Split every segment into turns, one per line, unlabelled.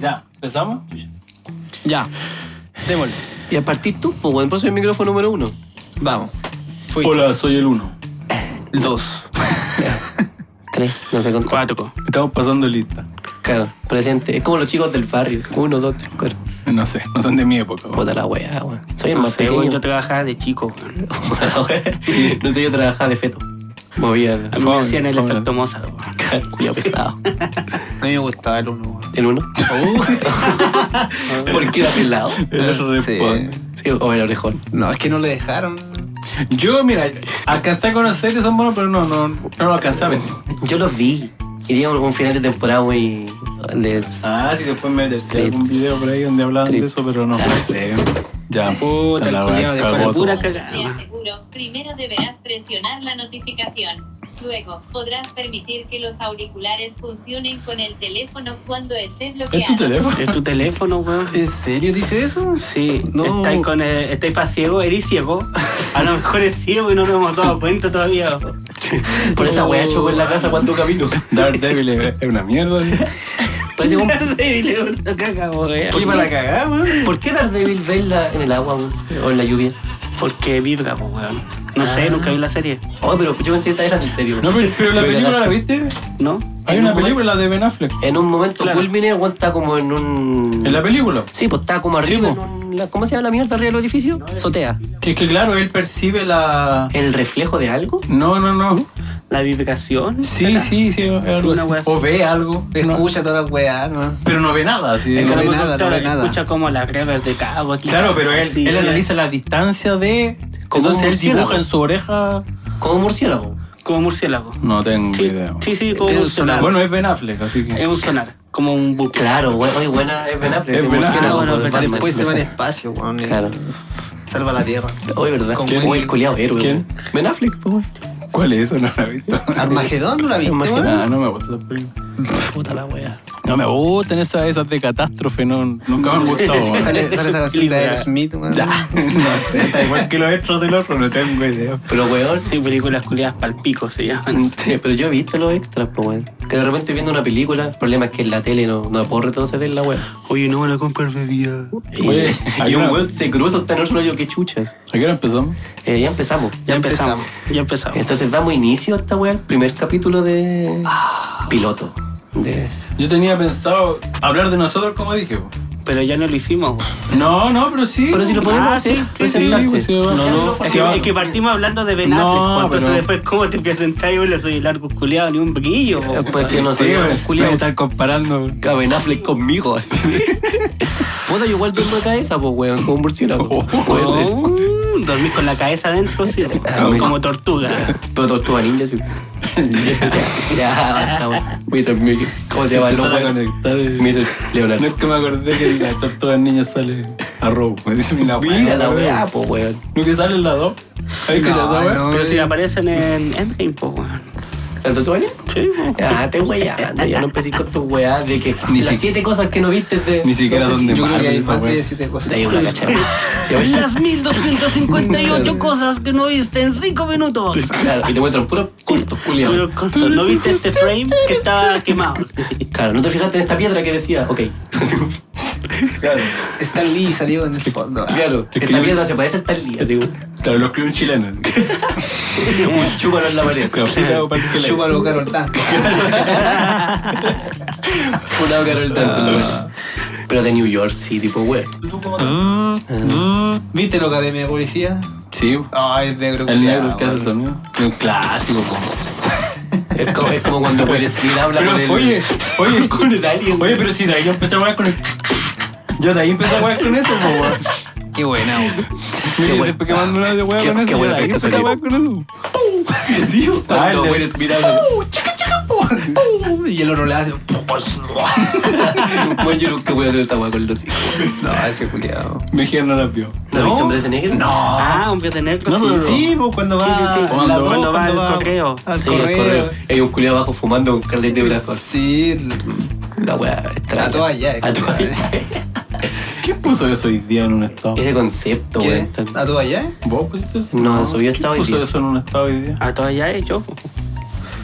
Ya, ¿empezamos?
Ya. Démosle.
Y a partir tú, pues, weón, por eso el micrófono número uno.
Vamos. Fui.
Hola, soy el uno.
El dos.
Tres, no sé con cuál.
Cuatro.
Estamos pasando lista.
Claro, presente. Es como los chicos del barrio. Uno, dos, tres, cuatro.
No sé, no son de mi época. weón.
Puta la weá, weón. Soy el
Oh. No
más
sé,
pequeño.
weón, yo trabajaba de chico. weón.
Puta la wea. No sé, yo trabajaba de feto. Movía la-
A mí me
Fue,
hacían el
fue.
efecto Mozart. weón.
culiao pesado.
A mí me gustaba el uno.
¿El uno?
Uh.
¿Por qué era pelado?
Él
Sí.
responde.
Sí, o el orejón.
No, es que no le dejaron.
Yo, mira, alcancé a conocer que son buenos, pero no, no, no lo alcancé a ver.
Yo los vi. Y tenía un, un final de temporada muy. de-
Ah, sí, después me tercé
algún
video por ahí donde hablaban
de
eso, pero no. sé. Ya,
Puta, el
weá,
culiao de
cagó
fuera,
todo.
pura
Te
cagada.
aseguro, primero deberás presionar la notificación. Luego, podrás permitir que los auriculares funcionen con el teléfono cuando esté
¿Es tu
bloqueado.
teléfono?
Es tu teléfono, weón.
¿En serio dice eso?
Sí,
No.
estáis con el- estáis pa' ciego, eres ciego. A lo mejor es ciego y no nos hemos dado cuenta todavía. weón.
Por esa weá
Oh.
chocó en la casa cuando camino.
Daredevil es es una mierda. Pues,
Parece un.
Daredevil es una caca, weón.
Oye, para la cagada, weón.
¿Por qué Daredevil ve en, la- en el agua weón? o en la lluvia?
Porque vibra, po, weón. No
Ah.
sé, nunca vi la serie.
Oh, pero yo pensé que esta era en serio.
No, pero, pero la
Me
película, ¿la
cagaste.
viste?
¿No?
Hay
En
una
un
película, la de Ben Affleck.
En un momento
Claro.
culmine, el weón está como en un.
¿En la película?
Sí, pues está como arriba.
Sí,
en un- la- ¿Cómo se llama la mierda arriba del edificio? Sotea.
Que, que claro, él percibe la...
¿El reflejo de algo?
No, no, no.
La vibración.
Sí,
Caca.
sí, sí, es algo
una
así.
wea así.
O ve algo,
Escucha todas las weas, ¿no?
pero no ve nada. así.
Es que
No
a lo
ve
mejor,
nada, no
claro,
ve nada.
Escucha como las rever de cabo. aquí.
Claro, pero él,
Sí,
él
sí.
analiza la distancia de...
Como
Entonces
un
él dibuja
murciélago.
en su oreja...
Como un murciélago.
Como murciélago.
No tengo
Sí,
idea.
sí, sí, como
Es
un
un
sonar.
Bueno, es Ben Affleck, así
Es
que...
un sonar, como un bucle.
Claro, bueno, muy buena. Es Ben Affleck.
Es
ese
Ben
murciélago,
Affleck,
weón,
bueno,
Batman.
Después se va al
Claro.
espacio, weón. y
Claro.
Salva la tierra.
Hoy, ¿verdad?
Con
¿Quién?
Will.
el culiao héroe.
¿Quién?
weón. Ben Affleck, pues.
¿Cuál es eso? No la he visto.
Armagedón, ¿no la viste,
Armagedón.
weón?
Ah, no me gustan esas películas.
Puta la wea.
No me gustan esas, esas de catástrofe, no, nunca me han gustado. weón.
Sale, sale esa canción de
Libra.
Aerosmith, weón.
no sé, está igual que los extras del otro, no tengo idea.
Pero weón.
Hay películas culiadas palpico se llaman.
Sí, pero yo he visto los extras, pues, weón. Que de repente viendo una película, el problema es que en la tele no, no puedo retroceder la weá.
Oye, no van a comprar bebida.
Y,
Oye,
y un
acá-
weón se cruza hasta en otro hoyo, que chuchas.
¿A qué hora empezamos?
Eh, ya empezamos.
Ya empezamos, ya empezamos.
Entonces damos inicio a esta weá, el primer capítulo de piloto. De...
Yo tenía pensado hablar de nosotros, como dije. po.
Pero ya no lo hicimos. güey.
No, no, pero sí.
Pero si lo podemos
Ah,
hacer,
sí, sí,
presentarse.
Pues sí, sí, va.
no, no,
Es
Sí, va.
que, es que partimos hablando de Ben
No,
Affleck, pues, entonces
pero-
después cómo te presentáis, yo soy el arco culiado, ni un brillo. po.
pues que no
Sí,
sé,
güey, voy a
Julio.
estar comparando.
Caben Affleck conmigo, así. Puta, yo igual duermo de cabeza, pues, weón, como un murciélago. Puede ser.
Oh, Dormís con la cabeza adentro, sí,
me-
como tortuga.
Pero tortuga ninja, sí. ya, basta, weón. Me dice Mickey. ¿Cómo se llama el
Empezar a
loco?
conectar.
Me dice
No
Leonardo.
es que me acordé que en la tortuga niña sale a Robo. Me dice mi la
Mira la
güey.
weá, pues, weón.
¿No que sale en la 2? ¿Hay que ya
No,
sabes?
no.
Pero si aparecen en Endgame, pues, weón.
¿La tortuga ninja?
Sí, po.
Ah, te weyando, ya no empecé con tus weá de que
Ni
las
si-
siete cosas que no viste de.
Ni siquiera
Yo
donde
creo que hay
esa
más
güey.
de siete cosas.
De ahí una cachada. Sí, oye.
Las 1258 cosas que no viste en 5 minutos.
Claro, y te muestran puros cortos, Julio.
Pero corto, ¿no viste este frame que estaba quemado? Sí.
Claro, no te fijaste en esta piedra que decía, ok. claro,
Stan Lee salió en el fondo. Ah.
claro.
Es que
Esta
yo-
piedra se parece a esta lía, digo.
Claro, los un chilenos.
Chúpalo en la pared.
Claro, para que la-
Chúpalo, Carol Dance.
Fulado Carol Dance, la verdad. Pero de New York, sí, tipo, güey.
¿Viste lo que de mi policía?
Sí,
Ay, es negro.
el
culiao,
negro que hace
weón.
sonido. Un clásico. po.
Es como, es como cuando Will Smith habla
Pero,
con el...
oye, oye,
Con el alien.
Oye, pero si de ahí yo empecé a jugar con el... Yo de ahí empecé a jugar con eso, po, weón.
Qué buena, weón.
Mira,
bueno.
siempre que mando una de hueá
Qué-
con
qué
eso,
buen
de ahí
efecto
empecé a
sonido.
jugar con eso.
tío. Cuando
Ah, el de-
Will Smith habla...
Y el otro le hace. pues,
Bueno, yo nunca voy a hacer esa weá con los hijos.
No, ese culiado.
Mejía no la vio.
¿No viste Andrés de Negro?
No.
Ah, hombre de negro,
No,
sí.
pero-
Sí, pues cuando va.
sí, sí.
la
Cuando-
voz,
cuando va al correo.
Al
Sí,
correo. Pues
el correo. Hay un culiado abajo fumando un carnet de brazos.
Sí,
La weá extraña.
A todas ya,
A todas ya.
¿Quién puso eso hoy día en un estado?
Ese concepto,
¿Qué?
weón. tan-
¿A tu allá?
¿Vos pusiste eso?
No, eso yo estaba hoy
¿Quién puso
día.
Ah,
eso en un estado hoy día?
A todas ya he hecho.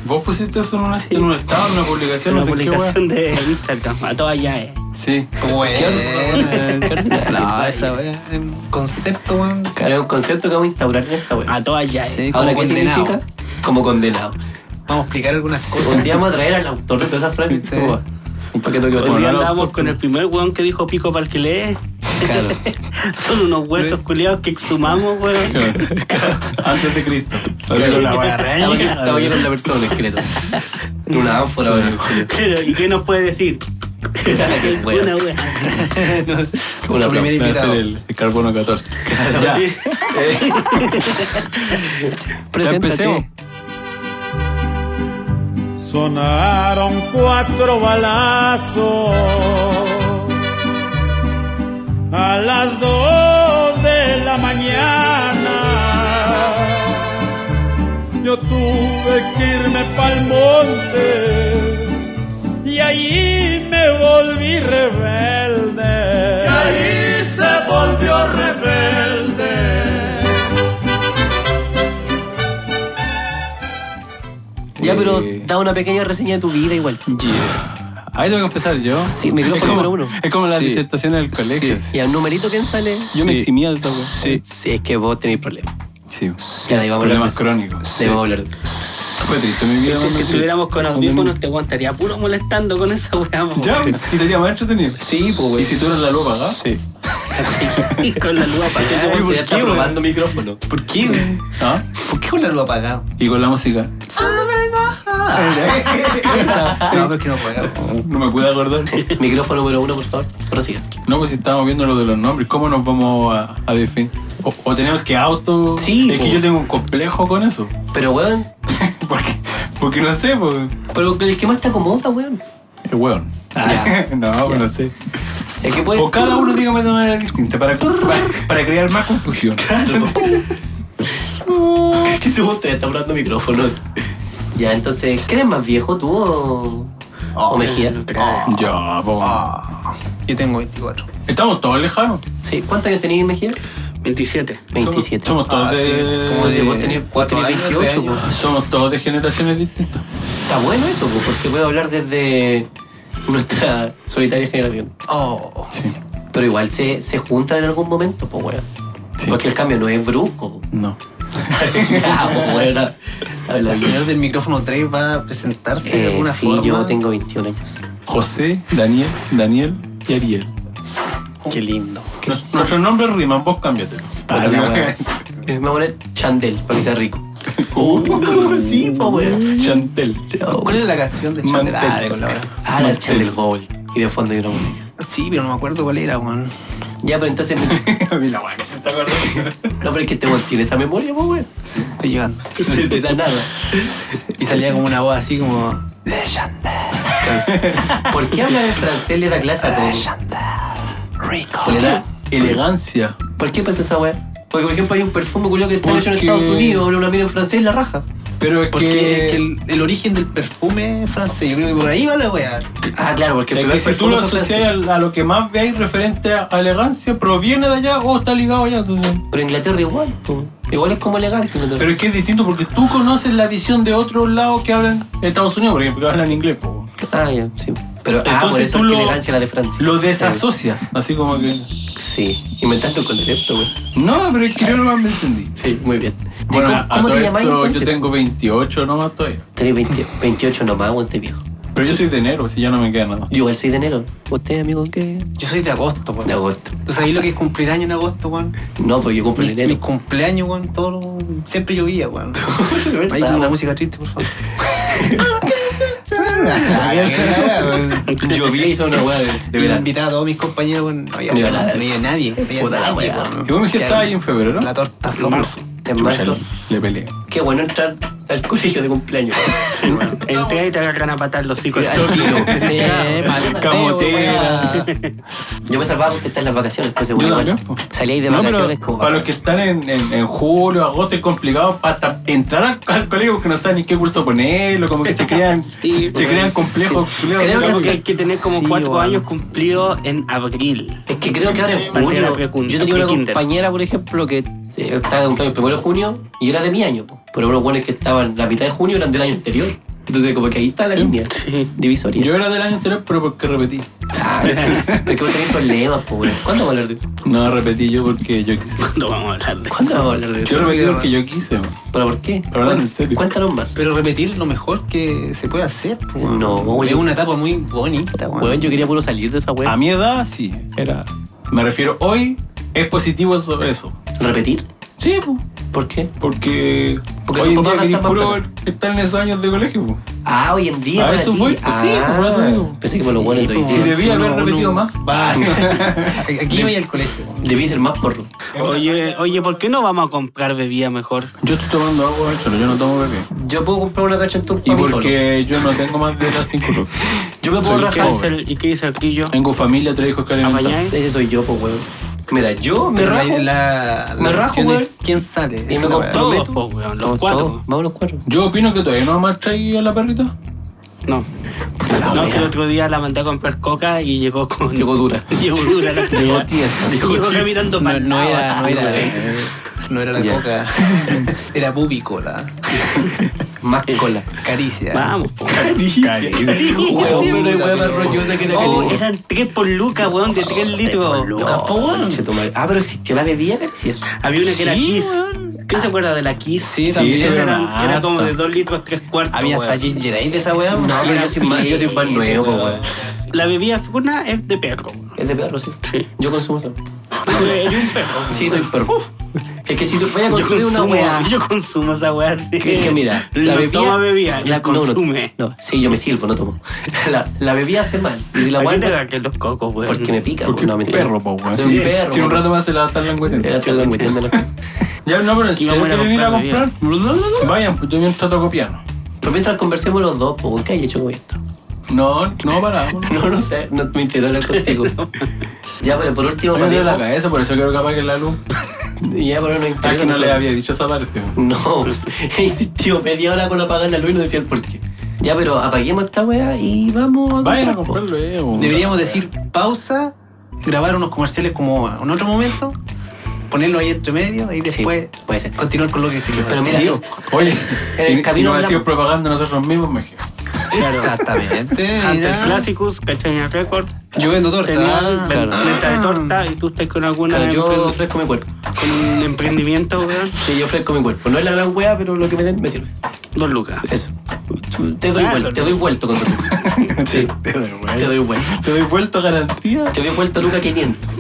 Vos pusiste eso en, una-
Sí.
en un estado, en una publicación,
una
no sé qué,
publicación de Instagram, a todas ya, eh.
weón. Sí.
Bueno. No,
Claro,
esa weá es un concepto, weón.
es un concepto que vamos a instaurar en esta weá.
A todas ya, eh.
Sí.
Ahora,
Ah, como
¿qué
condenado.
significa? Como condenado.
Vamos a explicar algunas
Un
cosas.
día vamos a traer al autor de todas esas frases.
Sí.
como, Un paquete que va a
Hoy
tener.
día andábamos con el primer weón que dijo pico para el que lee.
Claro.
Son unos huesos culiados que exhumamos, weón.
Antes de Cristo.
Claro.
La ¿eh? weá
Estaba
real.
aquí- estaba aquí con la persona, un esqueleto. En una ánfora, weón.
Claro, ¿y qué nos puede decir?
Bueno.
Una wea.
Un
La
aplauso.
primera
Para hacer
invitado.
el, el carbono 14. Ya.
Sí.
Ya
Preséntate.
empecemos.
Sonaron cuatro balazos a las dos de la mañana. Yo tuve que irme pa'l monte y ahí me volví rebelde. Y ahí se volvió rebelde.
Ya, pero
Eh.
da una pequeña reseña de tu vida igual.
Ahí tengo que empezar yo.
Sí, micrófono
Es como-
número uno.
Es como las
Sí.
disertaciones del colegio.
Y al numerito que sale.
Yo me
Sí.
eximía de esta weá.
Sí. es que vos tenéis problemas.
Sí.
Ya, de ahí vamos a
Problemas
hablar. de eso.
crónicos.
De ahí vamos a hablar. de eso.
Fue triste mi vida.
Si
mano.
estuviéramos con audífonos, te aguantaría puro molestando con esa wea, mo.
Ya, y sería más entretenido.
Sí, pues,
Y
güey.
si tú eras la ¿ah? luz apagada.
Sí.
Y con la luz
Ya,
apagada.
ya está probando micrófono.
¿Por qué, weón?
¿Ah?
¿Por qué con la luz apagada?
Y con la música.
Ah.
No, pero es que no juega.
No me pude acordar.
Micrófono número uno, por favor. Prosiga.
No, pues si estábamos viendo lo de los nombres, ¿cómo nos vamos a, a definir? O, o tenemos que auto.
Sí,
Es
po.
que yo tengo un complejo con eso.
Pero, weón,
porque, porque no sé, pues.
pero el que más te acomoda, weón.
El weón.
Ya.
no, pues no sé.
El que puede.
O cada uno dígame de manera distinta para, para, para crear más confusión.
¿Qué se gusta? Está probando micrófonos. Ya, entonces, ¿qué eres más viejo tú o, o Mejía? Ah,
Ya, po.
Yo tengo 24.
Ah. Estamos todos lejanos.
Sí, ¿cuántos años tenías Mejía?
27.
27.
Somos, somos todos
Ah, sí.
de.
Como si vos tenés, vos
cuatro
tenés
años,
28,
tres años.
po.
Somos todos de generaciones distintas.
Está bueno eso, po, porque puedo hablar desde nuestra solitaria generación.
Oh.
Sí.
Pero igual se, se juntan en algún momento, pues, weón.
Sí.
Porque el cambio no es brusco. po.
No.
ya, po, weón. a- habla
El
así.
señor del micrófono 3 va a presentarse de
Eh,
alguna
sí,
forma.
yo tengo 21 años.
José, Daniel, Daniel y Ariel.
Qué lindo.
Nos- Nuestros nombres riman, vos cámbiatelo.
Puta Ah, la wea. Eh, Me voy a poner Chandel para que sea rico. Uh, tipo, weón.
Chantel.
¿Cuál es la canción de
Mantel.
Chandrade con la hora?
Ah, la Chandel Gold. Y de fondo hay una música.
Sí, pero no me acuerdo cuál era, weón.
Ya, pero entonces. no,
A mí la wea que se está acordando.
pero es que te mantiene esa memoria, pues, weón.
Estoy llegando.
De la nada.
Y salía como una voz así como. De Chandel.
¿Por qué hablan en francés le da clase a todo?
Rico.
Le da elegancia.
¿Por qué pasa esa weá? Porque, por ejemplo, hay un perfume culiao que está hecho en
Porque-
Estados Unidos, habla una mina en francés y la raja.
Pero es
Porque
que.
es que el, el origen del perfume francés, yo creo que por ahí va la weá.
Ah, claro, porque el
es que
primer
si tú
perfume
lo
fue
asocias
francés.
al- a, lo que más veis referente a a elegancia, proviene de allá o está ligado allá. Entonces.
Pero Inglaterra igual, po. Igual es como elegante Inglaterra.
Pero es que es distinto porque tú conoces la visión de otros lados que hablan en Estados Unidos, por ejemplo, que hablan inglés. po.
Ah, ya, sí. Pero ah, por
Entonces
eso
tú
es que
lo-
elegancia la de Francia.
Lo
desazón.
desasocias, así como que.
Sí, inventaste un concepto, güey.
No, pero es que yo no me entendí.
Sí, muy bien. ¿Y
Bueno,
cómo-
a
¿Cómo
todo
te llamás
esto
entonces?
Yo tengo 28 nomás todavía.
Tenés 20 28 nomás, güey, este viejo.
Pero yo soy de enero, si ya no me queda nada.
Yo igual soy de enero. ¿Usted, amigo, qué?
Yo soy de agosto, weón.
De agosto.
¿Tú sabes lo que es cumplir año en agosto, weón?
No, porque yo cumplo en
Mi, mi
enero.
cumpleaños, weón, todo lo- siempre llovía, weón. Ahí con una música triste, por favor.
Llovía y son una weá de, de
Yo
verano.
invitaba a todos mis compañeros, weón. No había,
No iba
nadie,
nadie.
no había nadie. no había
Puta la
nadie,
weá.
weón.
Y vos me dijiste,
¿Qué
estaba
hay?
ahí en febrero, ¿no?
La torta sola.
En marzo.
Le peleé.
Qué bueno entrar al colegio de cumpleaños.
Entré y te agarran a patar los hijos.
Al tiro.
Sí, palteo,
Camotera.
weón.
Yo me salvaba porque está en las vacaciones, pues seguro.
Yo
igual.
también, po.
Salí ahí de
No,
vacaciones
pero
como.
para los que están en, en, en julio, agosto es complicado hasta entrar al, al colegio porque no saben ni qué curso ponerlo, como que se crean,
Sí,
se crean complejos. culiados.
Creo
Creo que hay que tener como
Sí,
cuatro
weón.
años cumplidos en abril.
Es que creo que ahora en
Parte de la
junio.
precun-
Yo tenía una
prekinder.
compañera, por ejemplo, que eh, estaba de cumpleaños el primero de junio y era de mi año. po. Pero unos buenos que estaban la mitad de junio eran del año anterior. Entonces, como que ahí está la
Sí,
línea
sí.
divisoria.
Yo era del año anterior, pero porque repetí.
Ah, es que vos tenés problemas, po, weón. ¿Cuándo vamos a hablar de eso?
No, repetí yo porque yo quise.
¿Cuándo vamos a hablar de eso?
¿Cuándo vamos a hablar de
Yo
eso?
repetí porque yo quise. man.
¿Pero por qué?
La verdad, en serio.
Cuéntanos más.
Pero repetir lo mejor que se puede hacer, pues, weón.
No,
Es
yo-
una etapa muy bonita, weón.
Weón, yo quería puro salir de esa
A
weá.
mi edad, sí. Era. Me refiero, hoy es positivo eso. eso.
¿Repetir?
Sí, po.
¿Por qué?
porque,
Porque
hoy
tu
en
papá
día querés
gasta más
puro estar en esos años de colegio. po.
Ah, hoy en día.
A
para
eso
ti.
voy, pues sí,
Ah,
por eso digo.
Pensé que me lo
Sí,
bueno
pues,
Si
Sí,
debía
uno-
haber repetido
uno-
más.
Aquí iba y al colegio.
Debí ser más porro.
Oye, oye, ¿por qué no vamos a comprar bebida mejor?
Yo estoy tomando agua, solo yo no tomo bebé.
Yo puedo comprar una cacha en tu
Y porque yo no tengo más de edad 5
Yo me puedo
Soy
rajar.
pobre.
El- ¿Y qué dice aquí yo?
Tengo familia, tres hijos que alimentar.
Apañáis.
Ese soy yo, pues, weón. Mira, yo me
Pero
rajo.
la- la
Me rajo,
cuestión es
weón.
¿Quién sale? Esa
Y
es
me
la weá.
compró.
Todos, po, weón, los
Todos, todos.
cuatro.
Vamos los cuatro.
Yo opino que todavía no me has traído a la perrita.
No.
la
No,
wea.
que el otro día la mandé a comprar coca y llegó con.
Llegó dura.
Llegó dura la
Llegó
tía.
tiesa.
Llegó caminando
No,
para
no era, no era, no era la
Ah, Ya.
coca. Era bubicola.
Más cola.
Caricia.
Vamos, po.
Weón, pero hay weá más
pero-
rollosa que la
Oh,
caricia.
eran tres por lucas, weón, de tres litros.
No, conchetumare. Ah, pero existió la bebida, caricia.
Había una que era Kiss. ¿Quién se acuerda de la Kiss?
Sí,
también.
Esa
era
era, era como
harta.
de dos litros, tres
Ah,
cuartos.
Había hasta
weón.
ginger ale de esa weá.
No, pero yo soy más, yo soy más nuevo, weón.
La bebida funa es de perro.
Es de perro, sí.
Sí.
Yo consumo eso.
Hay un perro.
Sí, soy perro. Es que si tú voy a
Yo
consumir una
consumo,
weá.
yo consumo esa weá. Sí.
Que, que mira,
No
la bebida.
toma bebida, la
no, no,
consume.
No, sí, yo me sirvo, no tomo. La, la bebida hace mal. Y si la
¿Por qué te
guardo,
la que los cocos, weón?
porque me pica.
Porque
po, no,
un
mentira.
perro, po, weón.
Soy un perro.
Si un rato más se la va a estar
Era
langueteando.
todo langueteándolo.
Ya, no, pero en
Y
serio
vamos a ir a
quieren ir a
comprar
comprar. Vayan, pues yo mientras toco piano.
Pero mientras conversemos los dos, po, ¿qué hay hecho con esto?
No, no para. No
No, no sé, no me interesa hablar contigo. Ya, pero por último,
me dio
Mateo,
la cabeza, por eso quiero que apague la luz.
ya, pero no
Ah,
interesa.
que no le
sé.
había dicho esa parte. weón.
No, insistió media hora con apagar la luz y no decía el porqué. Ya, pero apaguemos esta weá y vamos a
Vayan a
comprar, po.
comprarlo, eh. weón.
Deberíamos decir pausa, grabar unos comerciales como en otro momento, ponerlo ahí entre medio y
Sí,
después
puede ser.
continuar con lo que seguimos.
Pero mira,
Pues- Sí, Oye,
En el
y-
camino
y nos
hablamos.
hacíamos propaganda nosotros mismos, mejor.
Exactamente.
Ante el
mira. Ah,
Clásicos, Cachaña Record.
Yo vendo torta.
Tenían
claro.
venta de torta y tú estás con alguna
claro, yo
emprend-
ofrezco mi cuerpo.
con un emprendimiento, weón.
Sí, yo ofrezco mi cuerpo. No es la gran wea, pero lo que me den me sirve.
Dos lucas.
Eso. Tú- Te doy
Ah,
vuelta,
solo.
te doy vuelto con tu luca. Sí, te doy vuelto. Te doy vuelto.
Te doy vuelto garantía,
Te doy vuelto Luca 500.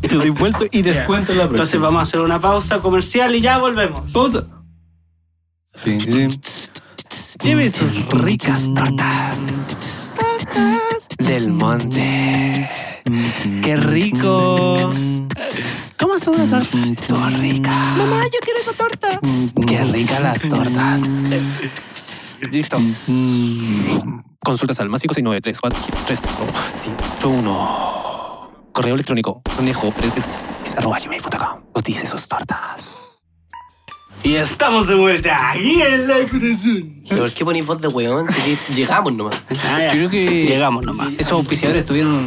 te doy vuelto y descuento la
Entonces
próxima.
vamos a hacer una pausa comercial y ya volvemos.
Pausa.
Entonces,
Lleve sus ricas tortas del monte. ¡Qué rico! ¿Cómo son las tortas? Son ricas. Mamá, yo quiero esa torta. ¡Qué ricas las tortas! Listo. Consultas al más 569-343-581. Correo electrónico conejo 3 arroba gmail.com. Cotice sus tortas.
Y estamos de vuelta aquí en la corazón.
Pero ¿Por qué ponéis voz de weón? Si que llegamos nomás.
Yo creo que-
Ah, llegamos nomás.
Esos auspiciadores tuvieron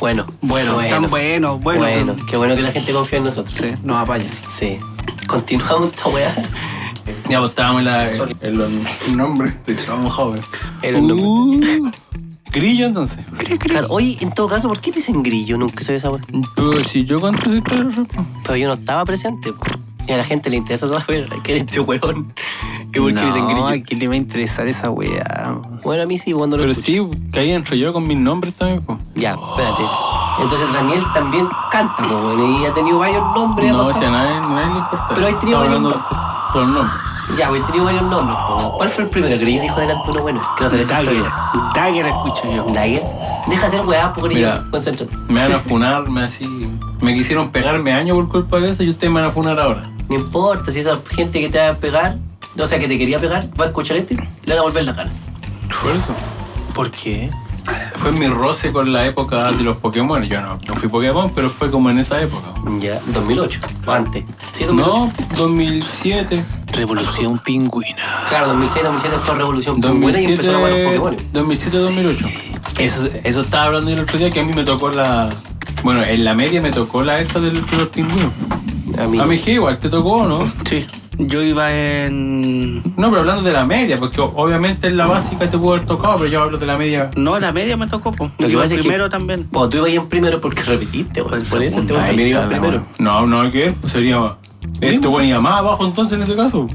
Bueno, bueno,
Están
bueno.
buenos, buenos.
Bueno, qué bueno que la gente confía en nosotros.
Sí, nos apañan.
Sí. Continuamos esta weá.
Ya votábamos la, el, el nombre. este Estábamos jóvenes.
Era el nombre. este
Grillo, entonces.
Claro, oye, en todo caso, ¿por qué dicen grillo? Nunca se ve esa weá.
Pero si yo contesto esta ropa.
Pero yo no estaba presente. po. Y a la gente le interesa saber qué es este weón. ¿Y por qué dicen
No, ¿a
grillo?
quién le va a interesar esa weá?
Bueno, a mí sí, cuando lo
Pero
escucho.
sí, caí dentro yo con mis nombres también, po.
Ya, espérate. Entonces Daniel también canta, po, weón, y ha tenido varios nombres. ha
No, o
pasado.
sea, a nadie, a nadie le importa.
Pero hay trío
Estaba
varios
hablando
nombres.
por los nombres.
Ya, güey, he tenido varios nombres. po. ¿Cuál fue el primero que yo dijo delante uno bueno? Que no se le sabe.
Dagger. Dagger escucho yo.
Dagger. Deja de ser weá, po, grillo.
Mira.
Concéntrate.
Me van a funar, me así. Me quisieron pegarme años por culpa de eso y ustedes me van a funar ahora.
No importa si esa gente que te va a pegar, o sea, que te quería pegar, va a escuchar este, le van a volver la cara.
Por eso.
¿Por qué?
Fue mi roce con la época de los Pokémon. Yo no, no fui Pokémon, pero fue como en esa época.
Ya, 2008. O antes. Sí, 2008.
No, 2007.
Revolución pingüina.
Claro, 2006, 2007 fue revolución. buena y
2007,
empezaron a jugar los Pokémon.
2007-2008. Eso, eso estaba hablando yo el otro día que a mí me tocó la... Bueno, en la media me tocó la esta del, de los pingüinos.
Amigo.
A mi hija igual, ¿te tocó o no?
Sí. Yo iba en.
No, pero hablando de la media, porque o- obviamente en la básica te pudo haber tocado, pero yo hablo de la media.
No, la media me tocó, po.
Lo que
Iba
pasa es que-
primero también.
Bueno, tú ibas en primero porque repetiste, weón. Por eso te
segundo,
también
ahí
ibas
está la
primero.
No, no, ¿qué? Pues sería. Este bueno iba más abajo entonces en ese caso.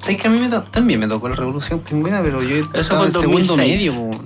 ¿Sabes que a mí me to- también me tocó la revolución primera, pero yo estaba
fue
en
en
segundo
2006.
medio, po.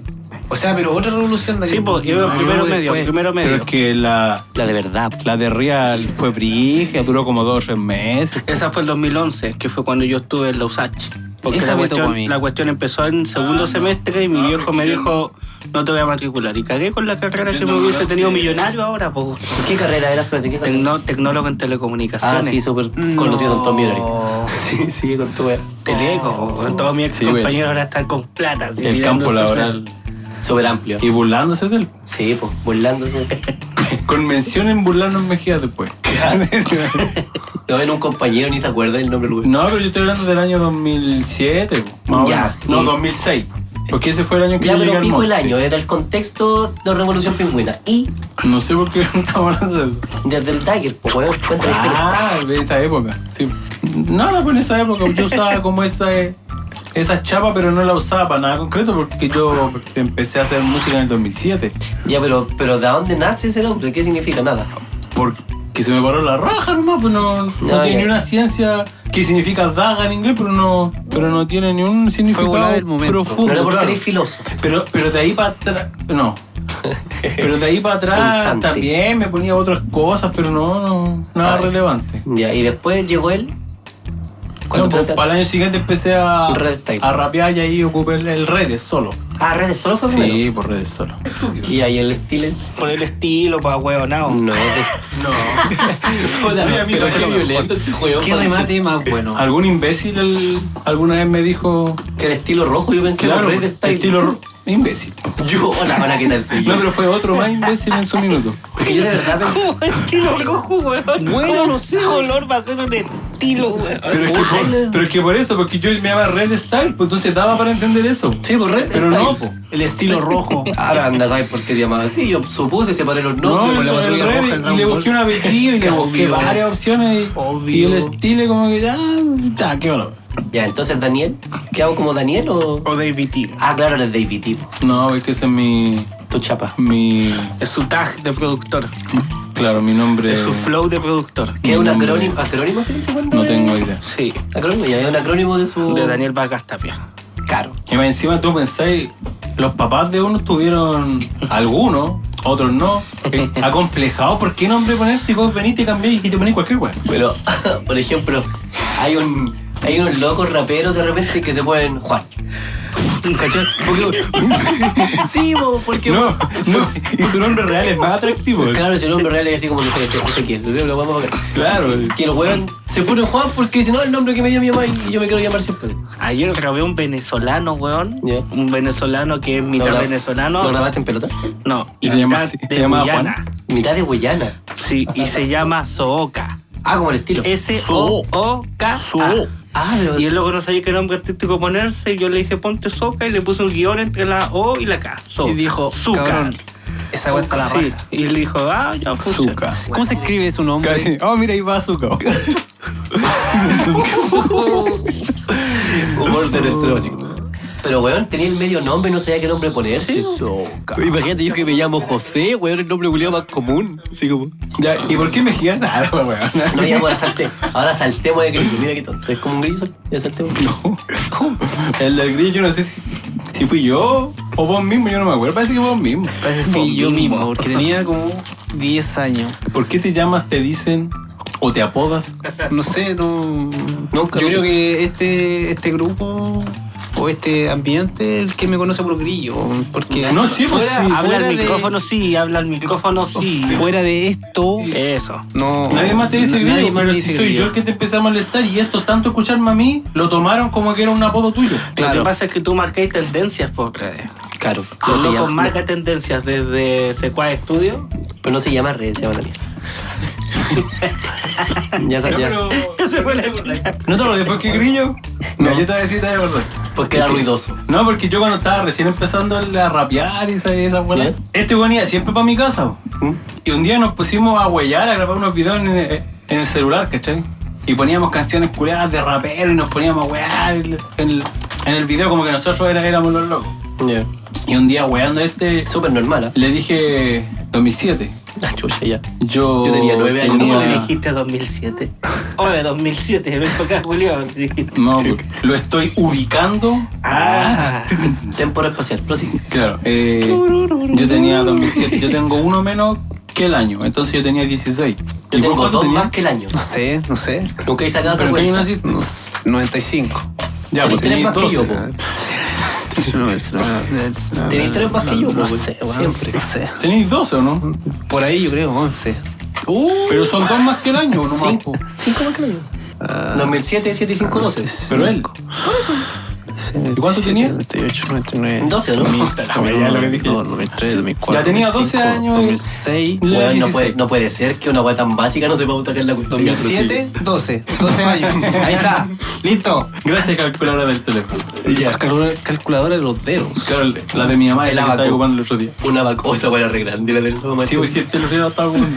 O sea, pero otra revolución de
Sí,
que-
pues, iba
no,
primero
yo
medio,
después-
primero
Pero
medio.
es que la,
La de verdad.
la de Real fue brigia, duró como dos o tres meses.
Esa fue el 2011, que fue cuando yo estuve en la USACH. Porque
Esa
la,
me
cuestión,
tocó a mí.
la cuestión empezó en segundo semestre y mi viejo me dijo, no te voy a matricular. Y cagué con la carrera que me hubiese tenido millonario ahora, pues.
¿Qué carrera era? Espérate, ¿qué carrera?
Tecno- tecnólogo en
Ah,
telecomunicaciones.
sí, súper
No.
conocido en Tom
Oh.
Sí, sigue con tu wea.
Teleco, po, weón. todos mis ex
Sí,
compañeros ahora están con plata. así,
El campo
tirándose-
laboral.
Súper amplio.
Y burlándose de él.
Sí, pues, burlándose.
Con mención en burlarnos en Mejía después.
Te ven un compañero, ni se acuerda del nombre del weón.
no, pero yo estoy hablando del año 2007. Más o
Ya,
menos. No,
y-
2006. Porque ese fue el año que
Ya,
yo llegué
pero
al
pico el
monte.
año, era el contexto de Revolución Pingüina. Y
No sé por qué estamos hablando de eso.
desde el Dagger, pues, weón, cuenta la historia.
Ah, de esta época. Sí. Nada, pues en esa época yo usaba como esa, esa chapa, pero no la usaba para nada concreto porque yo empecé a hacer música en el 2007.
Ya, pero, pero ¿de dónde nace ese nombre? ¿Qué significa? Nada.
Porque se me paró la raja nomás, pues no, no
Ah,
tiene
ya.
ni una ciencia que significa daga en inglés, pero no, pero no tiene ni un significado
volada del momento.
No
profundo.
era porque
claro.
eres filósofo.
Pero, pero de ahí para atrás. No. Pero de ahí para atrás
Pensante.
también me ponía otras cosas, pero no, no nada
Ay.
relevante.
Ya, y después llegó él.
No,
Cuando
pues,
trata-
para el año siguiente empecé a,
Red Tape.
a rapear y ahí ocupé el, el redes solo.
Ah, redes solo fue primero.
Sí, pues. por redes solo.
Y ahí el estilo.
Por el estilo, pa' huevonao.
No, de-
Joder, a mí eso
pero qué
fue lo
violento este juego.
¿Qué
padre.
remate más bueno?
Algún imbécil el- alguna vez me dijo.
Que el estilo rojo, yo pensé
Claro, pues,
en Red Style.
estilo ro- imbécil.
Yo, hola, hola, ¿qué tal? Soy yo.
No, pero fue otro más imbécil en su minuto.
Porque yo de verdad pensé-
¿Cómo estilo rojo, weón? ¿Cómo color va a ser un estilo, weón?
Pero es, que por, pero es que por eso, porque yo me llamaba Red Style, pues entonces daba para entender eso.
Sí, pues, por Red
Pero
Style.
no, po.
El estilo rojo.
Ahora anda, ¿sabes por qué se llamaba así? Yo supuse, separé los
No,
nombres por la
el- el
patrulla
Red,
roja.
y
el
le
Dragon Ball.
busqué una vecina y le busqué
Obvio.
varias opciones y,
Obvio.
y el estilo como que ya, ya, qué bueno.
Ya, entonces Daniel, ¿qué hago como Daniel o.?
O David T.
Ah, claro, eres David tipo.
No, es que ese es mi,
Tu chapa.
mi,
Es su tag de productor.
claro, mi nombre,
Es su flow de productor.
¿Qué es un
Mi nombre.
acrónimo? ¿Acrónimo se dice cuando?
no
es?
tengo idea.
Sí.
Acrónimo, ya hay un acrónimo de
Oh.
su.
De Daniel Vargas Tapia.
Caro.
Y más encima tú pensáis, los papás de unos tuvieron algunos, otros no, eh, acomplejados por qué nombre ponerte y vos venís, te cambiáis y te ponís cualquier weón.
Pero, por ejemplo, hay un. Hay unos locos raperos de repente que se ponen Juan. ¿Cachai? Porque- sí, bo, porque.
No, no, y su nombre real es más atractivo.
Claro, si el nombre real es así como no sé, no sé quién, no sé, lo vamos a ver.
Claro.
Que el weón se pone Juan porque dice, no, el nombre que me dio mi mamá y yo me quiero llamar siempre.
Ayer grabé un venezolano, weón.
Ya.
Un venezolano que es mitad
¿Lo gra-
venezolano.
¿Lo grabaste en pelota?
No, y
Se llama-
mitad
se
de
llama
Guyana.
Mitad de Guayana.
Sí, y se llama Sooka.
Ah, como el estilo.
S-O-O-K.
So-
Ah, pero.
Y él luego no sabía qué nombre artístico ponerse. Y yo le dije, ponte Soca. Y le puse un guión entre la O y la K. Soca.
Y dijo,
Zucca.
cabrón, esa agua está la raja.
Sí, Y le dijo, ah, ya funciona.
Azúcar.
¿Cómo se escribe su nombre?
Casi. Oh, mira, ahí va azúcar.
Humor del estilo básico. Pero weón, tenía el medio nombre y no sabía qué nombre ponerse. Imagínate yo que me llamo José, weón, el nombre culiado más común. Así como.
Ya, ¿y por qué me giras? Ah, Nada, weón.
No, ya ahora salté. Ahora saltemos de grillo. Mira qué tonto. Es como un grillo, sal- ya saltemos.
El del grillo, yo no sé si, si fui yo o vos mismo, yo no me acuerdo. Parece que vos mismo.
Parece que fui yo mismo, porque tenía como 10 años.
¿Por qué te llamas, te dicen o te apodas?
No sé, no.
Nunca
Yo
lo-
creo que este, este grupo o este ambiente es el que me conoce por grillo. Porque
No, sí, pues
fuera,
sí.
Habla
fuera
al
de,
micrófono, sí. Habla al micrófono, sí.
fuera de esto,
Eso.
no.
Nadie más te dice
nadie
grillo,
más
pero
me
si
dice
soy
grillo.
yo el que te empecé a molestar y esto, tanto escucharme a mí, lo tomaron como que era un apodo tuyo.
Claro.
Lo que pasa es que tú marcáis tendencias por redes.
Claro. No
Los
se
locos
llama,
marca tendencias desde Sequoia Studio.
pero no se llama Red, se llama Daniel. ya sa- ya.
Se fue la chucha.
No te lo después que grillo. No, yo te voy a decir, te voy a acordar.
Porque era Pues ruidoso.
No, porque yo cuando estaba recién empezando a rapear y esa, esa weá,
¿Ya?
este weón iba siempre para mi
¿Mm?
casa. po. Y un día nos pusimos a huellar, a grabar unos videos en, en el celular, ¿cachai? y poníamos canciones curadas de rapero y nos poníamos a wear en el, en el video como que nosotros era- éramos los locos.
Ya.
Y un día weando a este,
Súper normal, ¿ah?
le dije 2007.
Ah, chucha, ya.
Yo,
Yo tenía nueve años.
¿Cómo
tenía-
le dijiste 2007? Oye, 2007, ven para acá, Julio. le dijiste.
No, porque lo estoy ubicando.
Ah,
Temporal espacial, prosigue.
Claro, eh, yo tenía 2007, yo tengo uno menos que el año, entonces yo tenía 16.
Yo
¿Y vos
tengo
cuánto
dos
tenías?
más que el año.
No sé, no sé.
Nunca he sacado esa
¿Pero en qué año
cuenta.
naciste?
No s- 95.
Ya,
Tenés
pues
tres
tenía
más que yo,
12.
po.
No, es- no, es- no,
Tenés tres más que yo,
No
po,
sé,
weón.
weón,
Siempre.
No sé.
¿Tenéis 12 o no?
Por ahí yo creo 11.
Pero son dos más que el año, no más.
Cinco.
po.
Cinco más que el año. 2007, 7 y 5, 12.
Pero él, ¿Y cuánto tenía?
98, 99.
12, ¿no?
No, ya lo que dije. No, 93, 2004.
Ya tenía 12 años.
2006.
Le
Weón, no
16.
puede, no puede ser que una weá tan básica no sepamos sacar la cuenta.
2007, 12. 12 años. Ahí está. Listo.
Gracias, calculadora del teléfono.
Ya.
Calculadora, calculadora de los dedos.
Claro, la de mi mamá es
El
la que estaba
abaco.
ocupando el otro día.
Una vacosa para arreglar. Dile del mamá.
Sí, pues si este lo lleva, estaba ocupando.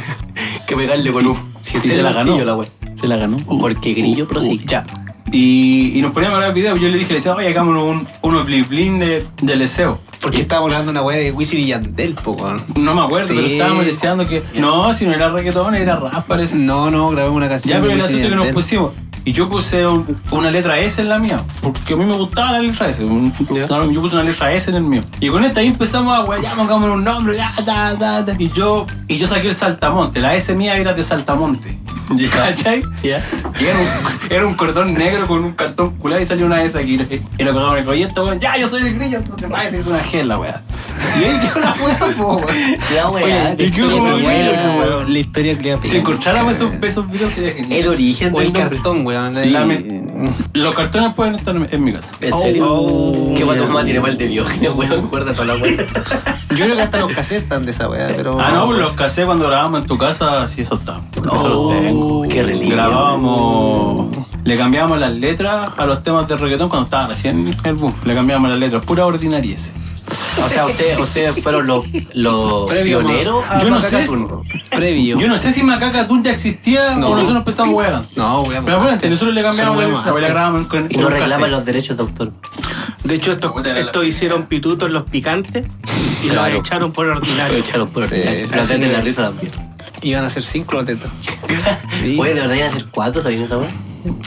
Que pegarle con un. Si
Y se la ganó.
La Uh. weá.
Se la ganó.
Porque grillo prosigue.
Ya.
Y, y nos poníamos a ver el video. Yo le dije, le decía, oye, hagámonos un, unos blin blin de, de leseo.
Porque estábamos hablando de una weá de Wisin y Yandel, po, weón.
No me acuerdo,
Sí.
pero estábamos deseando que. No, si no era reggaetón, era rap, parece.
No, no, grabemos una canción.
Ya, pero
de
el
Wisin y
asunto que nos
Yandel.
pusimos. Y yo puse un- una letra S en la mía, porque a mí me gustaba la letra S. un-
Ya.
no, yo puse una letra S en el mío. Y con esta ahí empezamos a weá, ya pongamos un nombre, ya, da, da, da. Y yo, y yo saqué el saltamonte. La S mía era de saltamonte. ¿Cachai?
Ya.
Y era un, era un cordón negro con un cartón culado y salió una S aquí. ¿no? Y lo cagamos en el proyecto, weón. Ya, yo soy el grillo, entonces la S es una G en la weá. Y ahí quedó la weá, po, weón.
La weá.
Oye, ¿y qué hubo,
la weá.
weón? weón.
La historia crea
Si encontráramos esos, esos videos sería genial.
El origen
O
del
el
nombre.
cartón, weón. ahí-
Lame- Los cartones pueden estar en, en mi casa.
¿En serio? ¿Qué guatos más tiene mal de diógenes, weón? Guarda toda la weá.
Yo creo que hasta los pues. cassettes están de esa weá, pero.
Ah, no, los casé cuando grabábamos en tu casa, así eso está.
Oh, qué reliquia.
Grabábamos, le cambiábamos las letras a los temas de reggaetón cuando estaba recién en el boom. Le cambiábamos las letras, pura ordinariez.
O sea, ustedes, ustedes fueron los, los
Previo,
pioneros a
Yo no
Macaca
sé
Turno.
Previo.
Yo no sé si Macaca Tun ya existía
No.
o nosotros empezamos weón.
No, weón.
Pero acuérdate, nosotros le cambiamos
Son
la letra,
muy
la grabamos con
Y
con
no
un
reclaman
cassette.
los derechos de autor.
de hecho, estos, estos hicieron pitutos los picantes y
Claro.
los echaron por
Lo
ordinario.
echaron por
Sí,
ordinario. La
así
gente
que-
la risa también.
Iban a ser cinco los tetas. Sí.
Oye, de verdad iban a ser cuatro, ¿sabían esa weá?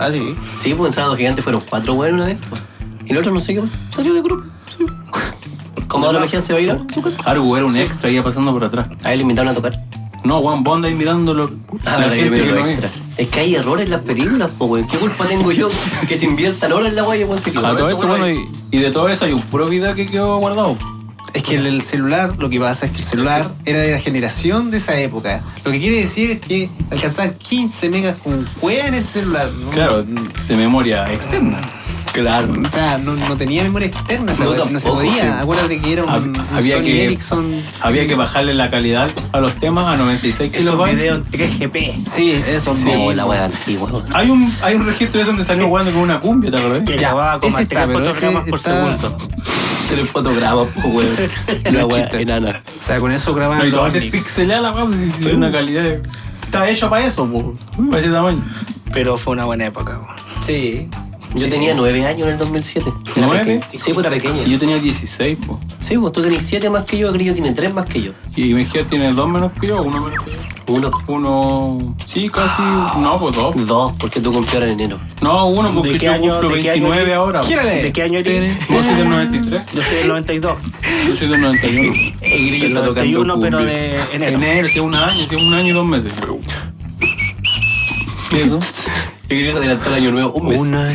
Ah, sí.
Sí, pues en Sábado Gigante fueron cuatro weones una vez. pues. Y el otro no sé qué pasó. Salió de grupo. Sí. Como ahora Mejía se va a ir a su casa.
Argo era un extra, iba pasando por atrás.
A él le invitaron a tocar.
No, Juan Bond ahí mirándolo.
Ah,
la
verdad, yo
gente
miro
que
lo
lo ve.
extra. Es que hay errores en las películas, po, weón. ¿Qué culpa tengo yo que se inviertan horas en la guaya, weón? Se
A todo esto, bueno, y, y de todo eso hay un puro video que quedó guardado.
Es que el, el celular, lo que pasa es que el celular era de la generación de esa época. Lo que quiere decir es que alcanzaban 15 megas con cueva en ese celular. ¿no?
Claro, de memoria externa.
Claro.
O sea, no, no tenía memoria externa, esa
No,
weá, no, se
tampoco,
podía.
sí.
Acuérdate que era un,
Hab-
un
había
Sony
que-
Ericsson.
Había que bajarle la calidad a los temas a 96
Esos
kilobytes.
videos 3GP.
Sí, eso
Sí, la weá antigua, weón.
Hay un, hay un registro de donde salió jugando con una cumbia, ¿te
Que
acordás?
Ya,
grababa como
ese
a 3
está, pero ese
fotogramas por
está-
segundo.
Tres fotogramas, po, weón. La weá enana.
O sea, con eso grababan
No, y
los
todo
ovnis.
despixelada la weá, si- si es una calidad. de- Está hecho para eso, po, para ese tamaño.
Pero fue una buena época. weón.
Sí.
Yo tenía nueve años en el 2007. Era
¿Nueve?
pequeño. Sí, pues era pequeña.
Y yo tenía 16, po.
Sí, pues tú tenés siete más que yo, Grillo tiene tres más que yo.
Y mi hija tiene dos menos que yo, uno menos que yo.
Uno,
Uno. Sí, casi. No, pues dos.
dos, porque tú cumplió ahora en enero.
No, uno, porque
¿De qué
yo
año-
cumplo
de qué año
29
eres?
ahora. po.
Gírale.
¿De qué año eres?
Vos sois del 93,
Yo soy del 92.
yo soy del 91.
El Grillo
Del
está tocando
91, pero
cumbia.
de enero.
Enero, si es un año, si es un año y dos meses. ¿Y eso?
El Grillo se adelantó el año nuevo un mes.
Una.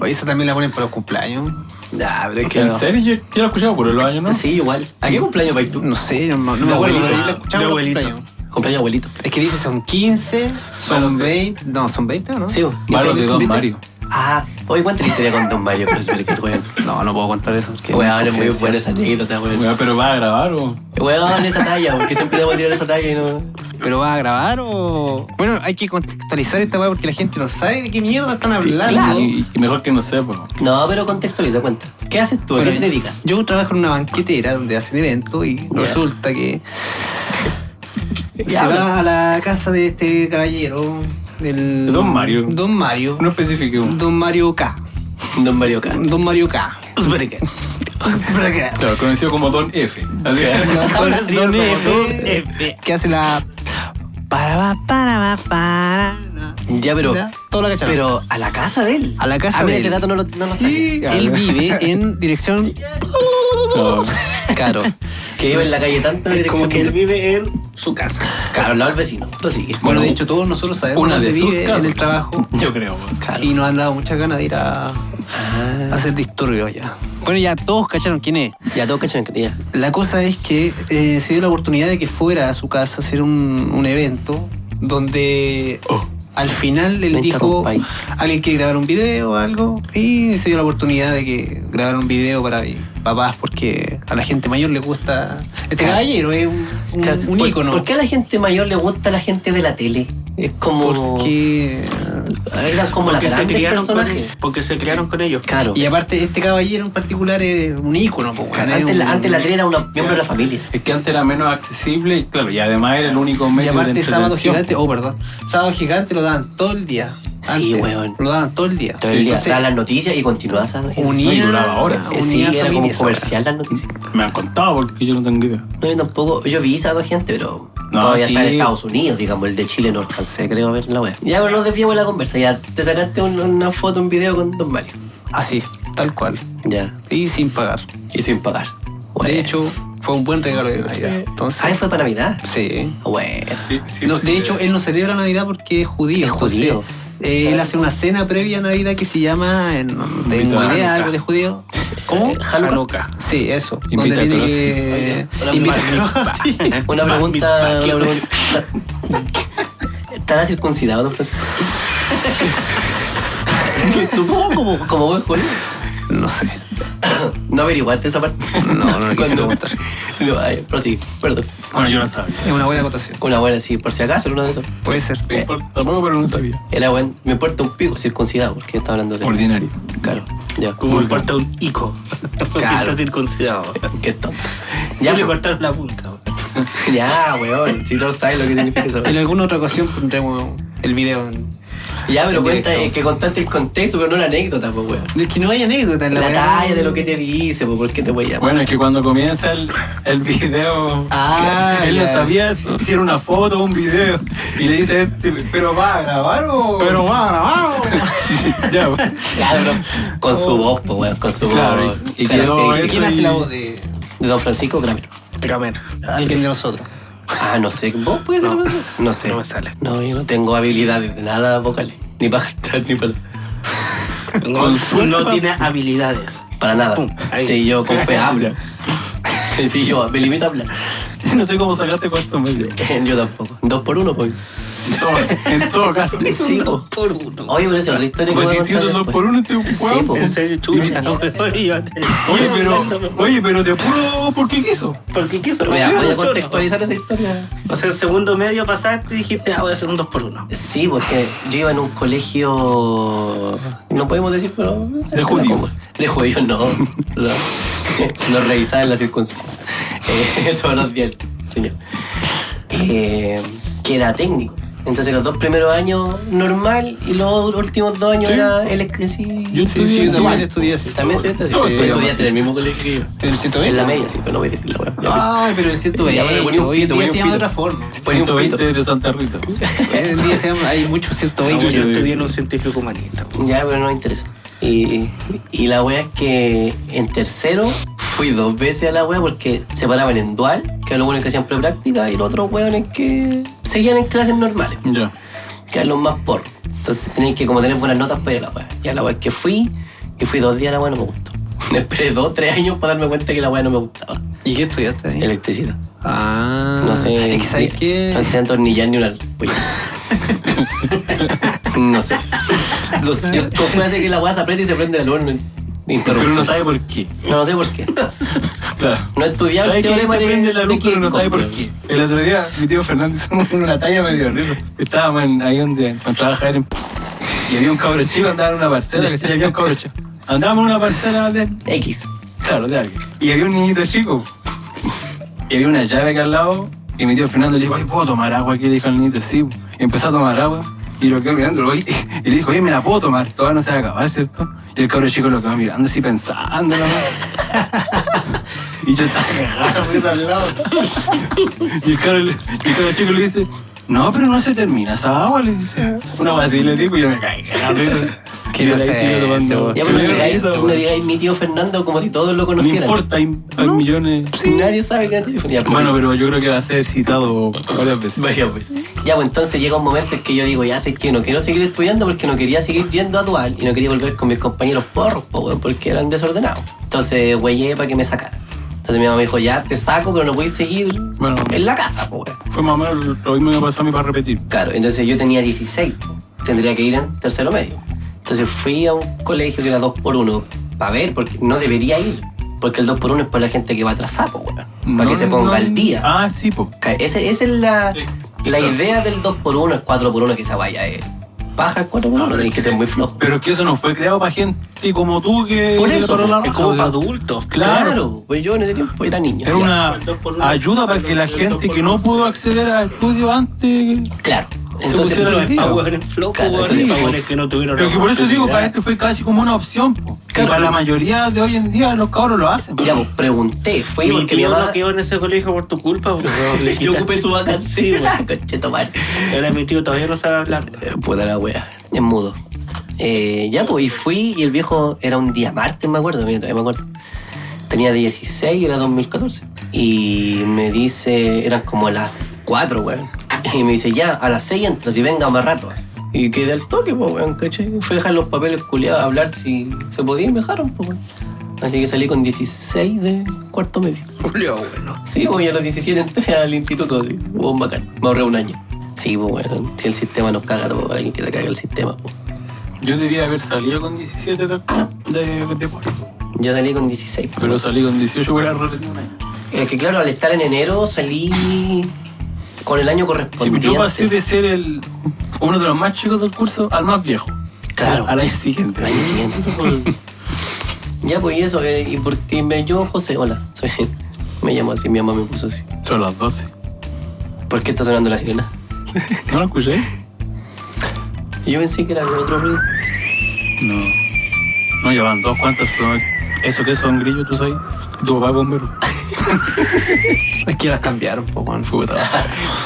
Oye, esa también la ponen para los cumpleaños.
Nah, pero es
¿En serio? Yo, yo lo he escuchado por los años, ¿no?
Sí, igual. ¿A qué cumpleaños vais tú?
No sé, no, no me
De
acuerdo.
abuelito.
pero yo la
Ah,
escuchaba
de
en los
abuelito.
cumpleaños.
Cumpleaños abuelito.
Es que dice son 15, son 20. No, son 20, ¿o ¿no?
Sí,
Malo de Don
¿Viste?
Mario.
Ah, hoy cuenta la historia con Don Mario, pero espero que weón.
No, no puedo contar eso. porque
Weón, es muy
confidencial.
buena esa anécdota, weón.
Weá, ¿Pero va a grabar o...?
Weón, esa talla, porque siempre debo tirar esa talla y no.
¿Pero va a grabar o.? Bueno, hay que contextualizar esta weá porque la gente no sabe de qué mierda están hablando.
Y, y mejor que no sepa.
No, pero contextualiza, cuenta. ¿Qué haces tú? ¿A
Bueno,
qué te dedicas?
Yo trabajo en una banquetera donde hacen eventos y resulta que se va a la casa de este caballero. del-
Don Mario.
Don Mario.
No especifique uno.
Don Mario K.
Don Mario K.
Don Mario K.
Osberger.
Osberger.
Claro, conocido como Don F. Así
Don- Don F,
F.
Que hace la. Para, para, para, para.
Ya, pero.
Ya, Todo lo cacharon.
Pero a la casa de él.
A la casa
Ah, mira,
de
ese
él.
dato no lo, no lo
Sí,
sabía.
él vive en dirección.
No,
Claro. Que iba en la calle tanta
Es
dirección.
como que él vive en su casa.
Claro, al lado del vecino. Lo sigue.
Bueno,
Bueno,
de hecho, todos nosotros sabemos
una
dónde
de sus
vive
casas.
en el trabajo.
Yo creo.
Y nos han dado muchas ganas de ir a, a hacer disturbios ya. Bueno, ya todos cacharon quién es.
ah, Ya toca chancría.
La cosa es que eh, se dio la oportunidad de que fuera a su casa a hacer un, un evento donde al final él
Me
dijo
interrumpáis.
alguien quiere grabar un video o algo y se dio la oportunidad de que grabar un video para papás porque a la gente mayor le gusta este
Claro.
caballero es un, un, un
¿Por,
ícono
¿Por qué a la gente mayor le gusta la gente de la tele? Es como.
porque
Eran como las
Porque se,
grandes
criaron con,
personajes.
porque se criaron con ellos.
Claro.
y aparte este caballero en particular es un ícono po,
Claro,
es
antes, la,
un-
antes la tele era una miembro de la familia.
Es que antes era menos accesible y claro, y además era el único medio
Y
de
aparte Sábado
entretención.
Gigante, oh perdón, Sábado Gigante lo daban todo el día.
Sí,
Antes,
weón.
Lo daban todo el día.
Todo el día
Entonces,
daban las noticias y continuaba esa gente.
unía,
No, y duraba horas.
Eh,
Unía
Sí, era como
familias,
comercial las noticias.
Me han contado porque yo no tengo idea.
No, yo tampoco. Yo vi esa gente, pero.
No,
todavía
sí.
está en Estados Unidos, digamos. El de Chile no alcancé, creo, a ver la web. Ya, pero nos desviamos de la conversa. Ya te sacaste un- una foto, un video con Don Mario.
Así, tal cual.
Ya.
Y sin pagar.
Y sin pagar. Bueno.
De hecho, fue un buen regalo de Navidad. Entonces,
Ah, ¿y fue para Navidad.
sí.
Bueno.
Sí, sí,
No,
pues,
de
sí,
hecho,
eh,
él no celebra Navidad porque es judío.
Es
entonces,
judío.
eh, él hace una cena previa a Navidad que se llama, eh, no tengo
Invita a
idea,
Hanukkah.
algo de judío.
Eh,
¿Cómo?
Hanukkah.
Sí, eso.
Invita
donde
a
tiene
Cruz.
que
Hola,
invita
Mar-
a Cruz.
Una
Bat
pregunta.
mitzvah,
Una
¿qué-
pregunta. ¿Estará circuncidado, don Francisco? Supongo como, como buen judío.
No sé.
No averiguaste esa parte.
No, no lo
Cuando-
quise preguntar.
No, ay, pero sí, perdón.
Bueno, yo no sabía.
Es una buena acotación.
Una buena, sí, por si acaso, era una de esas.
Puede ser.
Me importa Tampoco, pero no sabía.
Era buen, me importa un pico circuncidado, porque estaba hablando de.
Ordinario.
Claro, ya.
Como le corta un hico. Porque
Claro.
está circuncidado.
Qué tonto. Ya,
Ya le
pues,
cortaron la punta.
ya, weón, si no sabes lo que significa eso.
En alguna otra ocasión pondremos el video. en-
Ya, pero
En
cuenta
directo.
eh, que contaste el contexto, pero no la anécdota, pues, weón.
Es que no hay anécdota en la,
La
weá.
talla de lo que te dice, pues, ¿por qué te voy a llamar?
Bueno, es que cuando comienza el, el video,
Ah,
él no
ya.
sabía si era una foto o un video. Y le dice, este, pero va a grabar o. Pero va a grabar o. ya, pues.
Claro, pero con su voz, pues, weón, con su
Claro,
voz.
y- y quedó
característica.
¿Y quién
Eso
hace
y-
la voz de
De Don Francisco Gramero.
Kramer.
alguien de nosotros?
Ah, no sé, ¿vos puedes hacer
No.
eso? No sé.
No me sale.
No, yo no tengo habilidades de nada vocales, ni para cantar, ni para.
No, no tiene habilidades.
Para nada.
Pum, ahí.
Sí, yo con fe hablo. Sí, sí, yo me limito a hablar.
No sé cómo sacaste cuánto medio.
Yo tampoco. Dos por uno, pues.
En todo caso.
Sí, po.
Por uno.
Oye, pero esa es otra historia que
Pues
voy a
si
contar
hicieron dos
después.
por uno, este
Sí,
huevo.
po.
En serio, chucha, weón, y yo te-
Oye, pero, oye, pero te juro porque quiso.
Porque quiso.
Pero mira,
Sí,
voy a
mucho,
contextualizar esa historia.
¿no? O sea, en segundo medio pasaste y dijiste, ah, voy a hacer un dos por uno.
Sí, porque yo iba en un colegio. No podemos decir, pero.
De judíos.
De judíos, no. No, no revisaban la circuncisión. Eh, todos los días, señor. Eh, que era técnico. Entonces, los dos primeros años normal y los últimos dos años
Sí.
era electricidad.
Yo estudié
sí, yo también
dual.
estudié así.
También estudiaste así.
Yo
Tú
estudié
estudiaste
así.
en el mismo colegio que yo.
¿En el 120?
En la media, sí, pero no voy a decir la wea.
Ay, pero el
Ya,
120.
bueno, ponía un
Hoy en
pito,
día
ponía
se
un
llama de
pito.
otra forma.
Ponía un pito.
120 de Santa Rita.
Hoy en día se llama, hay muchos
No,
120.
yo
yo-
estudié en un científico humanista. weón.
Ya, pero no me interesa. Y, y la wea es que en tercero fui dos veces a la wea porque se paraban en dual, que eran los buenos que hacían prepráctica, y los otros weones que seguían en clases normales,
Ya.
que eran los más por. Entonces tenías que como tener buenas notas para ir a la wea. Y a la wea es que fui, y fui dos días a la wea no me gustó. Me esperé dos, tres años para darme cuenta que la wea no me gustaba.
¿Y qué estudiaste ahí?
Electricidad.
Ah,
No sé.
Es que sabes
ni-
qué?
No sé atornillar ni una. polla. no sé. Los, yo confío que la weá se aprieta y se prende el horno.
Pero no
Interrumpe.
sabe por qué.
No, no sé por qué.
Claro.
No he estudiado
¿Sabes
el
que se
teorema de.
prende la
de
luz, pero no
Kirchhoff,
sabe por
weón.
qué? El otro día, mi tío Fernández, una talla me dio risa. Estábamos en- ahí donde cuando trabajaba él en- Y había un cabro chico, andaba en una parcela, que había un cabro chico. Andábamos en una parcela de...
X.
Claro, de alguien. Y había un niñito chico. Y había una llave que al lado, y Y mi tío Fernando le dijo, ay, ¿puedo tomar agua aquí? Le dijo al niñito, sí. Y empezó a tomar agua. Y lo quedó mirando, lo oí, y le dijo, oye, me la puedo tomar, todavía no se va a acabar, ¿cierto? Y el cabro chico lo quedó mirando así pensando, la weá. Y yo estaba cagado. pues, Y el cabro, le- y el cabro chico le dice, no, pero no se termina esa agua, le dice. Una vez así le digo, y yo me caí. cagado.
Que
Y
no
ahí
sé,
sigo tomando.
Ya,
Que
pero no
me dio
digáis,
risa,
no
weón.
digáis mi tío Fernando como si todos lo
No
conocieran.
importa, hay, hay millones.
Nadie sabe que era tío Fernando. Ya, pues,
Bueno,
pero-
pero yo creo que va a ser citado varias veces.
Varias veces. Ya, pues entonces llega un momento en que yo digo, ya sé que no quiero seguir estudiando porque no quería seguir yendo a dual y no quería volver con mis compañeros porros, po, weón, porque eran desordenados. Entonces, güeyé para que me sacaran. Entonces mi mamá me dijo, ya te saco, pero no podéis seguir
Bueno.
en la casa, po, weón.
Fue más o menos lo mismo que me pasó a mí para repetir.
Claro, entonces yo tenía 16, tendría que ir en tercero medio. Entonces fui a un colegio que era 2x1 para ver, porque no debería ir, porque el 2x1 es para la gente que va atrasada, po, weón, para que
No,
se ponga
no,
al día.
Ah, sí, po.
Ca- Esa, esa es la, la idea del 2x1, el 4x1 que esa vaya es. Baja el 4x1,
No,
tenéis que ser muy flojo.
Pero es que eso no fue creado para gente como tú que...
Por eso,
que la
Es
raja,
como para
o sea,
adultos.
claro.
pues yo en ese tiempo era niño.
Era
ya.
una ayuda para que la gente que no pudo acceder a estudios antes...
Claro.
Se
Entonces,
pusieron al
Para
tiro.
hueones flojos,
Claro,
hueones,
entonces-
para hueones que no tuvieron
Pero
la
que por eso digo, para
oportunidad.
este fue casi como una opción, po. Que
Claro.
para la mayoría de hoy en día los cabros lo hacen. po.
ya, pues pregunté, fue
Mi
porque mi
tío
mamá.
no quedó en ese colegio por tu culpa. weón. Le
Yo ocupé
quitaste-
su
Sí,
vacancia.
weón.
Conchetomar.
Ahora mi tío todavía no sabe hablar.
Eh, Puta la wea. Es mudo. Eh, ya, pues, y fui y el viejo era un día martes, me acuerdo, mira, todavía me acuerdo. Tenía 16 y era 2014. Y me dice, eran como las 4, weón. Y me dice, ya, a las 6 entras y venga más rato. así. Y quedé al toque, pues, weón, ¿cachai? Fui a dejar los papeles culiados a hablar si se podía y me dejaron, pues, weón. Así que salí con 16 de cuarto medio.
Julio, bueno.
Sí, pues yo a los 17 entré al instituto, así, un bacán. Me ahorré un año. Sí, pues bueno, si el sistema nos caga, todo para alguien que te caga el sistema. pues.
Yo debía haber salido con 17 de, de, de cuarto,
Yo salí con 16. pues.
pero salí con 18 por errores de un año.
Es que claro, al estar en enero salí con el año
Sí, pues
correspondiente.
yo pasé de ser el, uno de los más chicos del curso al más viejo.
Claro.
Al año siguiente.
Al año siguiente.
Eso fue-
Ya, pues y eso, eh, y porque me yo, José, hola, soy. Me llamo así, mi mamá me puso así.
Son las 12.
¿Por qué está sonando la sirena?
¿No lo escuché?
Y yo pensé que era algún otro ruido.
No. No, ya van dos. ¿Cuántas son? ¿Eso qué son grillos, tú sabes? Tu papá es bombero.
Ah,
Es que las cambiaron, po, weón.
Puta.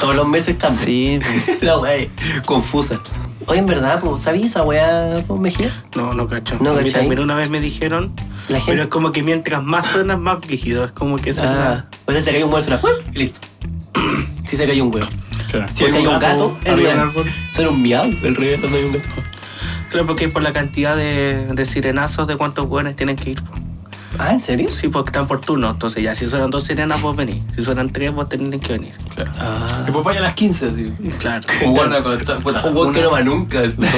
Todos los meses cambia.
Sí, po.
pues.
La weá es confusa. Oye, en verdad, pues, ¿sabías esa weá, pues, Mejía?
eh, No, no cacho.
No,
A mí
¿cachai?
también una vez me dijeron,
La gente.
pero es como que mientras más suenas, más rígido. Es como que esa es la-
Ah, o sea, se cayó un huevo, suena ¡pum! y listo. Si se cayó un huevo. Si
hay
se cayó un gato, el
arriba de un
real.
árbol.
Suena un miau, el real cuando hay un gato.
Claro, porque es por la cantidad de, de sirenazos de cuántos buenos tienen que ir. po.
Ah, ¿en serio?
Sí, porque están por turno. Entonces ya, si suenan dos sirenas, vos venís. Si suenan tres, vos tenés que venir. Claro.
Ah.
Después vaya a las 15, sí.
Claro.
Un guarda con esta- puta,
Un huevo que no va nunca.
Yo me,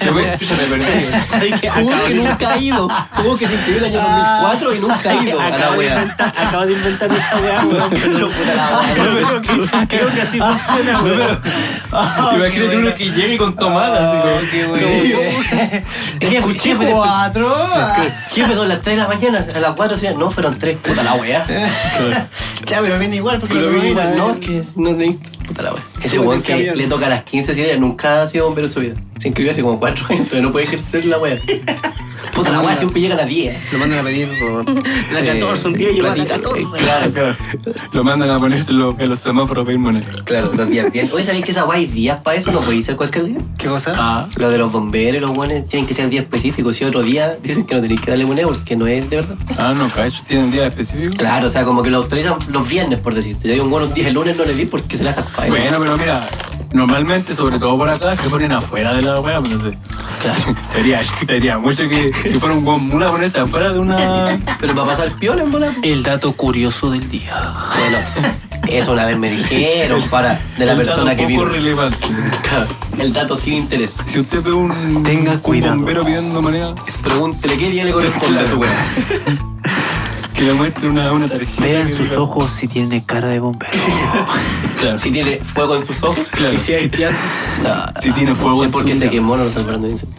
yo me perdí.
¿Sabes qué?
Un
Acabo
huevo que
de-
nunca ha ido. Un huevo que se inscribió el año 2004 y nunca ha ido a la
acabo de
wea.
inventar- Acabo de inventar esa weá, weón.
Pero puta la wea.
Creo que así funciona, weón.
Imagínate uno que llegue con tomadas. así como-
Oh, Qué wea. Jefe, jefe, de-
cuatro.
jefe, son las 3 de la mañana. A las 4 se no, fueron 3. Puta la wea.
Ya, pero viene igual porque
Pero
se
mira,
mueve,
no,
weón.
es que no tenéis. Puta la wea.
Sí,
Ese weón
weón, que
que
había-
le toca a las 15 si nunca ha sido bombero en su vida. Se inscribió hace como 4 años, entonces no puede ejercer la wea. Puta la wea, siempre llegan a 10.
Lo mandan a pedir por.
La 14, un día
eh,
yo la
platita.
14.
Claro,
Claro. Lo mandan a ponérselo en los semáforos a pedir moneda.
claro, los días bien. Oye, ¿sabéis que esa wea hay días para eso? ¿No podéis ser cualquier día?
¿Qué cosa?
Ah,
Lo de los bomberos y los buenos tienen que ser días específicos. Si otro día dicen que no tenéis que darle moneda porque no es de verdad.
ah, no, cacho. ¿Tienen día específico?
Claro, o sea, como que lo autorizan los viernes, por decirte. Si hay un bueno un día el lunes, no le di porque se la dejas para
Bueno, pero mira, normalmente, sobre todo por acá, se ponen afuera de la wea, pero no sé.
Claro.
Sería, sería mucho que, que fuera un buen mula ponerse afuera de una.
Pero para pasar piola en bola.
El dato curioso del día.
Bueno, eso una vez me dijeron para de la
un
persona
dato
que
poco
vive.
relevante.
Claro, el dato sin interés.
Si usted ve un,
Tenga
un
cuidado.
bombero pidiendo moneda,
Pregúntele qué día le corresponde a su weón.
que le muestre una, una tarjeta.
Vean
que
sus
diga-
ojos si tiene cara de bombero.
Claro.
Si tiene fuego en sus ojos.
Claro.
Y si hay tía-
No,
Si tiene fuego
es
en
porque
su
se
vida.
quemó, no lo salvaron de incendio.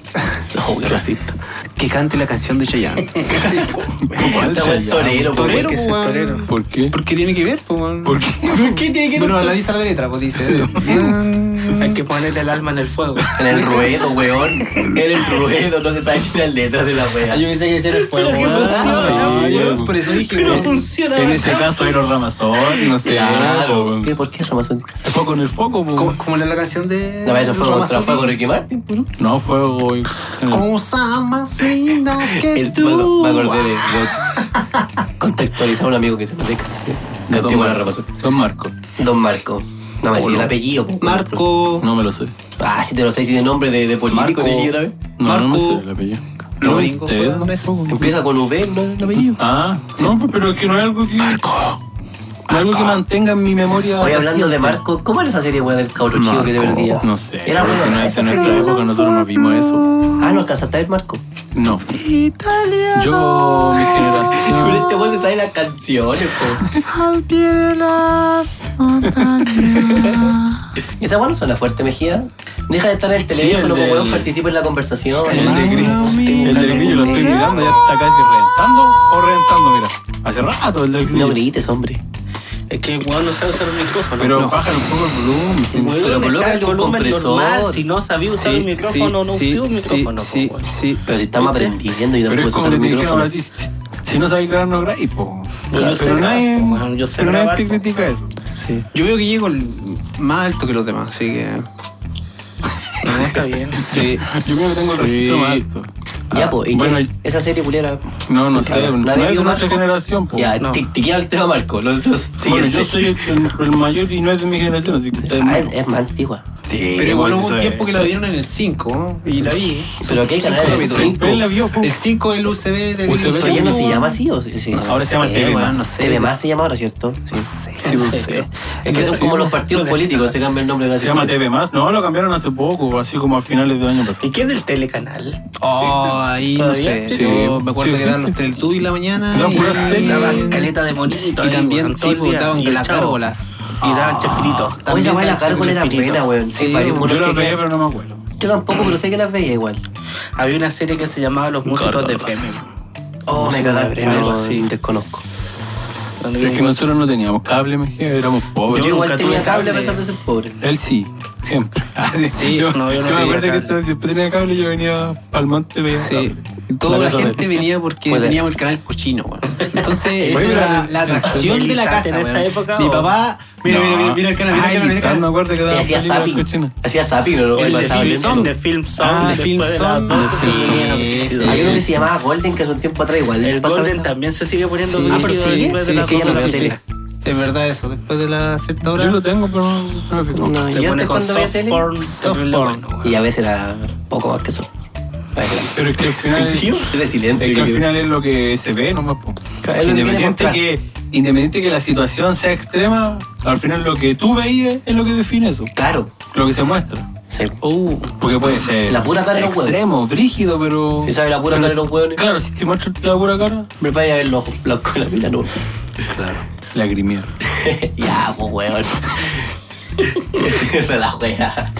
No, qué racista.
Que cante la canción de Chayanne.
¿Cuál
Está buen
Chayao?
torero, po,
Torero,
weón.
que ser
weón.
torero.
¿Por qué?
¿Por qué tiene que ver? po, weón?
¿Por qué?
¿Por qué tiene que
Bueno, analiza la letra, pues dice.
Hay que ponerle el alma en el fuego.
En el ruedo, weón. En el ruedo, no se saben las letras de la Ah, wea.
yo pensé que ese era el fuego.
Ah, que
weón.
funciona,
Sí,
weón.
weón, Por eso dije,
Pero
weón.
funciona.
En ese caso era Ramazón, no sé. po,
Claro.
weón.
¿Qué? ¿Por qué Ramazón?
Fue con el foco, po.
¿Cómo, cómo era la canción de.?
No, eso fue contra
Ramazotti?
fuego Ricky Martin. puro.
No, fue hoy.
Cosa más linda que
El fuego,
tú.
me acordé de. de- Contextualizar a un amigo que se me
De Don,
Cantemos la
Marco.
Ramazón.
Don Marco.
Don Marco. No me decís el apellido. po.
Marco.
No me lo sé.
Ah, si te lo sé, si de nombre de, de político.
Marco.
dije otra vez.
No, no me
Marco.
sé el apellido.
Lo
¿No
único
te
fue
ves, no?
darme eso, weón.
Empieza con V, ¿no? El apellido.
Ah, no, pues, pero es que no es algo que. Marco. Algo que mantenga en mi memoria.
Hoy hablando de
reciente.
Marco, ¿cómo era esa serie weón, del cabro chico que se
Marco,
perdía?
No sé.
Era
pero
buena.
si no es
esa
en
serie.
nuestra época, nosotros no vimos eso.
Ah, no alcanzaste a ver Marco.
No. Yo, mi
Pero
generación.
este weón se sabe las canciones, po.
Al pie de las montañas.
¿Y esa weón no suena fuerte, Mejía? Deja de estar en el teléfono,
el
po, weón,
del-
participa en la conversación.
El de grillo, el del grillo lo estoy mirando, ya está casi reventando o reventando, mira. Hace rato el del
No
grillo.
grites, hombre.
Es que el weón no sabe usar un micrófono.
Pero
no.
baja un poco el volumen. sí.
Weón,
pero
está
colócale
el
un
volumen
compresor.
normal. Si no sabía usar el micrófono, no usé un micrófono. po,
sí,
weón.
sí.
Pero si estamos
¿Viste?
aprendiendo y no
Pero es
puedes
como
usar
le
el
dijeron
micrófono.
a ti, si- si no sabes grabar, no grabes, po.
Yo sé
Pero
grabar,
nadie,
po, weón, yo sé
pero nadie
grabar,
te
po.
critica eso.
Sí.
Yo veo que llego el- más alto que los demás, así que.
No, está bien.
Sí.
Yo creo que tengo el registro más alto.
Ya, pues, ¿y
Ah, bueno, Pues,
qué?
y-
Esa serie culera.
No, no
Claro,
sé, no
nadie
es
vio
de nuestra
Marco.
generación, po.
Ya,
no.
te queda el tema Marco. Los dos
bueno,
siguientes.
yo soy el, el mayor y no es de mi generación, así que ustedes
Ah,
no.
es, es más antigua.
Sí,
Pero igual
sí
hubo un
sabe.
tiempo que la dieron en el 5, ¿no? Y la vi.
Pero aquí hay canales de
capítulos.
cinco.
Él la vio, po.
El 5 es el UCB de
UCB.
Universal.
Pero ya no se llama así, ¿o sí? sí?
Ahora se llama el
Sí,
TV
weón,
más.
no
Sí,
sé.
TV más se llama ahora, ¿cierto? Sí.
Sí, pues, se-
Es que son como los partidos políticos, se cambia el nombre casi.
Se llama TV más. No, lo cambiaron hace poco, así como a finales del año pasado.
¿Y qué es del telecanal?
Oh, ahí no
¿Todavía?
sé.
Sí.
Yo me acuerdo
Sí,
que
sí.
eran los Teletubbies en la mañana.
No,
y-
pura serie.
Daban caleta de monito.
Eh, Y
ahí,
también,
weón, todo
sí,
el día.
votaban
Y
con
el
las
chavo.
cárbolas.
Y daban chespirito.
Oye, esa weá, la
También
cárbola era
Chespirito.
buena, weón. Sí,
Sí,
varios
yo
monos
Yo la
que-
veía, pero no me acuerdo.
Yo tampoco, pero sé que las veía igual.
Había una serie que se llamaba Los Músicos de Femme.
Oh, me cagaste,
Bremer,
no,
sí.
desconozco.
Pero es que nosotros no teníamos cable, mejía, éramos pobres.
Yo
Yo
igual
nunca
tenía
tuve
cable a
cable.
pesar de ser pobre.
Él sí, siempre. Ah, sí,
Sí,
yo,
no, yo
yo me
no tenía
acuerdo que
cable.
entonces siempre tenía cable y yo venía al monte y veía
Sí.
cable.
Toda la
casa de-
gente venía porque
Puede.
teníamos el canal cochino, weón. Entonces, esa
Oye,
era
pero-
la atracción de la
¿Elizate
casa,
en esa
weón.
época,
Mi
o?
papá... Mira,
No.
mira, mira, mira el canal, mira el
Ay,
canal, mira el
quizás me
canal.
acuerdo que
Te
daban
hacía
películas
zapping.
cochinas.
Hacía zapping, ¿o ¿no?
El de
Pasaba
Film
lento.
Zone. De Film Zone.
Ah, de
después
Film
las
Zone.
12
Sí,
tenía
sí.
que-
Hay uno que se llamaba Golden que hace un tiempo atrás igual.
El
pasaba
Golden
esa-
también se sigue poniendo
Sí.
brígido
Ah, pero
sí,
después de
sí,
las
sí, ya no
12
veo
de la
tele.
Es verdad eso, después de la cierta hora...
Yo lo tengo, pero no, no me fijo.
No,
Se
yo
pone
antes
con
cuando veía
soft
tele...
porn.
Soft
terrible
porn.
bueno,
Y
weón.
a veces era poco más que eso. Ay,
Pero es que al final.
¿Sí? Ese silencio.
Es que al
que-
final es lo que se ve nomás. po.
Claro, es lo que
Independiente
quiere
que, independiente que la situación sea extrema, al final lo que tú veías es lo que define eso,
Claro.
lo que se muestra.
Sí.
Uh,
Porque puede ser
Oh. La pura cara de los huevos.
extremo, brígido, pero.
Y sabe la pura
pero
cara de los
si-
hueones.
Claro, si te muestra la pura cara,
Me para ir a ver los ojos blancos con la pila no.
claro, lagrimear.
ya, pues weón. Esa es la juega.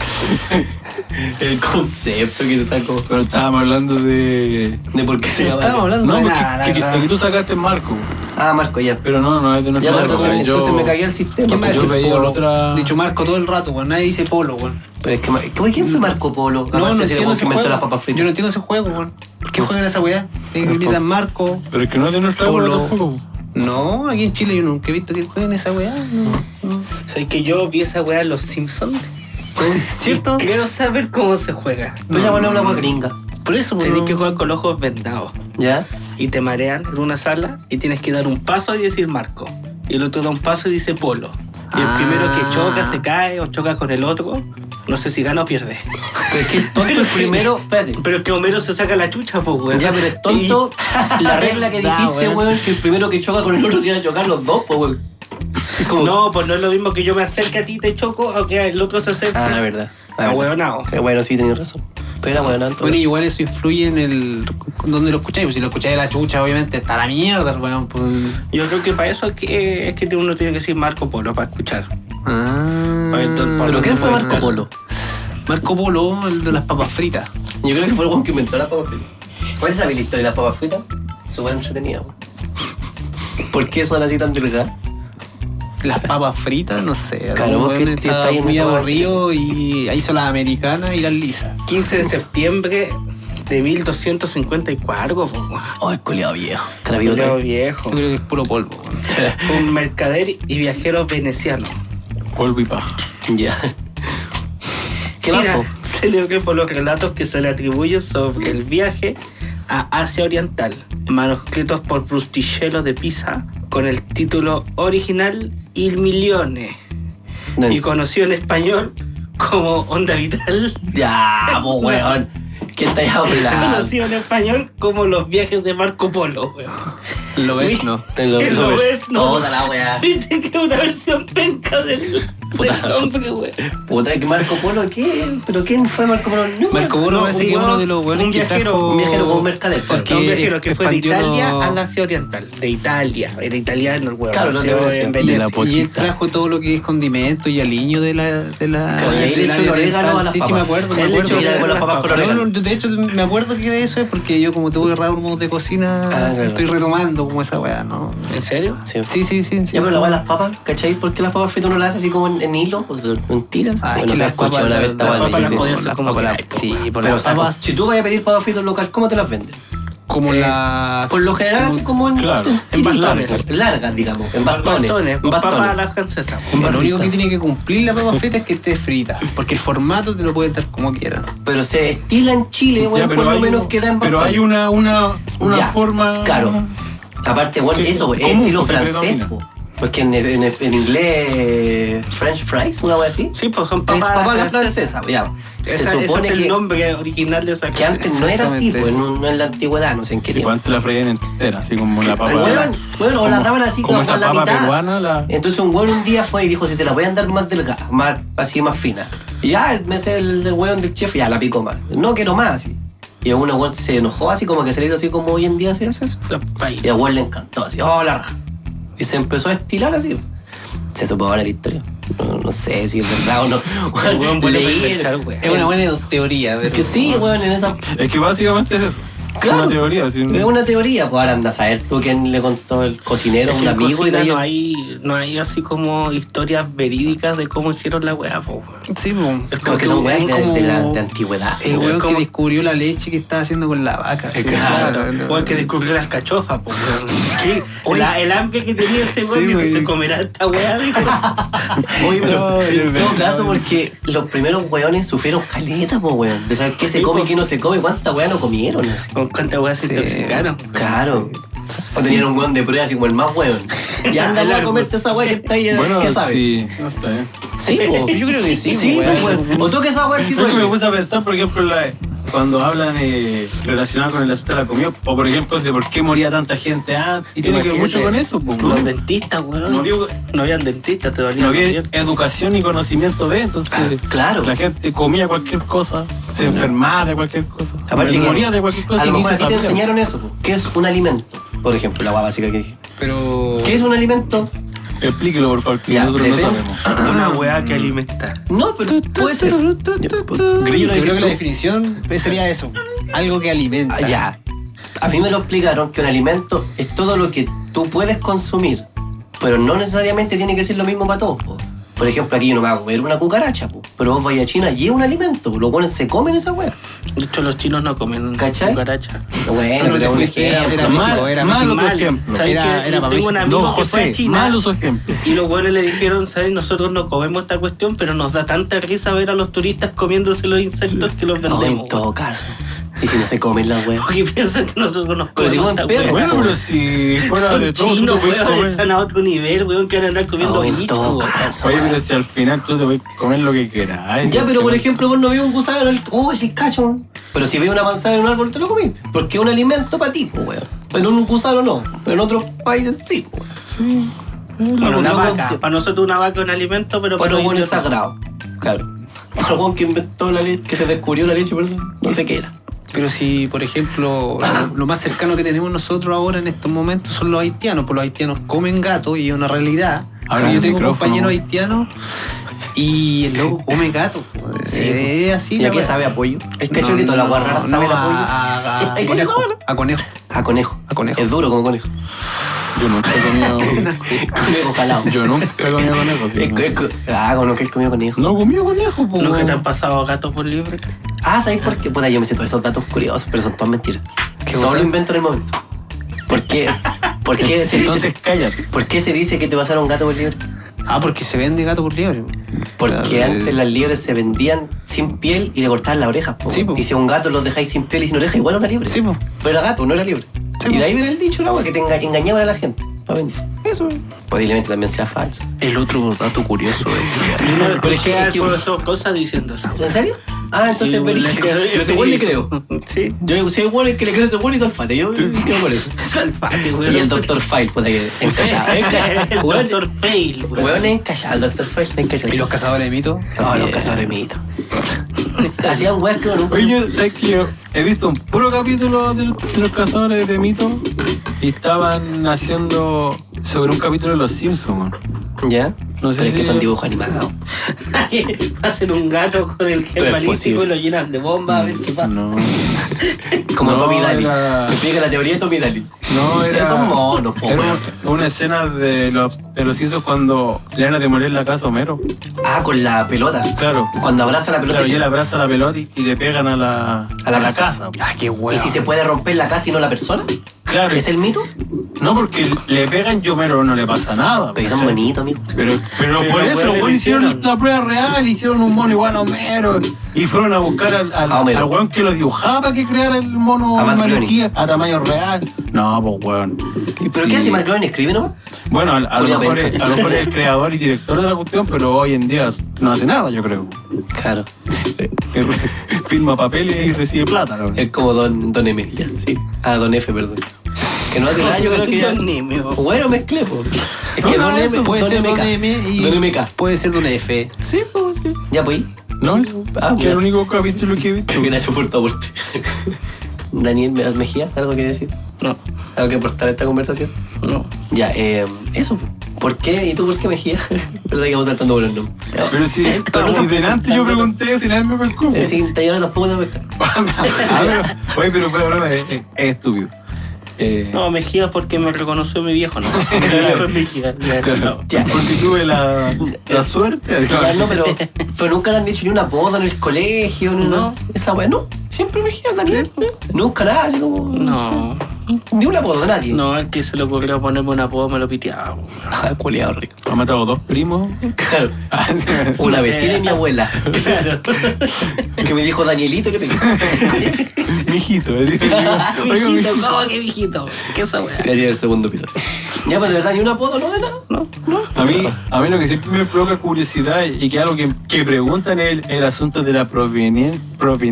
El concepto que se sacó.
Pero estábamos hablando de.
De por qué se llama.
estamos hablando
No,
de
porque
nada, la
que, que-
verdad.
que tú sacaste Marco,
Ah, Marco, ya.
pero no, no es de
Ya,
nuestra
pues,
época,
entonces,
yo-
entonces me cagué el sistema.
¿Quién me
pues.
Yo
dice
veía
Polo?
otra-
Dicho Marco todo el rato, weón. Nadie dice Polo, weón.
Pero es que, ma- ¿cómo- ¿quién fue Marco Polo?
No,
Aparte,
no
ese
entiendo
weón
ese
que inventó
juego.
las papas fritas.
Yo no entiendo ese juego, weón. ¿Por qué juegan esa weá? Le gritan Marco,
Pero es que no es de nuestra época
Polo.
tampoco.
No, aquí en Chile yo nunca he visto que jueguen esa weá. no.
O sea, es que yo vi esa weá en Los Simpsons.
¿Cierto?
Quiero saber cómo se juega. pues,
Pero esa weón es una weá gringa.
Por eso, weón.
Tenés que jugar con los ojos vendados.
¿Ya?
Y te marean en una sala y tienes que dar un paso y decir Marco. Y el otro da un paso y dice Polo. Y el
Ah.
primero que choca, se cae o choca con el otro, no sé si gana o pierde.
Pero es que el tonto el primero. Espérate.
Pero es que Homero se saca la chucha, pues, weón.
Ya, pero es tonto la regla que
Da,
dijiste,
weón.
weón, que el primero que choca con el otro se iban a chocar los dos, pues, weón. Es como-
No, pues no es lo mismo que yo me acerque a ti y te choco o que el otro se acerque.
Ah, la verdad. La
Ah,
verdad.
huevonao.
Eh, bueno, sí, tenías razón. Pero era huevonao, entonces.
Bueno, igual eso influye en el. donde lo escucháis. Pues si lo escucháis de la chucha, obviamente está la mierda, weón. pues.
Yo creo que para eso es que, es que uno tiene que decir Marco Polo para escuchar.
Ah.
Oye, entonces, Polo,
¿Pero
qué
quién fue
no,
Marco
no.
Polo?
Marco Polo, el de las papas fritas.
Yo creo que fue el weón que inventó las papas fritas. ¿Cuál es la historia de las papas fritas? Súper entretenido. ¿Por qué son así tan delgadas?
Las papas fritas, no sé.
Claro,
los
vos que
hueones
te estás
estaban
en
muy
esa
aburrido y ahí hizo las americanas y las lisas.
15 de septiembre de 1254, po, weón.
Oh, el culiado viejo.
Culeado
Traviote.
viejo.
Yo creo que es puro polvo. weón.
Un mercader y viajero veneciano.
Polvo y paja.
Ya. ¿Qué más,
Mira,
po?
se le ocurre por los relatos que se le atribuyen sobre el viaje a Asia Oriental, manuscritos por Brustichello de Pisa, con el título original Il Milione,
No,
y conocido en español como Onda Vital,
Ya, po, weón. ¿Qué estáis
Ah.
hablando?
conocido en español como Los viajes de Marco Polo, weón.
Lo ves, no.
Te lo,
Que lo ves, no.
Puta la weá.
Viste que es una versión penca del,
Puta.
del nombre, weón.
Puta, que Marco Polo, ¿qué? ¿Pero quién fue Marco Polo? No,
Marco Polo
No,
parece
un
que es uno
weón-
de los
un
buenos que
viajero-
trajo...
Un viajero como un mercader. claro.
Porque-
un viajero que fue de
expandió
Italia
lo-
al Asia Oriental. De Italia, era italiano el huevo.
Claro, no,
nació
de Venecia.
en
De
Y,
Venecia.
y él trajo todo lo que es condimento y aliño de la... De la
Claro, y él
del
le echó
área
el orégano
oriental.
a las
Sí, sí, me
papas.
acuerdo, me
Él le
acuerdo.
echó
Mira, con las papas
No,
con
No,
orégano.
no, de hecho me acuerdo que de eso es porque yo como tuve ramos de cocina
Ah, claro.
estoy retomando como esa weá, ¿no?
¿En serio?
Sí,
Sí, sí, sí. sí.
Yo con la weá de las papas, ¿cachai? ¿Por qué las papas fritas no las hace así como en, en hilo? Mentiras.
Ah, es
Bueno,
que
la
las
escuché
papas
una vez, esta weá me
papas
dice,
las
sí.
podían hacer como
papas,
queráis,
sí, por
Pero
las papas
papas, si tú vas a pedir papas fritas en un local, ¿cómo te las venden? eh,
como la
Por lo general, así como en,
claro,
en
en
tiritas,
bastones.
largas, digamos, en bastones.
Bastones,
en bastones.
papá a la francesa. po.
lo único
barritas.
que tiene que cumplir la papa frita es que esté frita, porque el formato te lo pueden dar como quieran.
Pero se estila en Chile, bueno,
Ya,
por lo
hay
menos
un-
queda en
Pero
bastones.
hay una, una, una
Ya,
forma.
Claro. Aparte, bueno,
Que-
eso, pues, es
común,
estilo
porque
francés.
predomina.
po. Porque en, en- en inglés, eh, French fries, una vez así.
Sí, pues son
Es
papas.
Papa a la
francesas.
francesa, ya. Se
Esa-
supone
ese es el
que,
nombre original de esa
que antes no era así,
Exactamente.
pues, no, no en la antigüedad, no sé en qué
Y
tiempo.
cuando te la freían entera, así como la papa.
Bueno, bueno, o la daban así
como
como
esa
a la
papa
mitad.
peruana, la.
Entonces un weón un día fue y dijo, si se la voy a andar más delgada, más, así más fina. Y ya, me hace el, el weón del chef, ya la picó más. No quiero más, así. Y una weón se enojó así como que se le hizo así como hoy en día se hace eso. Y a weón le encantó, así, oh, la raja. Y se empezó a estilar así. Se supo ahora la historia. No, no sé si es verdad o no. Weón,
Weón, bueno,
leí-
para inventar, weón.
Es una buena teoría, pero
Que sí, weón, en esa...
Es que básicamente es eso.
Claro.
Una teoría, así.
Es una teoría, pues ahora anda a saber tú quién le contó el cocinero,
Es que
un
en
amigo y
cocina
de ahí-
no hay, no hay así como historias verídicas de cómo hicieron la weá, po, weón.
sí, po.
Es
Como que
tú-
son weas
es
de,
como-
de la de antigüedad.
El
Es
weón
como-
que descubrió la leche que estaba haciendo con la vaca. sí,
Claro,
claro, no.
O el que descubrió las cachofas, po, weón. Sí, la- el hambre que tenía ese
Sí,
weón dijo,
weón.
se comerá esta weá, dijo.
Oye, pero
No,
en
no,
todo
no.
caso, porque los primeros weones sufrieron caleta, po, weón. De saber qué se
Sí,
come y
po.
qué no se come, cuánta weá no comieron. así.
Con cuántas weas se
Sí.
intoxicaron.
Claro. O tenían un weón de prueba, así como el más weón. Y anda
El
a
Arbus.
comerte esa weá que está ahí,
Bueno,
¿qué sabe? Sí,
sí. No está bien.
po. yo creo que sí,
po,
po, weón. O tú que esa weá sí
Yo que me
duele.
puse a pensar, por ejemplo, la- cuando hablan eh, relacionado con el asunto de la comida, o por ejemplo, de por qué moría tanta gente antes, y tiene que ver mucho con eso, pues.
Los dentistas, weón.
No
No,
había-
habían dentistas, te dolía.
No
los
había
dientes.
educación y conocimiento de, entonces
Ah, claro.
la gente comía cualquier cosa, se enfermaba de cualquier cosa,
Aparte que
moría de cualquier cosa.
a
y
lo
ni
mejor
se
a ti te
sabía.
enseñaron eso, po. ¿Qué es un alimento? Por ejemplo, la weá básica que dije.
Pero.
¿Qué es un alimento?
Explíquelo, por favor, que
Ya,
nosotros no
depende.
sabemos.
Una weá que alimenta.
No, pero puede ser.
Yo
Grillo,
creo
dices
que la
tú.
definición sería eso: algo que alimenta.
Ah, Ya. A mí me lo explicaron que un alimento es todo lo que tú puedes consumir, pero no necesariamente tiene que ser lo mismo para todos. po. Por ejemplo, aquí yo no me voy a comer una cucaracha, po, pero vos vais a China y es un alimento, po, los buenos se comen esa weá.
De hecho, los chinos no comen
¿Cachai?
cucaracha.
Bueno,
Pero te
pero un
fuiste, era-
ejemplo.
era
¿no?
México, era
mal
México.
otro ejemplo.
¿Sabes
Era-
qué? Yo
era para
tengo un
México.
Don
amigo que fue a
José,
China.
mal uso ejemplo.
Y los buenos le dijeron, ¿sabes? Nosotros no comemos esta cuestión, pero nos da tanta risa ver a los turistas comiéndose los insectos que los
No,
vendemos.
en todo caso. Y si no se comen las weas.
Porque piensan que nosotros nos
Pero si comen
comemos esta
perro,
weá.
Bueno, pero si fuera de
Son
todo, tú
chinos,
te puedes
weón,
comer-
están a otro nivel, weón, que van a andar comiendo
No, en
bichos,
todo
weón.
caso.
Oye, pero si al final tú te puedes comer lo que quieras.
Ya, pero por ejemplo, vos no veo un gusano. el- Oh, sí, cacho. ¿no? Pero si veo una manzana en un árbol, te lo comí. Porque es un alimento para ti, po, weón. Pero en un gusano no. Pero en otros países sí, po, weón.
Bueno, una
No
vaca.
consi-
Para nosotros una vaca es un alimento, pero
Para
para
los
los
buenos es
indios no.
sagrado. Claro. Para el weón que inventó la leche, que se descubrió la leche, perdón. No sé qué era.
Pero si, por ejemplo, lo, lo más cercano que tenemos nosotros ahora en estos momentos son los haitianos, porque los haitianos comen gato y es una realidad.
Habla
Yo
al
tengo
micrófono,
compañeros
güey.
haitianos y el loco come gato. joder.
Sí,
es así.
¿Y
la
a qué
wea.
sabe a pollo? Es
No,
cacho que todas las
no,
guarraras
no,
saben a pollo.
a, a, a
¿Qué
conejo,
sabe?
a conejo.
A A conejo.
A conejo.
Es duro como conejo.
Yo nunca he comido.
conejo jalado.
Yo nunca he comido conejo. sí,
Es co- es co- Ah, con lo que he comido conejo.
no. No he comido conejo, po.
Nunca te han pasado gatos por libre.
Ah, ¿sabes por qué? Puta, yo me sé todos esos datos curiosos, pero son todas mentiras.
¿Qué
Todo
cosa?
lo invento en el momento. ¿Por qué? ¿Por qué se dice,
Entonces cállate.
¿por qué se dice que te pasaron gato por libre?
Ah, porque se vende gato por liebre.
Porque
Ah,
antes
eh,
las liebres se vendían sin piel y le cortaban las orejas. po.
Sí, po.
Y si a un gato los dejáis sin piel y sin oreja, igual era liebre.
Sí, po.
Pero era gato, no era liebre.
Sí,
y
po.
de ahí viene el dicho, la wea, que te enga- engañaban a la gente. pa' vender. Eso. Posiblemente también sea falso.
El otro dato curioso es.
Yo no
Pero
pero
es que- es que-
profesor Cosa diciendo eso.
¿En serio? Ah, entonces
Y
verídico. Yo soy bueno y creo.
Sí.
Yo soy bueno y que le creo ese bueno y solfate. Yo creo por eso.
Salfate, weón.
Y el Dr. File, puta que encallado,
El
encallado. Weón,
doctor Fail, weón.
Weón es encallado, el Dr. File, encallado.
¿Y los cazadores de mito?
No, los cazadores mito. Hacían weas que uno nunca.
Oye, yo- ¿sabes que yo he visto un puro capítulo de, los- de los cazadores de mitos y estaban haciendo sobre un capítulo de los Simpsons, man.
¿Ya?
No sé
Pero
si-
es que son dibujos animados.
Hacen un gato con el
Todo es
gel balístico y lo llenan de bomba a ver qué pasa.
No,
Como
No,
Tommy Daly.
era-
Me Explica la teoría de Tommy Daly.
no era.
Son monos, po,
era
weón.
una, una escena de los, de los Simpsons cuando le van a demoler la casa a Homero.
Ah, con la pelota.
Claro.
Cuando abraza la pelota.
Claro,
y
y
se-
él abraza la pelota y, y le pegan a la,
A la casa.
Ah, qué
Y
bueno.
si se puede romper la casa y no la persona.
Claro,
¿Es el mito?
no porque le pegan y a Homero no le pasa nada.
Pero son
¿cachai?
bonitos, amigo.
Pero, pero,
Pero
por
los
eso
weones
los
lo
weones hicieron
hicieron.
la prueba real, hicieron un mono igual a Homero y fueron a buscar al, al,
A Homero.
al weón que lo dibujaba para que creara el mono
A Matt
maniquí a tamaño real. No, pues weón.
¿Pero
Sí.
qué hace McLaren? ¿Escribe nomás?
Bueno, a, a lo
Julia
mejor es,
Penca.
a lo mejor es el creador y director de la cuestión, pero hoy en día no hace nada, yo creo.
Claro.
Firma papeles y recibe plata. ¿no?
Es como Don, don M, ya, sí. Ah, Don F, perdón. Que no hace nada, yo creo que ya.
Don M, po.
Bueno, mezclé, po. Es
No, no,
Don
eso
Puede
Don
ser
MK.
Don M y.
Don MK.
Puede ser Don F.
Sí, po, sí. Ya, pues.
No, eso.
Ah,
que es el
gracias.
único capítulo que he visto.
Gracias por tu aporte. Daniel ¿me- Mejías, ¿algo que decir?
No,
¿Algo que aportar a esta conversación?
no.
Ya, eh, eso. po. ¿por qué? ¿Y tú por qué Mejías? Verdad que vamos saltando buenos nombres.
Pero si, si delante yo pregunté si nadie me preocupa.
Eh, Sin tallar tampoco no pescar.
Ah, pero- Oye, pero fue broma, es, es- es estúpido. Eh,
No, Mejía porque me reconoció mi viejo, ¿no? Fue Mejía, ya, no.
ya.
Porque tuve la, la suerte. de-
Ya, no, pero, pero nunca le han dicho ni una apodo en el colegio, ni
No. pues.
no. Esa wea, no. Siempre Mejías, Daniel. ¿no? Nunca nada, así como.
No,
sé. Ni un apodo, nadie.
no, es que se le ocurrió ponerme un apodo, me lo piteaba. po.
Ah, culiado rico.
Ha matado dos primos.
Claro.
Ah, sí.
Una vecina y mi abuela.
Claro.
Que me dijo Danielito y le pegué.
Mijito. eh. Oiga,
Mijito,
mijito.
¿cómo que mijito? ¿Qué esa weá?
Quería el segundo piso. Ya, pues de verdad, ni un apodo, no de nada.
No, no.
A mí, a mí lo que siempre me provoca curiosidad y que algo que, que preguntan es el, el asunto de la proveniencia.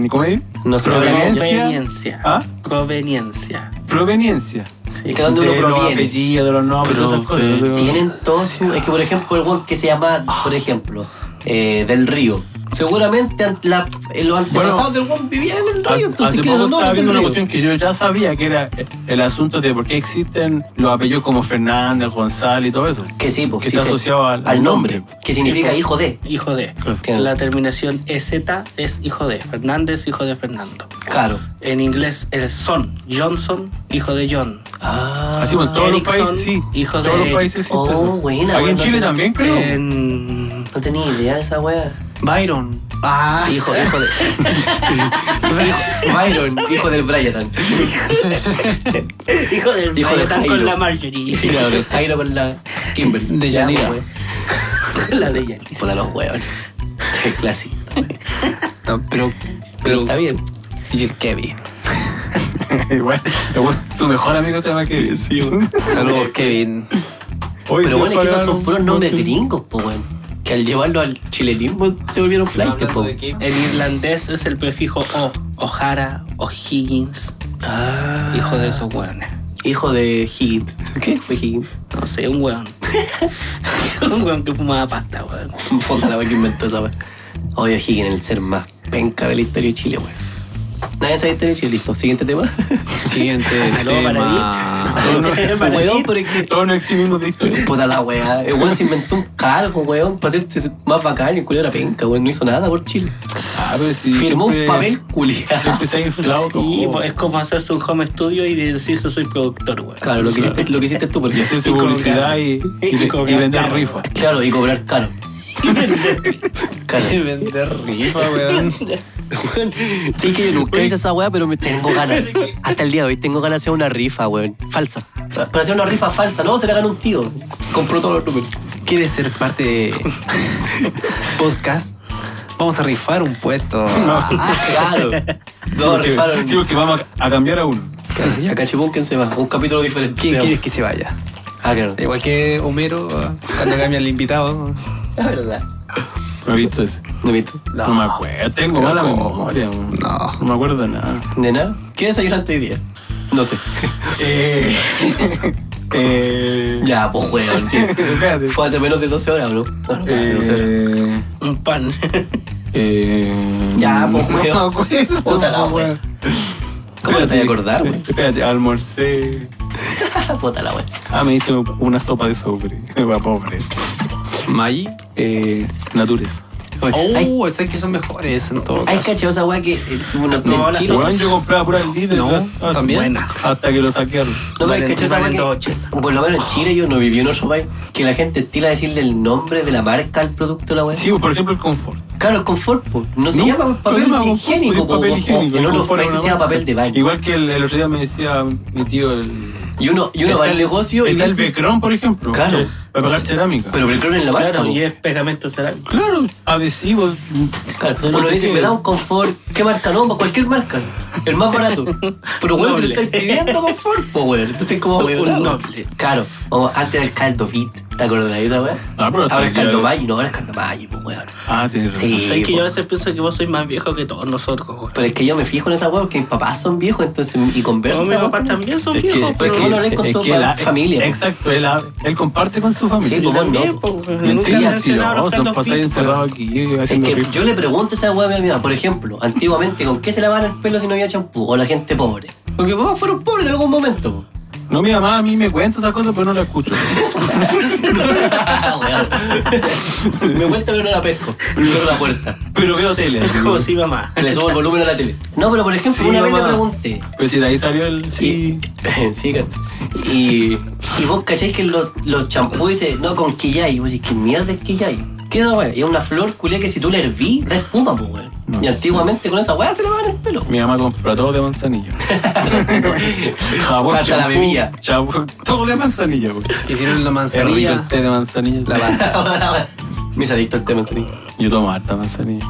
¿Cómo es?
No sé,
Conveniencia.
¿Ah?
Conveniencia.
Proveniencia.
Sí.
¿De dónde uno
los
proviene?
apellidos, de los nombres, todas esas cosas.
Tienen todos su- Es que, por ejemplo, el one que se llama, por ejemplo, eh, Del Río. Seguramente an- la- eh, los antepasados del one vivían en el
Ha-
río, entonces
Hace
que era
poco
el
estaba
nombre
viendo
del
una
río.
cuestión que yo ya sabía que era eh, el asunto de por qué existen los apellidos como Fernández, González y todo eso.
Que sí, pues.
que
sí,
está
sí.
asociado al- al
nombre.
nombre.
Que significa hijo de.
Hijo de.
Claro.
La terminación EZ es hijo de. Fernández, hijo de Fernando.
Claro.
En inglés es son. Johnson, hijo de John.
Ah.
Así bueno, todos los
Erickson,
países, sí.
hijo
todos
de
los países sí.
Oh,
eso.
buena,
Aquí en
buena.
Chile también, creo.
En...
No tenía idea de esa wea.
Byron. Ah,
Hijo, hijo de. hijo- Byron, hijo del Bryan.
Hijo del
Hijo de
Jonathan
Jairo.
con la Marjorie.
Claro, el Jairo con la Kimberly.
De
Ya,
Yanira.
pues,
la de Yanis.
Puta los huevos. Qué clásico.
no, pero.
Pero
Pero.
está bien.
Y el Kevin.
Igual, igual, su mejor amigo se llama Kevin.
Saludos, Kevin.
Hoy
Pero
te
bueno, es que esos
pagaron
son puros nombres
un-
gringos, po, weón. Que al llevarlo al chilenismo se volvieron flight, po.
En irlandés es el prefijo O. O'Hara, O'Higgins,
Ah,
hijo de esos hueones.
Hijo de Higgins. ¿Qué fue Higgins?
No sé, un hueón. un hueón que fumaba pasta, hueón.
Puta la wea que inventó esa wea. Odio Higgins, el ser más penca de la historia de Chile, weón. Nadie sabe historia de Chile, listo. Siguiente tema.
Siguiente
Aló,
tema.
Maravilla. Maravilla.
Weón, pero es que
Todos nos eximimos de historia.
Puta la weá. El weón se inventó un cargo, weón, para hacerse más bacán. El culo era penca, weón. No hizo nada por Chile.
Ah, pero si
Firmó
siempre-
un papel culiado.
Siempre se ha
Oh,
inflado
Sí,
todo.
pues, es como hacerse un home studio y decirse soy productor, weón.
Claro, lo que hiciste, lo que hiciste tú,
Y
porque.
hacer su
Y cobrar.
publicidad y, y,
Y cobrar
y vender
caro.
rifas.
Claro, y cobrar caro. Caro.
Vender rifa, weón.
Sí, que yo nunca hice esa weá, pero me tengo ganas. Hasta el día de hoy tengo ganas de hacer una rifa, weón. Falsa. Pero hacer una rifa falsa, no, se la gana un tío. Compró todos los números.
¿Quieres ser parte de podcast? Vamos a rifar un puesto.
Ah, claro. No,
Porque-
rifaron.
Sí, porque vamos a, a cambiar a uno.
Claro, ya cachibunquen se va. Un capítulo diferente.
¿Quién quieres que se vaya?
Ah, claro.
Igual que Homero, ah, cuando cambia el invitado.
Es verdad.
¿No he visto eso?
No he visto.
No, me acuerdo. Tengo mala memoria. No. No me acuerdo de nada.
Nena, ¿qué desayunaste hoy día? No sé.
Eh. eh.
Ya, pues weón, sí.
Espérate.
Fue hace menos de 12 horas, bro. No, no, de 12 horas.
Eh.
Un pan.
Eh.
Ya, pues
no me
weón.
acuerdo.
Puta la weón. ¿Cómo no te voy a acordar, weón?
Espérate, almorcé.
Puta la weón.
Ah, me hice una sopa de sobre. Para pobre.
Maggi.
Eh. Natures.
Hay-
Oh, o sea que son mejores en todo
Hay
caso.
cachado esa weá que. eh, Unos
No,
del
la-
chino.
Weón, yo compraba pura líder.
No, también.
Hasta que lo saquearon.
No, pero
Valen-
es que esa
valen
weá que-
2.80.
Por lo menos en Chile yo no viví en otro país. Que la gente tira a decirle el nombre de la marca al producto, la weá.
Sí, por ejemplo, el confort.
Claro, el confort, po. No se
No,
llama papel
problema con Confort,
higiénico, po.
papel
o- o
higiénico,
En otros
Confort era
países se
una marca.
llama papel de baño.
Igual que el, el otro día me decía mi tío el.
Y uno, y uno va al negocio y
está el
dice.
Becron, por ejemplo.
Claro.
que- Para pagar cerámica.
Pero Belcron es la marca,
Claro,
po.
y es pegamento cerámico. pues.
claro, adhesivos.
Claro,
No
uno
sé
dice,
qué.
me da un confort. ¿Qué marca? No, pues cualquier marca. El más barato. Pero weón, se le
Doble.
están pidiendo confort, po, weón. Entonces, como weón.
Un
claro.
doble.
Claro. O antes del caldo fit. ¿Te acuerdas de esa weá?
Ah, pero
Ahora es
hasta el
caldo
día de-
Maggi, no, ahora es caldo Maggi, po, weón.
Ah, tienes razón.
Sí.
¿Sabes que
po.
yo a veces pienso que vos sois más viejo que todos nosotros, weón?
Pero es que yo me fijo en esa weá porque mis papás son viejos, entonces, y
No,
conversan.
mis papás también son viejos,
pero
pero
es que-
no
hablas con tu fa- familia, po.
Exacto, él, ha- él comparte con su familia. Oh,
Sí, pues, po, vos no, po.
también, po, weón. Nunca
Mentira,
me cenaron
mentiroso.
tantos
Pasáis
pitos,
encerrado
weón.
aquí
Es
haciendo
que
rifas.
yo le pregunto a esa weá a mi mamá, por ejemplo, antiguamente, ¿con qué se lavaban el pelo si no había champú? O la gente pobre. Porque mis papás fueron pobres en algún momento. po.
No, mi mamá a mí me cuenta esas cosas, pero no la escucho.
Ah, Weón. me cuenta que no la pesco. y Cierro la puerta.
pero veo tele.
Es como si mamá.
Le subo el volumen a la tele. No, pero por ejemplo,
Sí,
una vez
mamá.
le pregunté.
Pero si de ahí salió el. Sí.
Y, sí, canta. y, y vos cacháis que los, los champús dicen, no, con quillay. Y vos decís, ¿qué mierda es quillay? ¿Qué es esa weá? Y es una flor culia que si tú la herví, da espuma, pues, weón.
No
y
sé.
antiguamente con esa weá se lavaban el pelo.
Mi mamá compra todo de manzanilla. Jabón,
Hasta la
champú,
bebida.
champú, todo de manzanilla. po.
Hicieron la
Es rico el
manzanilla.
té de manzanilla.
Mis adictos al tema, en serio.
Yo tomo harta manzanilla.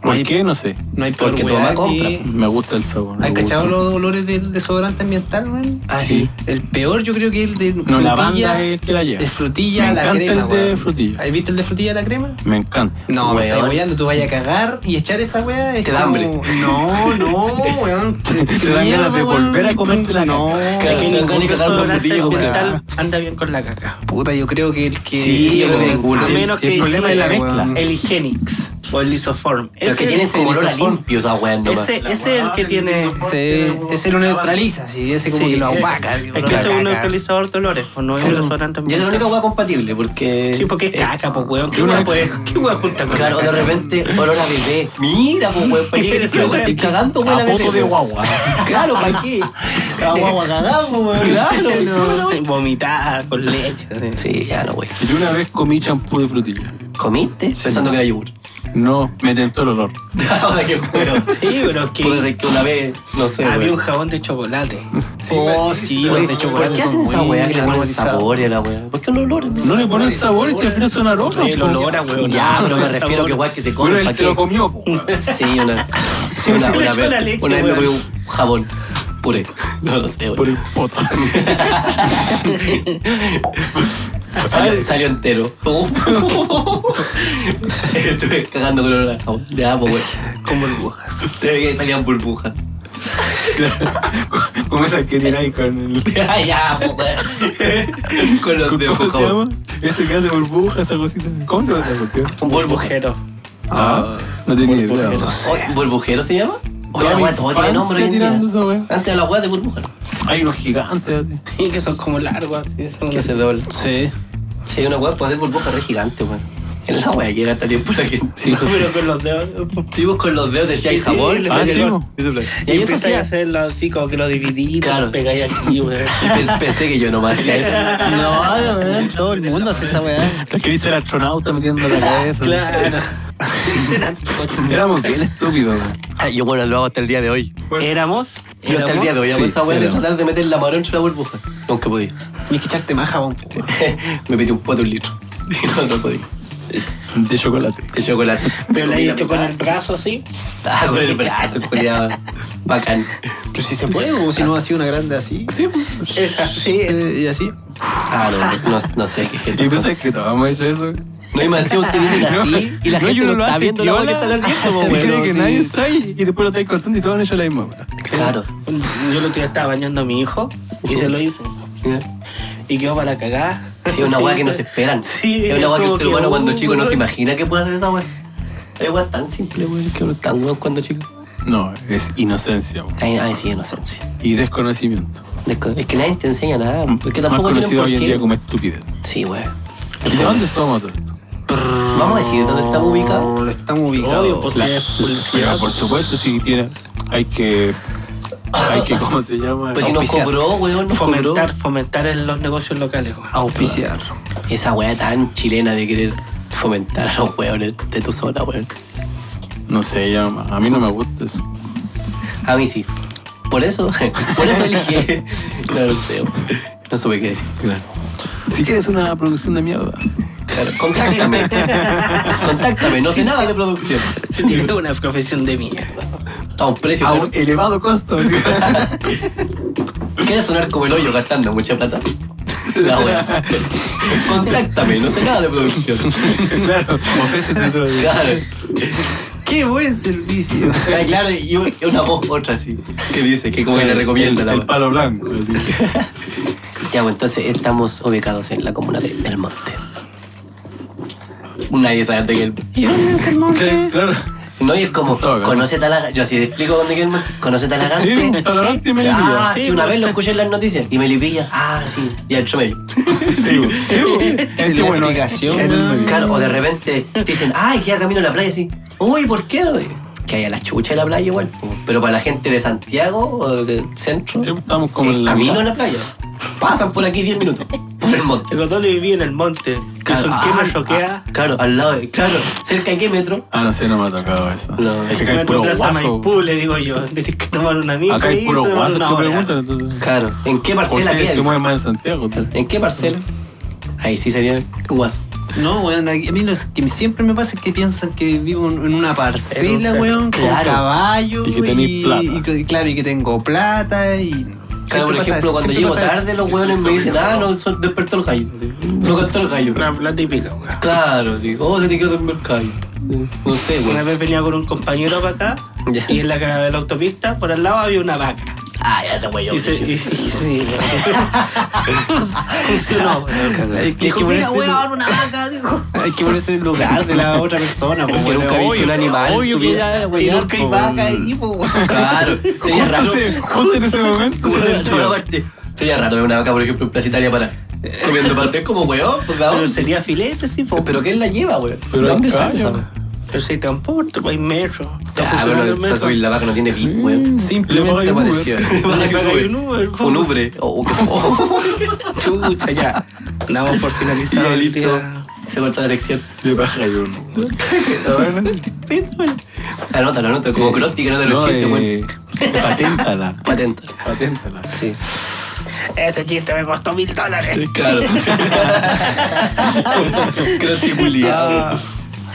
¿Por
Ay,
qué? No sé.
No hay
Porque tu mamá compra, po.
Me gusta el sabor. me
¿Han
gusta.
cachado los olores del desodorante ambiental, weón?
Ah, sí.
El peor yo creo que el de
No, la banda es el que la lleva.
El frutilla,
Me
la
encanta
crema.
el de
weón.
frutilla.
¿Has visto el de frutilla, la crema?
Me encanta.
No, me
Weón.
estás apoyando, tú vayas a cagar y echar esa weá. es
Te da
como-
hambre.
No, no, weón.
Te dan
Mierda,
ganas de
weón.
volver a comerte la
No,
Es que
no, no,
ningún
ni cagar por
desodorante
motivo, weón.
ambiental anda bien con la caca.
puta, yo creo que el que.
Sí, yo creo que
weón.
ninguno.
A
Sí,
menos
sí, el
que
problema es la
sea
mezcla.
el Higienix o el Lisoform.
Pero que
es
tiene como olor a
lisofón.
limpio esa weá, no
Ese, ese es el que tiene.
Ese, ese lo neutraliza, sí, ese como
sí,
que lo
eh,
ahumaca.
Es que ese es un neutralizador de olores, pues no es un desodorante
Y es la única
ambiental.
weá compatible, porque.
Sí, porque es
eh,
caca, pues weón. ¿Qué
Yo
weón
no-
puede- qué weón junta con
Claro,
la
de
caca?
repente, olor a bebé. Mira, pues weón, ¿para qué quieres que weón? Y cagando huele a
A poto
bebé.
de
weón.
guagua.
Claro, ¿para qué?
La guagua cagamos, weón.
Claro,
Vomitada con leche. así.
Sí, ya no, weón.
Yo una vez comí champú de frutilla.
¿Comiste? Pensando que era yogur.
No, me tentó el olor.
Ahora que puedo.
Sí, pero es que
Puede ser que una vez, no sé,
había un
weón.
jabón de chocolate.
Oh, sí, los de chocolate.
¿Por qué
son
hacen esa
muy
weá que le ponen
aromatizados.
sabor y a la weá? ¿Por qué no olores?
No le ponen sabor y se final son aromas.
El
po.
olor a weón.
Ya, pero me refiero a que weá que se
Bueno,
come,
él
¿para
se lo
qué?
comió. po.
Sí, una, sí, una,
Se le
una
echó
vez.
la leche,
una vez me comí
weón.
un jabón. Puré. No lo sé,
Por
weón.
el poto.
Salió, salió entero. Estuve cagando con olor a jabón. Ya, pues, weón.
Con burbujas.
Te vi que salían burbujas.
Como esa que tiene ahí con el.
Ah, ya, pues, weón. Con los
¿Cómo
dedos, por
se
favor.
llama? Ese que hace burbujas, esa cosita. ¿Cómo se llama esa cuestión?
Un burbujero.
Pero
No tenía idea.
¿Un burbujero se llama? Oye, la
Toda mi
weá, todo tiene
infancia
nombre hoy en día.
tirando esa weá.
Antes era la weá de burbuja.
Hay unos gigantes. así.
Sí, que son como largos. así, son-
Que se dobla.
Sí.
Si hay una weá, puede ser burbuja re gigante, weón. Es la weá que gasta tiempo la gente.
Sí, pues,
pero con los dedos.
Sí, vos con los dedos de
Sí,
Jack
sí,
Jabón.
le
le
Ah,
metí
sí,
el-
po.
Y
Y
yo eso
empezáis a
hacía.
hacerlo así, como que lo dividís,
Claro.
lo pegáis aquí, weón.
Pe- Pensé que yo nomás hacía eso.
No, weón, todo el mundo hace esa weá.
la quería ser astronauta metiendo la cabeza.
Claro.
Éramos bien estúpidos, weón.
Ah, Yo, bueno, lo hago hasta el día de hoy.
Éramos.
Yo hasta el día de hoy hago
Sí,
esa weá de
éramos.
tratar de meter la mano entre la burbuja. Nunca podía.
Tienes que echarte más jabón. po.
Me metí un pote un litro. Y no, no podía.
De chocolate.
El chocolate.
Pero lo he hecho con el brazo así.
Ah, con el brazo, culiado. Bacán.
Pero si se puede, o si no, así una grande así.
Sí,
Es así, es-
Y así.
Ah, no, no, no sé qué gente.
Y pensé que todos hemos hecho eso. weón.
No hay más te dicen así y la
No, y
gente
uno
no
lo
está
hace
viendo la weá que
piola.
están haciendo,
Y
weón.
cree que
sí.
nadie sabe y después lo estáis contando y todos han hecho la misma. weá.
Claro.
Yo lo día estaba bañando a mi hijo y se lo hice. Y quedó para la cagada.
Sí, es una weá
pues,
que no se esperan.
Sí,
es una weá que el
como
ser
que,
humano cuando
uh,
chico no se
weón.
imagina que puede hacer esa weá. Es weá tan simple, weón, que uno es tan weón cuando chico.
No, es inocencia weón.
Ay, ay, sí, inocencia.
y desconocimiento.
Desco- Es que nadie te enseña nada. Es que
Mm, Más
tampoco tienen
conocido
por
hoy en día
qué.
como estupidez.
Sí, weón.
¿Y de dónde somos todos?
Vamos a decir dónde estamos ubicados.
No, lo estamos
Obvio,
ubicados.
pues sí, es publicidad.
por supuesto, si tiene. Hay que. Hay que, ¿cómo se llama?
Pues si nos
Auspiciar.
cobró, weón, nos cobró.
Fomentar, fomentar en los negocios locales,
Ah,
weón.
Auspiciar.
Esa weá tan chilena de querer fomentar a los weones de tu zona, weón.
No sé, ya, a mí no me gusta eso.
A mí Ah, sí. Por eso, por eso elige. No, no sé. No supe qué decir.
Claro. Si quieres una producción de mierda.
Claro, contáctame. contáctame, no sé nada de producción.
Yo tuve una profesión de mierda.
A un precio.
A
claro.
un elevado costo. así.
¿Quieres sonar como el hoyo gastando mucha plata? La wea. Contáctame, no sé nada de producción.
claro, ofrécete otro día.
Claro.
¡Qué buen servicio!
Ah, Claro, y un- y una voz otra así. Que dice, que como que te recomienda
el,
la
el
wea.
palo blanco. así.
Ya, bueno, entonces estamos ubicados en la comuna de El Monte. Nadie sabe dónde queda el monte.
¿Y dónde es el monte?
Claro.
No, y es como,
Todo, ¿no?
conoce Talagante. Yo así te explico dónde queda el monte. Conoce Talagante.
Sí, Talagante y Melipilla.
Ah, sí, una vez lo escuché en las noticias. Y Melipilla, ah, sí, ya entre medio.
Sí, bo. sí, bo. es que
la
bueno.
explicación.
en el-
Claro, o de repente te dicen, ay, queda camino a la playa así. Uy, ¿por qué? Que haya la chucha de la playa igual. po. Pero para la gente de Santiago o del centro,
Sí, estamos como
eh,
en la.
camino a la playa. Pasan por aquí 10 minutos. Por el monte.
Te contó que viví en el monte. Que
Claro,
son
ah,
que me
ah,
choquea.
claro, al lado, de- claro, cerca de qué metro.
Ah, no sé, no me ha tocado eso.
No.
es que acá
Me
hay puro
plaza
guaso.
Maipú, le digo yo. Tienes que tomar una amiga.
Acá hay
y
puro
se demora
guaso
una
que
hora.
preguntan. Entonces,
Claro, ¿en qué parcela
¿Por qué
queda?
se mueve más en Santiago? tal?
¿En qué parcela? Ahí sí sería un guaso.
No, weón, aquí- a mí lo que siempre me pasa es que piensan que vivo en en una
En un
parcela,
cerro.
weón, con
Claro.
caballo.
Y que tenéis plata.
Y, que- claro, y que tengo plata y...
Claro, por
siempre pasa
ejemplo,
eso,
cuando
siempre
llego
pasa eso.
tarde, los hueones me dicen, ah, no, son- despertó el gallo. así. No cantó el gallo.
Una plata y pica, weón.
Claro, sí. ¿Cómo se te quedó dormido el gallo? No sé,
Una
güey.
vez venía con un compañero para acá
Ya.
y en la, ca- la autopista por al lado había una vaca.
Ah, ya te voy a
Y se, y, y- sí, weón. funcionó. weón.
Hay que,
Dijo,
ponerse
mira,
en-
weón, una vaca, dijo.
hay que ponerse en el lugar de la otra persona. Porque
nunca he visto un animal en su vida.
Y nunca hay vaca ahí, pues, weón.
Claro, sería raro.
Entonces, justo en ese momento.
Como en este toda parte. Sería raro ver una vaca, por ejemplo, en Plaza Italia para comiendo parte como weón, pues
Pero
weón.
sería filete, sí, pues.
Pero ¿quién la lleva, weón?
Pero
¿Dónde
hay
sale esa
gallo.
weá?
Pero si hay transporte, pues hay metro. Está
Ah,
funcionando
pero se va
el
a
metro.
subir la vaca, no tiene pin, weón.
Le
Simplemente
voy a
apareció.
Le paga
Uber.
un Uber, po.
Un ubre. Oh,
Chucha, ya. Damos por finalizado
Ya,
el
listo.
día.
Se corta la sección.
Le baja yo uno.
Sí, está bueno. Anótalo, anótalo. Como Crosti que no te lo
No,
chiste, weón.
eh, paténtala.
Patenta.
Paténtala.
Sí.
Ese chiste me costó mil dólares.
Claro. Crosti culiado.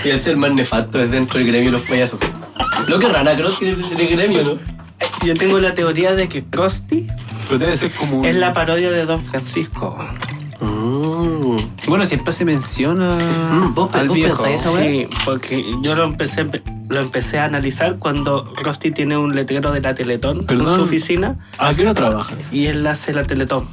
Y el ser más nefasto es dentro del gremio de los payasos. Lo que rana Crosti en el gremio, ¿no?
Yo tengo la teoría de que Costi
Pero debe ser como.
es la parodia de Don Francisco.
Bueno, siempre se menciona
Mm, vos-
al
vos
viejo.
pensáis esa weá.
Sí, porque yo lo empecé, lo empecé a analizar cuando Costi tiene un letrero de la Teletón en
Perdón.
su oficina
¿A qué hora trabajas?
y él hace la Teletón.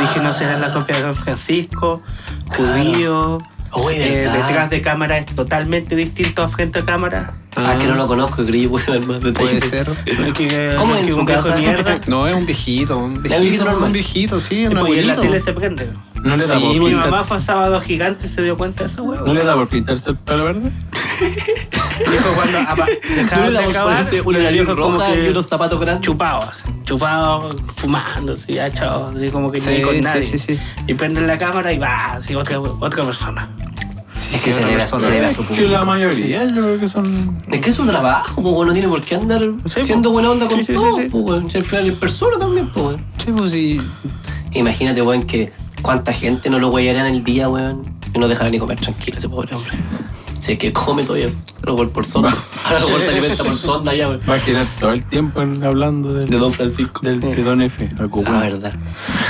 Dije, no será la copia de Don Francisco, judío.
Oye,
eh,
¿verdad?
detrás de cámara es totalmente distinto a frente a cámara.
Ah, que no lo conozco, creo que yo puedo dar más
Puede
detalles.
ser.
El que-
¿Cómo
el
en
que
su
un viejo
casa?
de mierda.
No, es un viejito, un viejito.
viejito normal.
Un viejito, sí,
Y
un
pues, y en la
abuelito.
tele se prende.
¿No le da
Sí,
por
Y mi
pintar-
mamá fue a sábado gigante y se dio cuenta de esa hueá.
¿No le da por pintarse el pelo verde?
Dijo cuando apa-
Yo
dejaban
le
de
hago
acabar,
ponerse una
y el
nariz
viejo como
roja y
que
unos zapatos grandes.
chupado, así, chupado, fumando, así, ya chao, así como que
Sí,
no hay con
sí,
nadie.
sí, sí.
Y prenden la cámara y va, así otra, otra persona.
Sí,
Es
sí,
que se
una
debe,
persona.
se debe a su
Que la
público.
mayoría yo creo que son...
Es que es su trabajo, pues no tiene por qué andar
Sí,
siendo
po.
buena onda con
Sí, sí,
todo,
sí, sí.
pues weón. Si al final es persona también, pues weón.
Sí, pues sí.
Imagínate, weón, que cuánta gente no lo huellará en el día, weón. Y no dejará ni comer tranquilo ese pobre hombre. Si es que come todavía, pero por, por sonda. Ahora lo se alimenta por sonda ya, weón.
Va a girar todo el tiempo en- hablando del,
De Don Francisco.
del, de Don F. La cuba.
La verdad.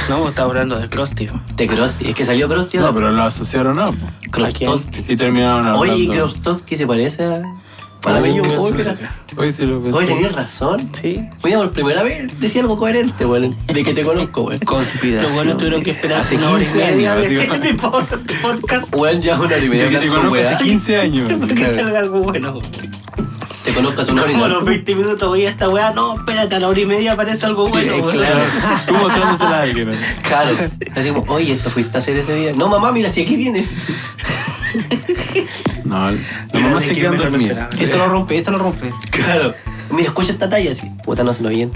No, vos estás hablando del cross, tío.
De Krosti. Es que salió Krosti
No,
ahora.
pero lo asociaron a... po.
Krostowski.
Sí terminaron hablando.
Oye, ¿y Krostowski se parece a. Para mí, yo, oh, mira.
Oye, sí lo pensé.
Oye, tenías razón.
Sí.
Mira, por primera vez decía algo coherente, weón. De que te conozco, weón.
Los buenos
Conspiración.
tuvieron que esperar
Hace
una hora y
15
media
años,
de
así
que
como-
de pod- podcast
Weón, ya una hora y
Yo
media
que te
hablando,
conozco
weón.
hace 15 años.
para que salga algo bueno.
Te conozco hace una hora y
Como a los
media.
20 minutos voy a esta weá, no, espérate, a la hora y media aparece algo bueno.
Sí,
weón.
claro.
Tú mostrándosela a alguien. ¿no?
Claro. Así como, oye, esto fuiste a hacer ese día. No, mamá, mira, si aquí viene.
No, la
Mira,
mamá
de
se
que
quedan
me lo
dormida.
esperaba.
Esto lo rompe, esto lo rompe.
Claro. Mira, escucha esta talla así. Puta, no sonó bien.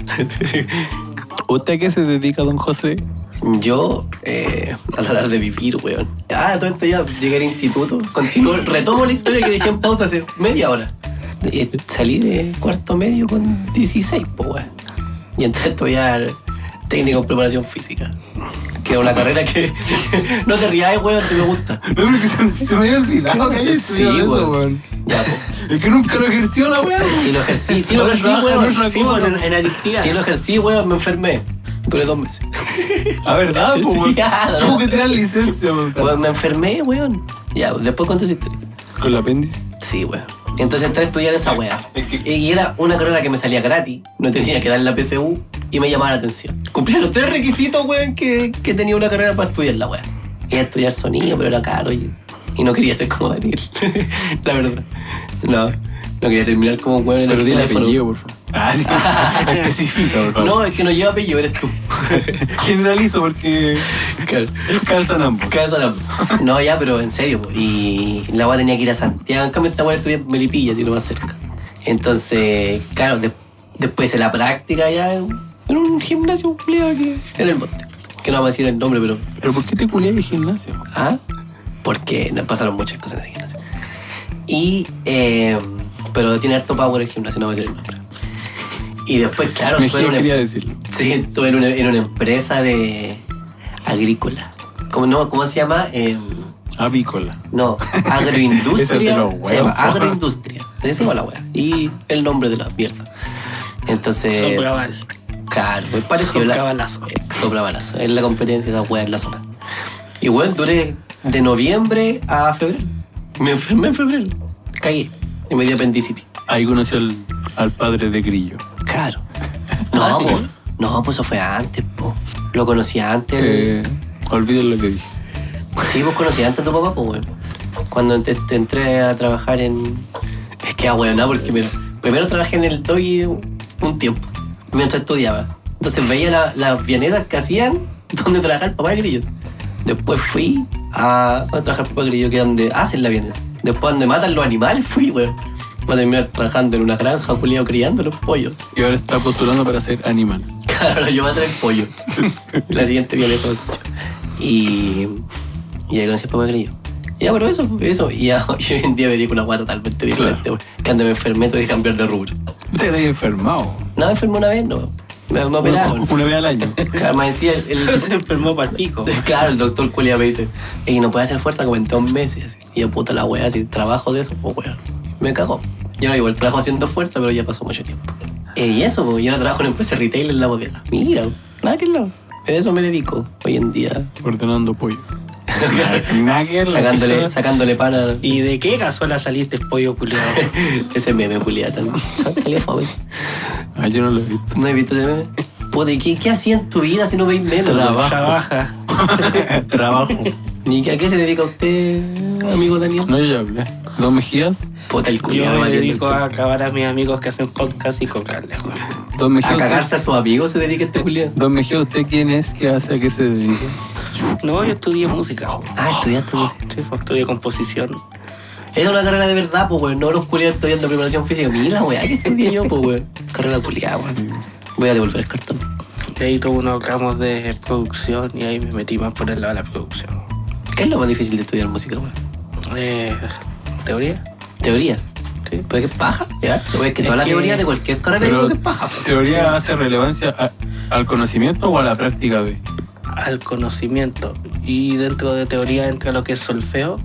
¿Usted a qué se dedica, don José?
Yo, eh, a tratar de vivir, weón. Ah, todo esto ya llegué al instituto. Continúo, retomo la historia que dejé en pausa hace media hora. Eh, salí de cuarto medio con 16, po, weón. Y entré a estudiar técnico en preparación física. Que es una carrera que. no te rías, weón, si me gusta.
No, pero que se, se me había olvidado que haya
Sí,
estudiado eso,
weón.
weón.
Ya, po.
Es que nunca lo ejerció la weá.
Si lo ejercí, si
No
lo ejercí,
trabaja, no
weón.
trabaja.
Sí, bueno, en, en Aristía.
Si lo ejercí, weón, me enfermé. Duré dos meses.
A verdad, po,
Sí,
weón.
ya, no.
Tuvo que tirar licencia, weón.
Weón, me enfermé, weón. Ya, después conté esa historia.
Con el apéndice.
Sí, weón. Entonces entré a estudiar esa weá.
es que-
Y era una carrera que me salía gratis, no tenía que dar la PSU y me llamaba la atención. Cumplía los tres requisitos, weón, que, que tenía una carrera para estudiar la weá. Iba a estudiar sonido, pero era caro y, y no quería ser como Daniel. la verdad. No, no quería terminar como un weón en el
Perdí el
teléfono.
apellido, por favor. Ah, sí. Especifica, por favor.
No, es que no lleva apellido, eres tú.
Generalizo porque
Claro.
calzan ambos.
Cabeza la- No, ya, pero en serio, po. y la weá tenía que ir a Santiago. En cambio, esta weá estudié en Melipilla, si no más cerca. Entonces, claro, de- después hice la práctica ya en en un gimnasio culiao que en el monte. Que no vamos a decir el nombre, pero.
¿Pero por qué te culiás de gimnasio? weón?
¿Ah? Porque nos pasaron muchas cosas en ese gimnasio. Y. eh, pero tiene harto power el gimnasio, no voy a decir el nombre. Y después, claro,
Me
fue una- em-,
quería decirlo.
Sí, estuve en una, en una empresa de. agrícola. ¿Cómo, no, ¿cómo se llama? Em,
Avícola.
no,
Ese es de
agroindustria.
los huevos,
se llama
po.
agroindustria. Esa es la wea. Y el nombre de la mierda. Entonces,
Sobrabal.
claro, me pareció
Sobrabalazo.
la. Sopla balazo. Es la competencia de esa wea en la zona. Y weón, duré de noviembre a febrero. Me enfermé en febrero. Caí. Y me dio apendicitis.
Ahí conoció al, al padre de Grillo.
Claro. No,
Ah, ¿sí?
po. No, pues eso fue antes, po. Lo conocí antes. el-
Eh, olviden lo que dije.
Sí, vos conocías antes a tu papá, pues, weón. Cuando te, te entré a trabajar en. Es que, ah, weón, no, porque mira, primero trabajé en el DOI un tiempo, mientras estudiaba. Entonces veía la- las vienesas que hacían donde trabajaba el papá de Grillos. Después fui a, a trabajar papá de Grillos, que es donde hacen la vienesa. Después, donde matan los animales, fui, weón. Para terminar trabajando en una granja, Julio, criando los pollos.
Y ahora está postulando para ser animal.
Claro, yo voy a traer pollo. la siguiente violeta. Y. Y ahí conocí a Papá Grillo. Y ya, pero eso, eso. Y ya, y hoy en día me di con una guata totalmente diferente, güey. Que ando me enfermé, tuve que cambiar de rubro.
Te has enfermado.
No, me enfermé una vez, no. Me, me operaron.
Una vez al año.
Claro, me decía el. el-
Se enfermó para el pico.
Claro, el doctor Culia me dice, y no puede hacer fuerza como en dos meses. Y yo, puta la wea, si trabajo de eso, pues wea. Me cagó. Yo no, igual trabajo haciendo fuerza, pero ya pasó mucho tiempo. Eh, y eso, pues, yo ahora trabajo en empresa retail en la bodega. Mira, nada que no. En eso me dedico hoy en día.
Ordenando pollo. Nada que ver, la
Sacándole,
cosa.
sacándole pan a
¿Y de qué cazuela saliste, pollo culiado?
ese meme, Culia, también. Salió fome.
Ah, yo no lo he visto.
¿No he visto ese meme? Puta, ¿y qué, qué hacía en tu vida si no veis memes?
Trabajo.
Trabaja.
Trabajo.
¿Y a qué se dedica usted, amigo Daniel?
No, yo ya hablé. Dos Mejías.
Puta el
Yo
culiado.
me dedico a acabar a mis amigos que hacen podcast y cobrarles, weón.
Dos Mejías.
A cagarse a sus amigos se dedica este culiado.
Don Mejía, ¿usted quién es? ¿Qué hace? ¿A qué se dedica?
No, yo estudié música.
Ah, estudiaste música.
Sí, pues, estudié composición.
Es una carrera de verdad, pues, weón. No los culiados estudiando preparación física. Mira, weón, ¿qué estudié yo, pues, weón? Carrera culiada, weón. Voy a devolver el cartón.
Y ahí tuve unos ramos de producción y ahí me metí más por el lado de la producción.
¿Qué es lo más difícil de estudiar música, weón?
Eh, ¿Teoría?
Teoría.
Sí.
¿Pero es que es paja? ¿Ya? Weón, que
Es
toda la
que-
teoría de cualquier carrera yo creo
Pero,
que es paja. pues.
pues.
po.
¿teoría hace relevancia a- al conocimiento o a la práctica B?
Al conocimiento. Y dentro de teoría entra lo que es solfeo,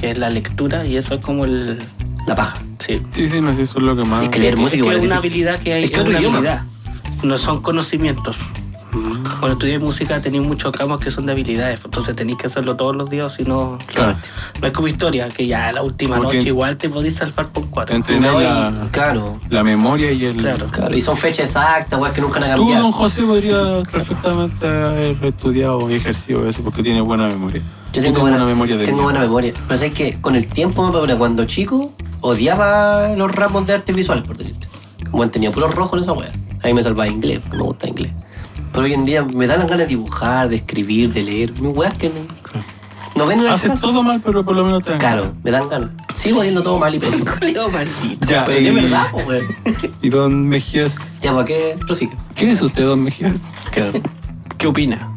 que es la lectura, y eso es como el.
La paja.
Sí.
Sí, sí, no sé, eso es lo que más...
Es que leer música
es, que
igual
es
es
una
difícil.
habilidad que hay.
Es que
es
otro
una
idioma. Mm.
habilidad. No son conocimientos. Cuando estudié música tenéis muchos ramos que son de habilidades, pues, entonces tenéis que hacerlo todos los días, si no.
Claro.
No es como historia, que ya la última
Porque-
noche igual te podéis salvar por cuatro.
Entre- Entrenar
No, y-
la-
claro.
La memoria y el...
Claro.
Claro, y son fechas exactas, weón, que nunca han
Tú,
cambiado.
don José, podría perfectamente haber estudiado y ejercido eso porque tiene buena memoria.
Yo tengo, buena,
memoria de
Tengo
mierda.
buena memoria. Pero sabes que con el tiempo, ahora, cuando chico, odiaba los ramos de arte visual, por decirte. Bueno, tenía puro rojo en esa wea. A mí me salvaba inglés, porque me gusta inglés. Pero hoy en día me dan las ganas de dibujar, de escribir, de leer. Mi weas que no. No ven en el
Haces
caso.
todo mal, pero por lo menos te...
Claro, me dan ganas. Sigo haciendo todo mal y pésimo.
Ya,
Pero
y,
es verdad, po, weón.
y don Mejías...
Ya, ¿para qué? Prosigue.
¿Quién es usted, don Mejías?
Claro.
¿Qué opina?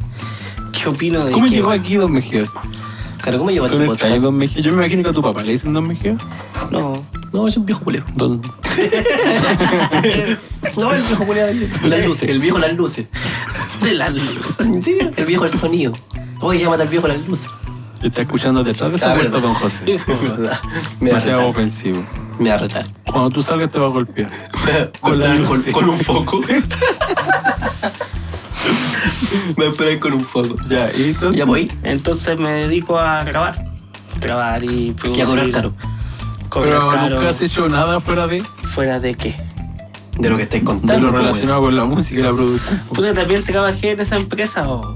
¿Qué opino de
¿Cómo
que-
llegó aquí, don Mejías?
Claro, ¿cómo llevas
¿Tú
tu
le traes
podcast?
don Mejía? Yo me imagino que a tu papá le dicen don Mejía.
No,
No, es un viejo culeo.
Don...
No, el viejo culeo. Las luces, el viejo las luces.
de la luz.
Sí, el viejo el sonido. Hoy llama al viejo las luces.
Está escuchando detrás de
Ah,
esa puerta,
verdad.
don José.
Me va a
Demasiado
retar.
ofensivo.
Me va a retar.
Cuando tú salgas te va a golpear.
Con,
la luz.
con, con un foco. me va a esperar con un foco.
Ya, y entonces...
Ya voy.
Entonces me dedico a grabar. Grabar y producir.
Eh. Y a cobrar caro.
Cobrar
Pero
caro.
nunca has hecho nada fuera de,
¿Fuera de qué?
De lo que estáis
de
contando. pues,
lo
po,
relacionado con la música y la producción.
Puta, también trabajé en esa empresa. o
weón.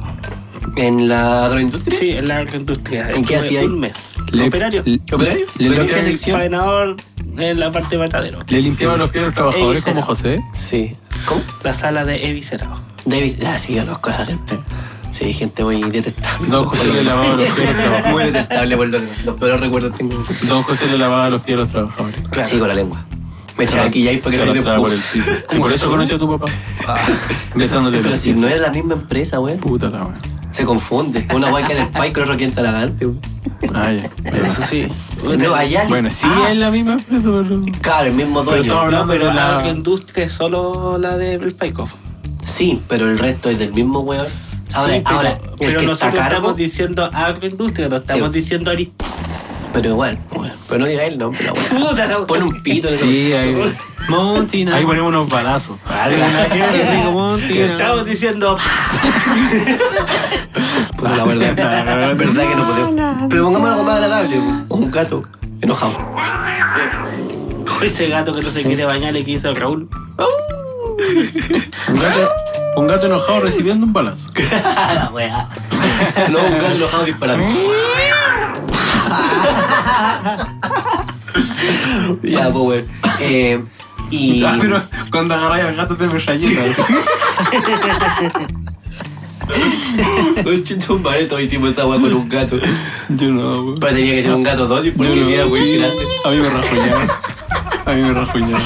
En la agroindustria.
Sí, en la agroindustria.
¿En qué
Estuve
hacía ahí?
Un mes.
Le-
Operario.
le-
¿Operario?
Le,
¿Pero en qué
limpiaba-
sección?
Faenador en la parte de matadero.
le limpiaba los pies a los trabajadores
Evisera.
como José.
Sí. ¿Cómo?
La sala de Evisera.
Davis. Ah, sí, conozco a la gente. Sí, gente muy detestable.
Don José le lavaba los pies a los trabajadores.
Muy detestable por los, los peores recuerdos tengo. de ese tiempo.
Don José le lavaba los pies a los trabajadores.
Sí, con la lengua. Me echaba aquí ya y porque
Se
se me
arrastraba por el piso. Por eso conoció a tu papá. Besándole
Ah. Pero
los
si
pies.
no era la misma empresa, weón.
Puta la wea.
Se confunde. Una guay que en el Spike con otro que en Talagante. weón.
Ah, ya.
Eso sí.
No, allá.
Bueno, sí
Ah,
es la misma empresa, pero...
Claro, el mismo
Pero estamos
dueño.
No,
hablando de
pero la
la...
agroindustria es solo la del Paico.
Sí, pero el resto es del mismo weón. Ahora,
sí, pero,
ahora el
pero
que está a
nosotros
cargo.
estamos diciendo agroindustria, no estamos
Sí.
diciendo Ari.
Pero igual, weón. Pero no diga el nombre, la weá.
Puta la-
Pon un pito en el
Sí, ahí,
Montina.
ahí ponemos unos balazos.
Qué rico,
Que
Montina.
estamos diciendo "Oh,
Puta la verdad. verdad que no podemos. Pero pongamos algo más agradable, weón. Un gato enojado.
ese gato que no se quiere bañar y que hizo Raúl.
Un gato, un gato enojado recibiendo un balazo.
Ah, la weá. No, un gato enojado disparando. ya, pues, weón. Eh, y.
Ah, pero cuando agarráis al gato te me rayeta.
Un chitumbare, todos hicimos esa weá con un gato.
Yo no, güey.
Pero tenía que ser un gato dosis
Yo
porque
no,
si era
sí.
muy grande.
A mí me rajuñaron. A mí me rajuñaron.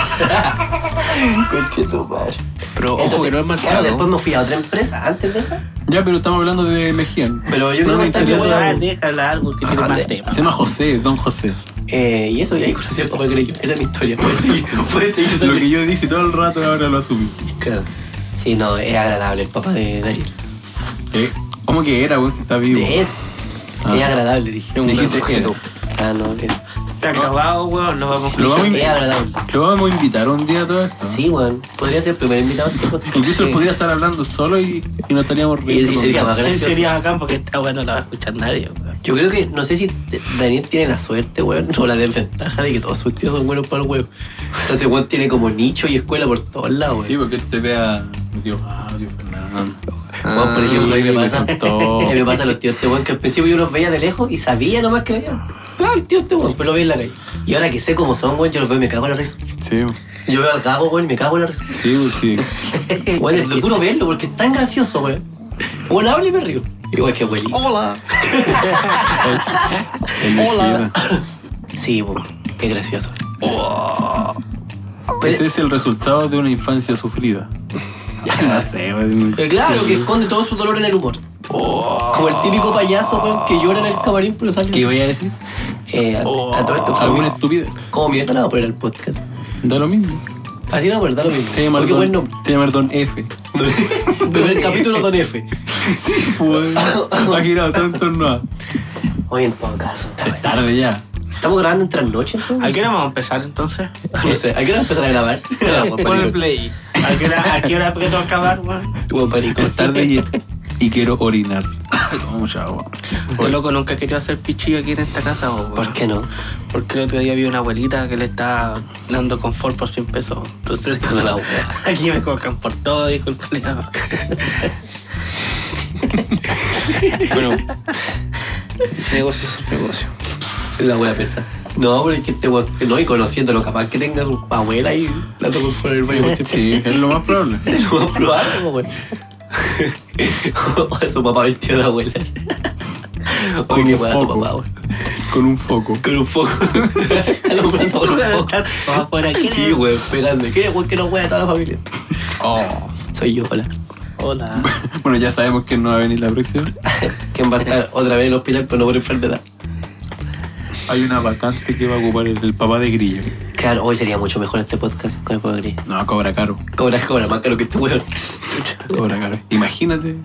Conchetumare.
Pero ojo que
Entonces,
no es
Claro, después
marcado.
me fui a otra empresa antes de esa.
Ya, pero estamos hablando de Mejían.
Pero yo
No
creo
me
que está bien,
interesa.
Ah,
weón.
déjala algo que tiene
Ah, de-
más tema.
Se llama José, Don José.
Eh, y eso, y ahí conocí al papá que le yo. Esa es mi historia. Puedes seguir, puedes seguir.
Lo que
también.
yo dije todo el rato ahora lo asumí.
Claro. Sí, no, es agradable el papá de Daniel.
¿Eh? ¿Cómo que era, güey? Si está vivo.
Es.
Ah.
Es agradable, dije.
un
Dijiste
gran sujeto.
que- Ah, no, es.
Está acabado, weón, nos vamos.
Lo vamos, a
Es
invi-
agradable.
lo vamos a invitar un día a todo esto.
Sí, weón. Podría ser el primer invitado a este podcast.
Incluso él
Sí.
podría estar hablando solo y, y no estaríamos
Y,
riendo
y
con
sería
él.
más
En
gracioso.
serio acá porque esta weón no la va a escuchar nadie, weón.
Yo creo que, no sé si te- Daniel tiene la suerte, weón, o la desventaja de que todos sus tíos son buenos para el huevo. Entonces, weón tiene como nicho y escuela por todos lados,
Sí,
weón.
"Ah, porque él te vea. Tío Fabio, Fernando.
Bueno, por ejemplo, a mí Ah, me pasa.
encantó.
A mí me pasa a los tíos este weón que al principio yo los veía de lejos y sabía nomás que veían. Ah, el tío este weón, pero lo veía en la calle. Y ahora que sé cómo son, weón, yo los veo y me cago en la risa.
Sí,
Yo veo al cabo, weón, y me cago en la risa.
sí, pues sí.
Weón, es de puro verlo porque es tan gracioso, weón. Weón, habla y me río. Igual que abuelito.
Hola.
Hola.
Sí, weón, qué gracioso. Pero-
Ese es el resultado de una infancia sufrida. no sé, weón.
Eh, claro, que esconde todo su dolor en el humor. Como el típico payaso weón, que llora en el camarín pero sale.
¿Qué voy a decir?
así. Eh, a, a todo esto,
Alguna
como,
estupidez.
como mi neta la va a poner al podcast.
Da lo mismo.
Así no, pero da lo mismo.
Se llama
Oye, qué buen
Don,
nombre.
se llama Don F.
Primer capítulo Don F.
Sí, weón. Ha girado todo en torno a.
Oye, en todo caso.
Es tarde ya.
Estamos grabando en trasnoche.
¿A qué hora vamos a empezar entonces?
No sé, ¿a qué hora empezar a grabar?
Pon el play.
¿A qué hora, a qué hora que tengo que acabar, weón?
Tuvo pánico.
Es tarde y, y quiero orinar. Tomo mucha agua.
Yo Este loco nunca quería hacer pichillo aquí en esta casa, weón.
¿Por qué no?
Porque el otro día vi una abuelita que le estaba dando confort por 100 pesos. Entonces, dijo,
La wea.
aquí me colocan por todo, dijo el colega.
Bueno. Negocio es un negocio.
La voy a pensar. No, pero es que este weón- No, y conociéndolo, capaz que tenga su abuela y la tocó por el baño por siempre.
Sí, es lo más probable.
Lo va a probar, como, weón. O a su papá vestido de abuela. Oye,
Con
qué
un
weá tu
foco.
papá, weón.
Con un foco.
Con un foco. Alumbrando con un foco.
Vamos afuera aquí.
Sí, weón, pegando. ¿Qué, weón? Que no wea a toda la familia. Oh. Soy yo, hola.
Hola.
Bueno, ya sabemos que no va a venir la próxima.
¿Quién va a estar otra vez en el hospital, pero no por enfermedad?
Hay una vacante que va a ocupar el, el papá de Grillo.
Claro, hoy sería mucho mejor este podcast con el pobre gris.
No, cobra caro.
Cobra, cobra, más caro que este weón.
Cobra caro. Imagínate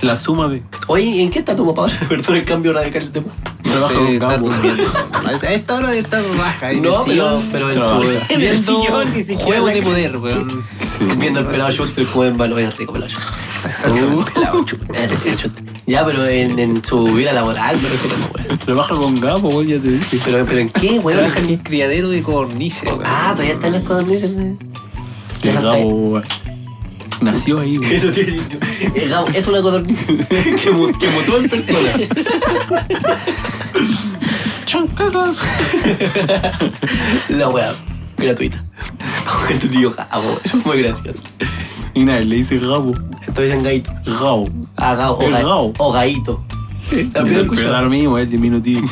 la suma de.
Oye, ¿en qué está tu papá ahora? Perdón el cambio radical del tema.
Trabaja
Sí,
con un
está
cabo.
durmiendo. A esta hora está baja. ahí en
No,
el
pero,
sillón,
pero en
trabaja.
su.
viendo
sillón, ni siquiera
juego
la-
de poder, weón.
Sí.
Viendo el pelado Schuster como en balón, es rico pelado Schuster. Pelado Schuster, es rico, Schuster. Ya, pero en, en su vida laboral me refiero, no, weón.
Trabaja con Gabo, güey, ya te dije.
Pero, pero ¿en qué, weón?
Trabaja en un criadero de cornice, weón.
Ah, todavía están las codornices. weón.
Que
Ya está
Gabo,
ahí.
güey, Nació ahí, güey.
Eso sí, sí. El Eh, Gabo es una codorniz que, mu- que mutó en persona.
Chancada.
La weá, gratuita. Tu tío Gabo, es muy gracioso.
Y nadie le dice Gabo.
Entonces dicen gaito.
Gabo.
Ah, Gabo, o,
El
ga-
Gabo.
o gaito. También lo
Pero
escuchaba.
es lo mismo, es diminutivo.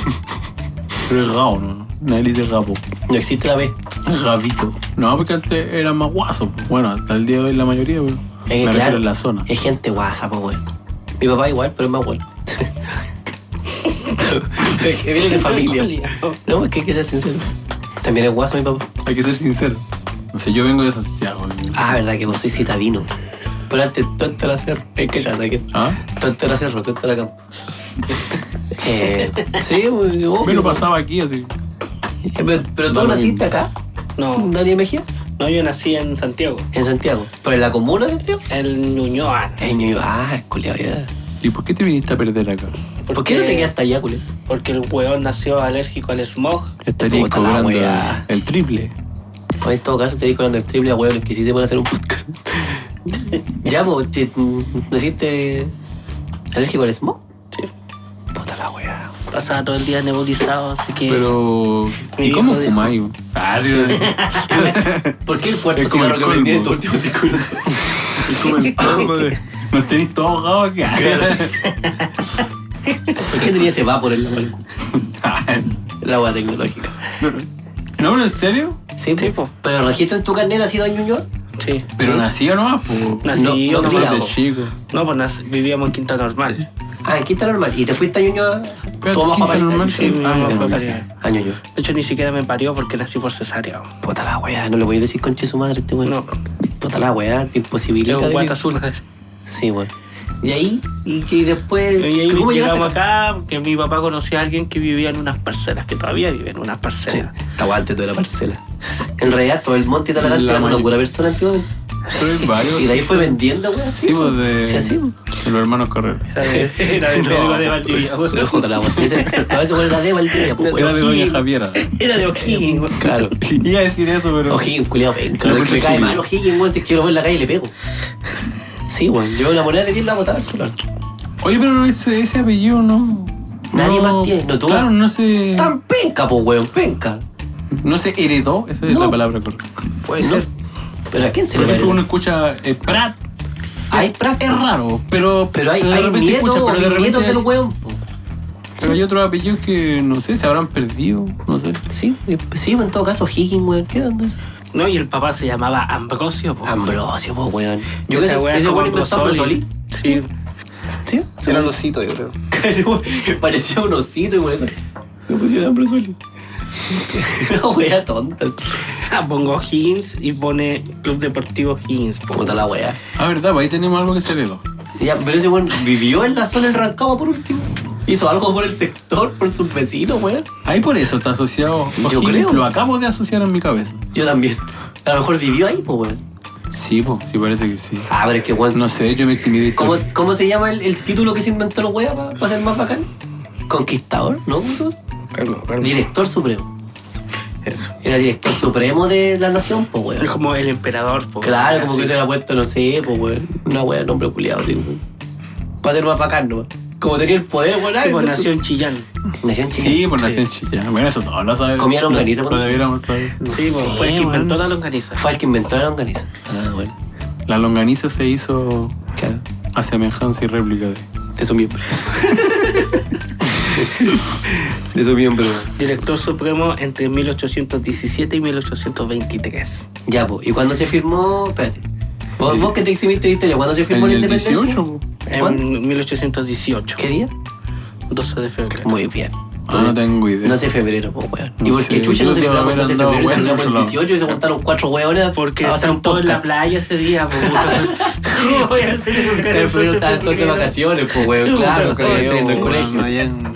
Pero es Gabo, ¿no? Nadie le dice Gabo.
No existe la B.
Gabito. No, porque antes era más guaso. Bueno, hasta el día de hoy la mayoría, pero
Es que,
me refiero
claro,
en la zona.
Es gente guasa, pues, weón. Mi papá igual, pero es más bueno. es que viene de familia. No, es que hay que ser sincero. También es guasa mi papá.
Hay que ser sincero. No sé, yo vengo de Santiago. güey.
Ah, verdad que vos sois citadino. Pero antes, tonto era cerro. Es que ya saqué.
¿Ah?
Tonto era cerro, tonto era campo. eh, sí, obvio.
Me lo pasaba aquí, así.
Eh, Pero, pero tú
Da lo
naciste acá,
No,
Daniel Mejía,
no, yo nací en Santiago,
en Santiago. ¿Pero en la comuna de Santiago?
en Ñuñoa.
En New York. Ah, es culiao, ya.
¿Y por qué te viniste a perder acá?
¿Por qué no te quedaste allá, culiao?
Porque el weón nació alérgico al smog.
Estaría
Puta la
cobrando
wea.
el triple.
Pues en todo caso te cobrando el triple a hueones que sí se pueden hacer un podcast. ya, pues, te, deciste alérgico al smoke.
Sí,
Puta la wea.
pasaba todo el día nebulizado, así que.
Pero.
Mi
¿Y cómo
hijo de-
fumáis? güey? Ah, sí.
¿Por qué el cuarto
Es como
cigarro
el
que vendí en
colmo.
tu último cigarro?
Es como el polvo de. Nos tenéis todos ahogados acá.
¿Por qué tenía ese vapor en la mano? La wea tecnológica.
no, pero en serio.
Sí,
Sí,
po.
po.
Pero registra en tu carnera así Don Ñuñoa.
Sí.
Pero nació nomás, pues.
Nací
No,
yo
no
nomás.
diga.
de chico.
No, pues nac- vivíamos en Quinta Normal.
Ah, aquí está normal. ¿Y te fuiste a Ñuñoa?
Pero
Todo
aquí
bajo
está normal,
normal.
sí.
Sí, mi
Ah,
mamá
ya,
fue
ya.
parir.
A Ñuñoa.
De hecho, ni siquiera me parió porque nací por cesárea.
Puta la wea. No le voy a decir conche su madre a este weón.
No.
Puta la wea. Te
Yo
imposibilita. de
guata
que-
azul.
Sí, weón. Y ahí, y, que después.
Y ahí
¿Cómo llegaste
llegamos acá porque mi papá conocía a alguien que vivía en unas parcelas, que todavía vive en unas parcelas.
Está guante toda la parcela. En realidad, todo el monte y toda la
La
cantidad era una
mayor-
pura persona antiguamente.
Pero hay varios.
Y de ahí fue vendiendo, weón. así,
Sí, pues de.
Sí, así. weón.
de los hermanos Correa.
Era de, era de,
No.
de Valdivia. güey.
No, joder, la weón. Ese- No, ese weón era de Valdivia, pues,
Era
weón.
de Doña Javiera.
Era de O'Higgins. güey.
Claro.
Iba a decir eso, pero.
O'Higgins, culiao, venga.
La
Me
puta
cae
O'Higgins.
mal O'Higgins, weón. Si quiero ver en la calle, le pego. Sí, weón. Yo la moneda de 10 la voy a botar al celular.
Oye, pero ese, ese apellido no.
Nadie
no-
más tiene, no tú.
Claro, no se.
Tan penca, pues, weón, penca.
No se heredó, esa es
No.
la palabra correcta.
Puede ser. Pero ¿a quién se
Por
le va a
ejemplo, uno
heredar?
escucha eh, Pratt.
Hay Pratt.
Es raro, pero.
Pero hay,
de
hay
repente
nietos
escuchas,
o
pero de
bisnietos
repente
del
hay-
weón. po.
Pero hay otros apellidos que, no sé, se habrán perdido, no sé.
Sí, eh, sí, en todo caso, Higgins, weón. ¿Qué onda eso?
No, y el papá se llamaba Ambrosio. po.
Ambrosio, pues, weón. Yo
Esa
creo que
wea
ese
como
weón inventó
Ambrosoli.
Ambrosoli.
Sí.
Sí,
Era un osito, yo creo.
Ese weón parecía un osito y por eso me pusieron Ambrosoli. Una wea tonta.
Ah, Pongo Higgins y pone Club Deportivo Higgins. po.
Puta la wea.
Ah, verdad, pues ahí tenemos algo que se heredó.
Ya, pero ese weón vivió en la zona del Rancagua por último. Hizo algo por el sector, por sus vecinos, weón.
Ahí por eso está asociado.
Yo
O'Higgins,
creo.
Lo acabo de asociar en mi cabeza.
Yo también. A lo mejor vivió ahí, pues, weón.
Sí, pues, sí, parece que sí.
Ah, pero es que, weón.
No sé, yo me eximí de
¿Cómo,
historia.
cómo se llama el, el título que se inventó la wea para ser más bacán? Conquistador, ¿no? ¿Cómo se llama?
Claro, claro.
Director supremo.
Eso.
Era director supremo de la nación, pues, weón.
Es como el emperador. po.
Claro, como
Así.
que se le ha puesto, no sé, pues, weón. Una wea, nombre culiado, tío. Para ser más bacán, ¿no? Como tenía el poder, weón.
Sí,
ay,
po,
no-
nació en Chillán.
Nación chilena.
Sí, pues, por nación chillana. Bueno, eso todos lo sabemos.
Comía longaniza
Lo,
cuando
lo debiéramos saber.
Sí,
pues,
po, fue el que
weón.
inventó la longaniza.
Fue el que inventó la longaniza. Ah, bueno.
La longaniza se hizo
Claro.
a semejanza y réplica de.
De su miembro. de su miembro.
Director supremo entre 1817 y 1823.
Ya, pues. ¿Y cuándo se firmó? Espérate. Vos, vos que te exhibiste de historia, ¿cuándo se firmó
En
la
el
independencia?
18,
¿Cuándo?
En 1818.
¿Qué día?
12 de febrero.
Muy bien.
Ah, no tengo idea.
12 de febrero, pues, weón. ¿Y
No
por qué
sé,
chucha
yo
no se
creo
celebramos
haber
12 de
andado
febrero? Se
bueno en
celebramos el
otro lado.
18 y se juntaron cuatro weones
Porque
a hacer un
están todos en la
podcast.
playa ese día. po. ¿Cómo voy a hacer un
Te fueron tanto de vacaciones, pues, weón. Claro,
Puta,
claro, saliendo del
Bueno,
colegio.
allá en-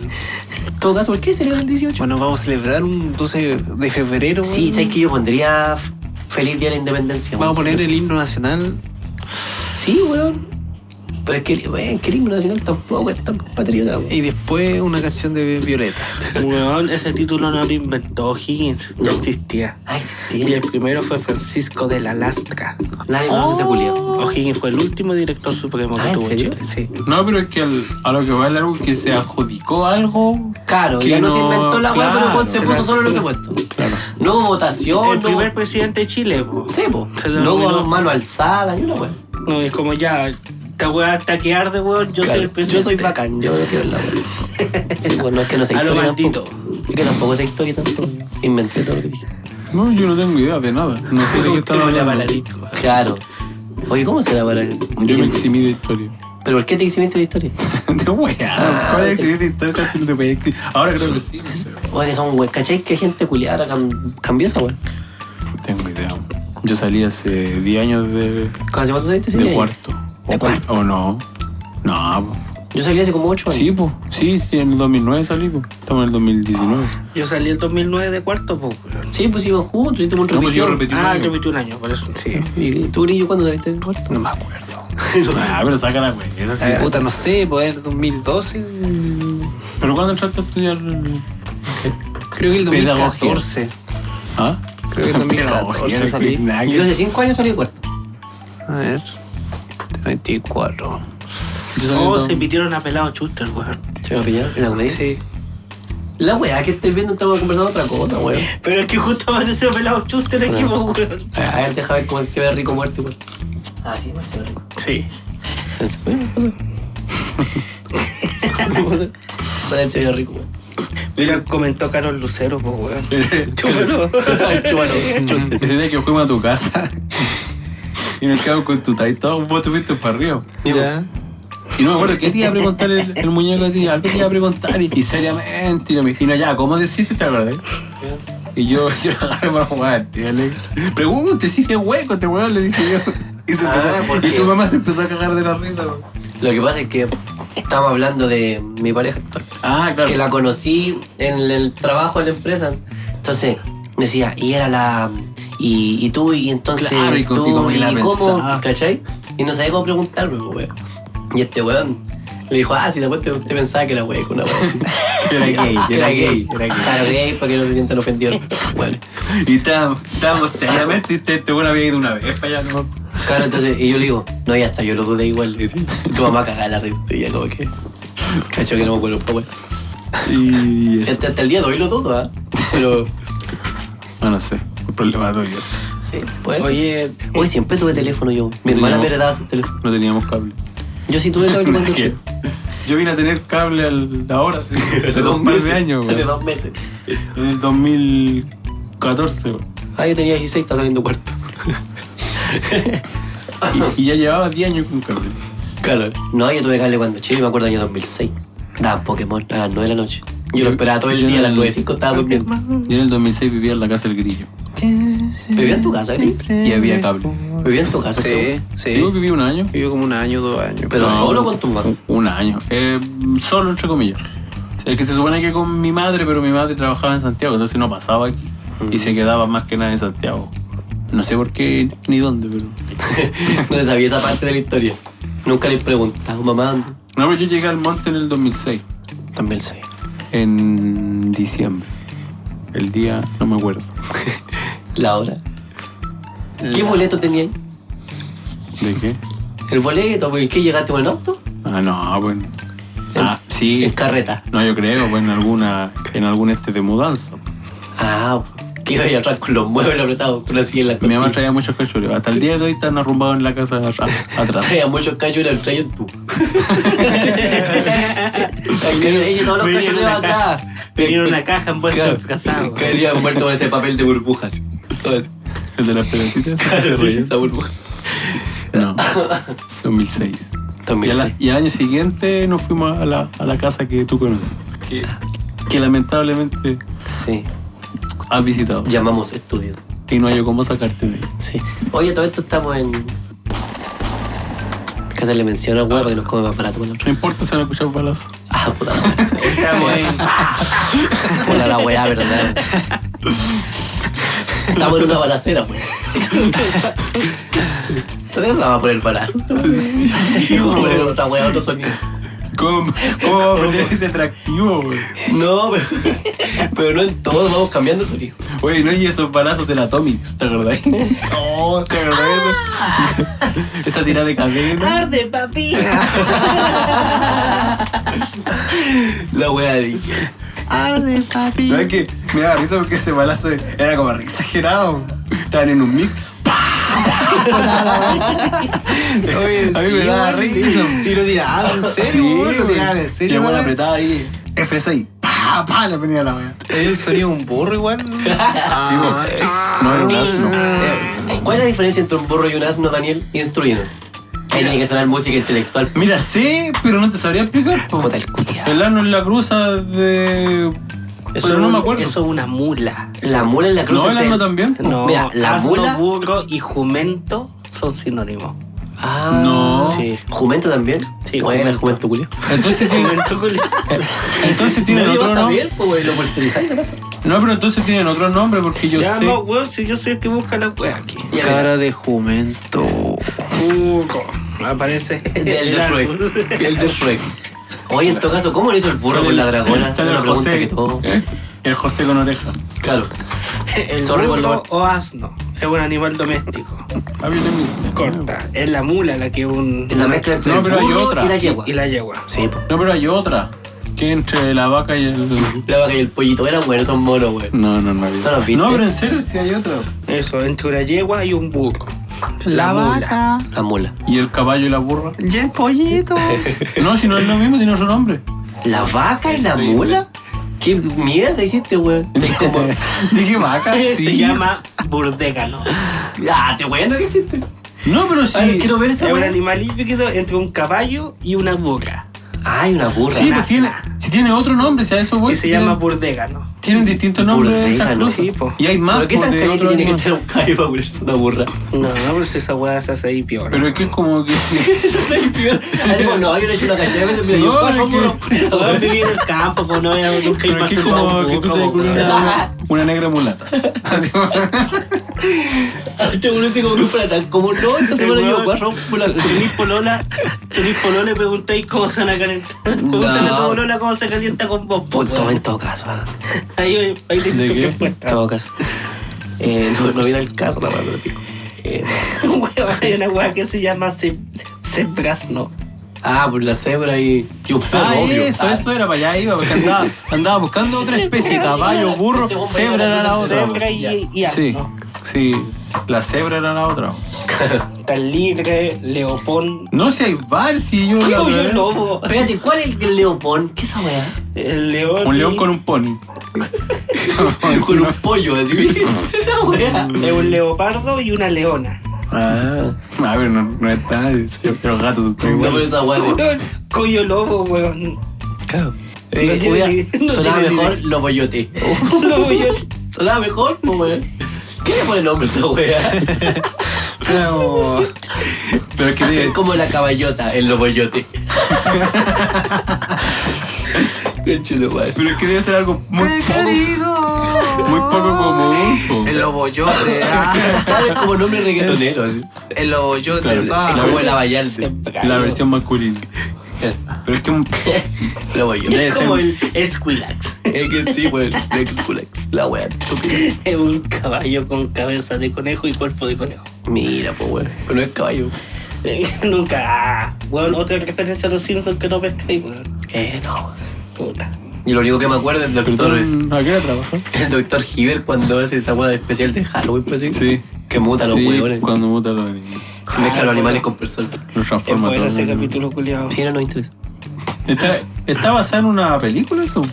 En todo caso, ¿por qué celebran el 18?
Bueno, vamos a celebrar un 12 de febrero.
Sí,
weón.
sabes que yo pondría f- Feliz Día de la Independencia.
Vamos a
weón.
poner el himno nacional.
Sí, weón. Pero es que, weón, que el himno nacional tampoco es tan patriota, weón.
Y después una canción de Violeta.
Weón, ese título no lo inventó Higgins, no existía.
Ay, sí,
Y
tío.
el primero fue Francisco de la Lastra.
Nadie conoce a Julián.
O'Higgins fue el último director supremo que
Ah, ¿en
tuvo
serio?
Chile. Sí.
No, pero es que al- a lo que va el álbum que se adjudicó algo.
Claro,
que
ya no, se inventó la weá, pero
claro,
Juan se puso solo en ese puesto.
Claro.
No hubo votación,
el
Oh, no
primer
hubo.
presidente de Chile, po.
Sí, po.
Se
No
denominó-
hubo mano alzada, ni una weá.
No, es como ya, esta weá hasta que arde, weón, yo soy el
Claro, yo
presidente.
soy bacán, yo no quiero la weá. Sí, bueno, es que no sé
A lo
historia.
maldito.
tampoco. Es que tampoco sé historia tampoco. Inventé todo lo que dije.
No, yo no tengo idea de nada. No sé de qué están
Pero la
hablando.
baladito.
Claro. Oye, ¿cómo será para.?
Yo me eximí de historia.
¿Pero por qué te exhibiste de historia?
De wea. ¿Cuál es el de historia? Ese tipo de- Ahora creo que sí.
Oye, que son weas. ¿Cachai que gente culiada cam- cambió esa wea?
No tengo idea. Yo salí hace 10 años de,
¿Hace cuántos años te
de
salí?
cuarto.
¿De
¿O
cuarto?
¿O no? No, po.
Yo salí hace como 8 años.
Sí, pues. Sí, sí, en el 2009 salí, po. Estamos en el 2019.
Yo salí el 2009 de cuarto, po, weón.
Sí, pues iban juntos, hicimos un
No, pues yo
repetido.
repetí un
Ah,
año.
repetí un año, por eso. Sí.
¿Y tú, Grillo, cuándo saliste del cuarto?
No me acuerdo. ah, pero saca la wea. sí.
Eh, Puta, no sé, poder 2012.
¿Pero cuándo entraste a estudiar? el-
Creo que el
Pedagogía.
2014.
¿Ah?
Creo que también
Pedagogía,
catorce salí.
nada que-
Yo hace 5 años salí del cuarto.
A ver. 24.
Oh, se invitaron a pelado Chuster, weón.
¿Se me pillaron? ¿En la comedia?
Sí.
La weá que estés viendo, estamos conversando otra cosa, weón.
Pero es que justo apareció pelado Chuster aquí, po, weón.
A ver, deja ver cómo se ve rico muerto igual. Ah, sí, igual se ve rico.
Sí.
Vale, se ve rico, weón.
Mira, comentó Carol Lucero, po, weón. Chúpalo.
Ese día que fuimos a tu casa y nos quedamos con tu taito, vos te fuiste para arriba.
Ya.
Y no me acuerdo qué te iba a preguntar el, el muñeco a ti, algo te iba a preguntar y, y seriamente, y lo me imagino ya, ¿cómo decirte? ¿Te acuerdas? Y yo, yo lo agarré para jugar, tío. Le, Pregunte si es hueco, te huevo, le dije yo. Y, se
Ah,
empezó-
¿por
y
qué?
tu mamá se empezó a cagar de la risa. güey.
Lo que pasa es que estamos hablando de mi pareja actual.
Ah, claro.
que la conocí en el trabajo de la empresa. Entonces, me decía, y era la. Y, y tú, y entonces. ah,
Claro, y con-
tú,
y como que la pensaba.
¿cachai? Y no sabía cómo preguntarme, pues, weón. Y este weón le dijo, ah, si después te, te pensaba que era weón, una weón.
Que
así.
era gay,
Que era gay, era gay. Claro, gay, para que no se sientan ofendidos. Bueno,
Y estábamos estábamos seriamente, y este, este bueno había ido una vez para allá, ¿no?
Claro, entonces, y yo le digo, no, ya está, yo lo dudé igual. le decía. Y tu mamá cagada la risa, y ya como que. Cacho que no me acuerdo, pero bueno.
Y eso.
Hasta, hasta el día de hoy lo dudo, ¿ah? Pero.
Ah, No, no sé. Un problema tuyo.
Sí, pues. Oye.
Oye,
Hoy siempre tuve teléfono yo. Mi
Yo
hermana
no.
me heredaba su teléfono.
No teníamos cable.
Yo sí tuve cable cuando
¿Qué?
chico.
Yo vine a tener cable al, ahora, sí. hace dos par de años,
Hace
weón.
dos meses.
En el 2014, weón.
Ah, yo tenía 16, está saliendo cuarto.
Y, y ya llevaba 10 años con cable.
Claro. No, yo tuve cable cuando chico, me acuerdo del año 2006. Daban Pokémon a las 9 de la noche. Yo lo esperaba todo el
Yo
día, a las
no-
9 5 estaba durmiendo.
Yo en el 2006 vivía en la casa del grillo.
¿Vivía en tu casa, Gris?
Y había cable.
¿Vivía en tu casa?
Sí,
Yo
sí.
viví un año.
Vivió como un año, dos años.
tú? Pero
No.
solo con tu mamá.
Un año. Eh, solo, entre comillas. Es que se supone que con mi madre, pero mi madre trabajaba en Santiago, entonces no pasaba aquí. Y se quedaba más que nada en Santiago. No sé por qué ni dónde, pero.
No se sabía esa parte de la historia. Nunca le preguntaba, mamá, ¿dónde?
No, pero yo llegué al monte en el 2006,
También sé.
en diciembre. El día, no me acuerdo.
La hora. ¿Qué boleto tenías?
¿De qué?
¿El boleto? ¿Por qué llegaste con el auto?
Ah, no, bueno. Ah, sí.
En carreta.
No, yo creo, pues en alguna, en algún este de mudanza.
Ah, que iba ahí atrás con los muebles apretados, pero así en la
Mi mamá
costilla.
traía muchos cachorros. Hasta el día de hoy están arrumbados en la casa de atrás. atrás.
Traía muchos cachos y los traía en tú. Ella todos los
Venía
cachos
en
le
una
atrás.
venía una caja envuelta
Claro,
en casado.
Caería muerto con ese papel de burbujas.
El de las pelotitas.
Claro, sí, esa burbuja.
No. 2006. Y,
También
al-
sé.
y al año siguiente nos fuimos a la, a la casa que tú conoces. Que, que lamentablemente
Sí,
has visitado.
llamamos estudio.
Y no hay cómo sacarte de ahí.
Sí. Oye, todo esto estamos en. Casa le menciona al para que nos come más barato con el otro.
No importa si no escuchas balazo.
Ah, puta la wea.
Estamos en-
Puta la weá, verdad. Estamos en una balacera, pues. weón. ¿Dónde se va a poner balazo? Sí, Vamos a poner otra weá, otro sonido.
¿Cómo, cómo va a perder ese atractivo, güey?
No, pero, pero no en todo, vamos cambiando el sonido.
Oye, no, y esos balazos del Atomics, ¿te acordás?
No,
¿Te acordás de eso? Esa tirada de cadena.
Arde, papi.
la weá de Dick.
Arde, papi.
No es que me da risa porque ese balazo era como re exagerado. Estaban en un mix.
Oye,
A mí me daba risa.
Y lo tiraban, en serio, weón, lo tiraban, en serio.
Y la
weón.
apretada ahí. F6. Pa, pa, le ponía la weá.
Ellos serían un burro igual. ¿no? Ah,
No Eh, era un asno.
¿Cuál es la diferencia entre un burro y un asno, Daniel? Instruyenos. Ahí tiene que sonar música intelectual.
Mira, sé, pero no te sabría explicar. po.
Puta el culiao.
El ano en la cruza de.
Eso,
pero
es
no
un-
me acuerdo.
eso es una mula.
La mula en la cruz.
¿No el
entre-
ano también? po.
No,
Mira, la
asno,
mula-
burro y jumento son sinónimos.
Ah,
No.
Sí.
¿Jumento también?
Sí,
Buena,
jumento.
jumento, culio.
Entonces tiene. entonces tienen
Nadie va
otro
a
nombre.
saber, pues, güey, lo fertilizáis, ¿qué pasa?
No, pero entonces tienen otro nombre porque yo
ya
sé.
no, weón, si yo soy el que busca la wea aquí.
Y a ver,
Cara de jumento.
Burro. Aparece
El de Shrek. El de Shrek. Oye, en todo caso, ¿cómo lo hizo el burro
Sale
con la
el-
dragona? Es
sale
una
el
pregunta
José.
que todo.
¿Eh? El José con oreja.
Claro.
El
Sorry,
burro
Goldberg.
o asno es un animal doméstico.
Ah, bien, bien.
Corta. Es la mula la que es un.
En la mezcla entre
No,
el
pero hay
burro
otra.
y la yegua.
Y la yegua.
Sí, po.
No, pero hay otra. Que entre la vaca y el.
la vaca y el pollito eran buenos, son monos, güey.
No, no, no. había.
¿No los viste?
No, pero en serio sí hay otra.
Eso, entre una yegua y un burro.
La
mula.
vaca.
La mula.
¿Y el caballo y la burra?
Y el pollito.
No, si no es lo mismo, tiene otro nombre.
¿La vaca y la mula? ¿Qué mierda hiciste, güey? Es como.
Dije vaca,
Se
sí.
llama burdégano.
Ah, te bueno que hiciste.
No, pero
A ver,
sí.
quiero ver
Es
esa,
un
güey.
animal híbrido entre un caballo y una burra.
Ay, una burra.
Sí, pues tiene, si tiene otro nombre, si a eso voy.
Y se
tienen-
llama burdégano.
Tienen distintos nombres
Burdega,
esas
¿no?
cosas.
Sí, po.
Y hay más.
¿Pero qué
po,
tan
de
caliente
otro
tiene que
animal.
estar un callo para volverse una burra?
No, no, pero si esa weá se hace ahí peor.
Pero es que es como que.
Soy peor. Así como, no, yo no he hecho una cachada pues, de veces, mira, yo
No,
paso
es que-
burro. puta,
Weón,
güey.
viví en el campo, pues no había nunca
Pero es que es como que tú te
masturbado,
culias
weón.
una, una negra mulata. Así como-
Este uno dice como que fuera tan como no, esta semana
El
yo
weón-
guarro pura.
Tenís polola, tenís polola y preguntáis cómo se van a calentar. Pregúntale a tu polola cómo se calienta con vos. po,
Punto
weón.
en todo caso, ah,
Ahí, ahí tenés
¿De
tu
qué?
en
respuesta.
todo caso. Eh, no, no viene el caso, la verdad, pico. Eh,
Huevón, hay una hueá que se llama ce- Cebrasno.
ah, por la cebra y. Yo,
Ah,
obvio.
eso,
Ah,
eso era, para allá iba, porque andaba, andaba buscando otra especie, caballo, burro,
Este hombre
cebra
era
era la
un
otra.
Cebra y, y
Sí,
asno.
sí, la cebra era la otra.
Calibre, Leopón.
No, si hay bar, si yo...
¿Qué
la
oye
otra
el
vez-
lobo?
Espérate, ¿cuál es el leopón? ¿Qué es esa weá?
El león.
Un
y-
león con un pony.
Con un pollo, así. ¿Qué es esa weá?
Es un leopardo y una leona.
Ah, a ver, no, no está. Los gatos están
No,
igual.
pero esa weá. de-
Weón, Coyo lobo, weón.
Eh,
tiene
hubiera-
ni- no
sonaba
tiene ni
mejor lo boyote.
Lobo, yo-
Sonaba mejor, po, weón. ¿Qué le pone nombre a esa weá?
Pero es que
Es
tiene-
como la caballota, el loboyote. Qué chulo, weón.
pero es que debe ser algo muy poco, muy poco común. po.
El loboyote. ah,
Es como nombre reggaetonero. así.
el loboyote.
Claro,
ah,
Es como el abayarte.
La versión masculina. Pero es que un-
Loboyote.
debe
Es
ser
como el Esquilax.
Es que sí, weón. Lex La weá. estúpida.
Es un caballo con cabeza de conejo y cuerpo de conejo.
Mira, po, weón. Pero no es caballo.
Eh, Nunca. ah, Weón, otra referencia a los Simpsons que no pescáis, weón.
Eh, no.
Puta.
Yo lo único que me acuerdo es del doctor.
Perdón, ¿a qué hora trabajó?
El doctor Hiver cuando hace esa weá especial de Halloween, pues
Sí.
Que muta los
Sí,
huevones.
cuando muta los animales.
Mezcla los animales con personas.
Los
Es
transforma
bueno
todo.
ese capítulo, culiado.
Sí, no nos interesa.
¿Está, ¿Está basado en una película eso?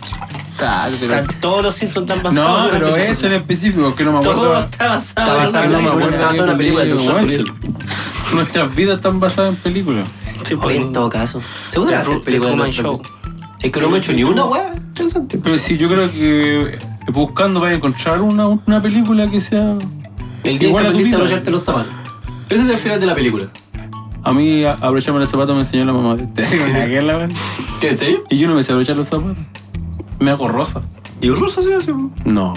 Claro, pero.
Todos los Simpsons están
No,
basados en una
pero
película.
eso en específico, que no me
Todo
acuerdo.
está basado.
Está
en
basado en una película. Está
una película.
basado en una película de
Bueno.
Doctor Hiver.
Nuestras vidas están basadas en películas.
Sí,
Oye, en
pues,
todo caso. Seguro
Ya,
que hacer
The
películas
Truman
de
Show.
Doctor Who. Es que no me he hecho ni una, weá. Interesante.
Pero sí, yo creo que buscando para encontrar una, una película que sea.
El día
Igual
que
a tu
aprendiste a
vida.
abrocharte los zapatos. Ese es el final de la película.
A mí, a- abrocharme los zapatos me enseñó la mamá de este.
¿Qué, en serio?
Y yo no me sé abrochar los zapatos. Me hago rosa.
¿Y un ruso se hace? weón?
No.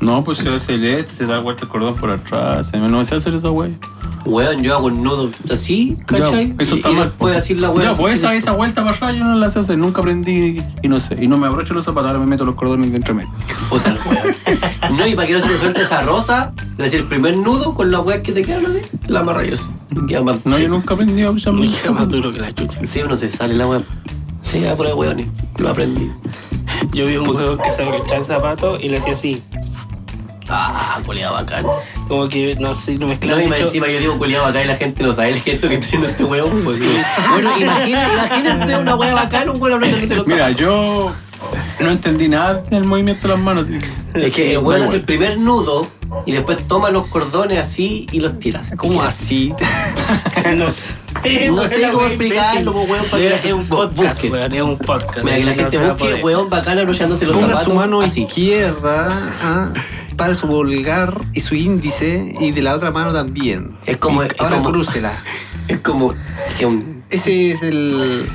No, pues se hace el este, se da vuelta el cordón por atrás. se- No me sé hacer esa wey.
Weón, yo hago un nudo así, ¿cachai?
Ya, eso
Y-
está
y
mal.
después así la weá.
Ya,
así
pues esa,
que-
esa vuelta para allá yo no la sé hacer. Nunca aprendí y no sé. Y no me abrocho los zapatos, ahora me meto los cordones dentro de mí.
Puta la weá. No, y para que no se te suelte esa rosa, le haces el primer nudo con la weá que te quedan así, la amarras yo así. Queda más.
No,
sí.
yo nunca aprendí a abrocharme los
Mucho más
zapatos.
duro que la chucha.
Sí, uno se sale la weá. Sí, a pura weones. Lo aprendí.
Yo vi un juego que se abrochaba el zapato y le hacía así.
Ah, culiado bacán.
Como que no sé, no
No,
mezclaba
y más
mucho.
encima yo digo culiado acá y la gente no sabe el gesto que está haciendo este huevo. pues, güey. Bueno, imagina- imagínense una hueá bacana, un huevo hablando que se lo
Mira, yo no entendí nada del movimiento de las manos.
Es que el
Muy
huevo hace el
bueno.
primer nudo y después toma los cordones así y los tiras.
¿Cómo así?
No sé,
No
weón,
sé
la
cómo
wea
explicarlo, pues,
imbécil.
weón, para que la
Es un
gente
podcast,
busque.
weón, es un podcast.
Mira, que la
No
gente
se va a
busque
poder.
hueón bacana abrochándose los
Ponga
zapatos.
su mano
así.
izquierda ah, para su vulgar y su índice y de la otra mano también.
Es como-
Y
es
ahora
como-
crúcela.
Es como que un.
Ese es el.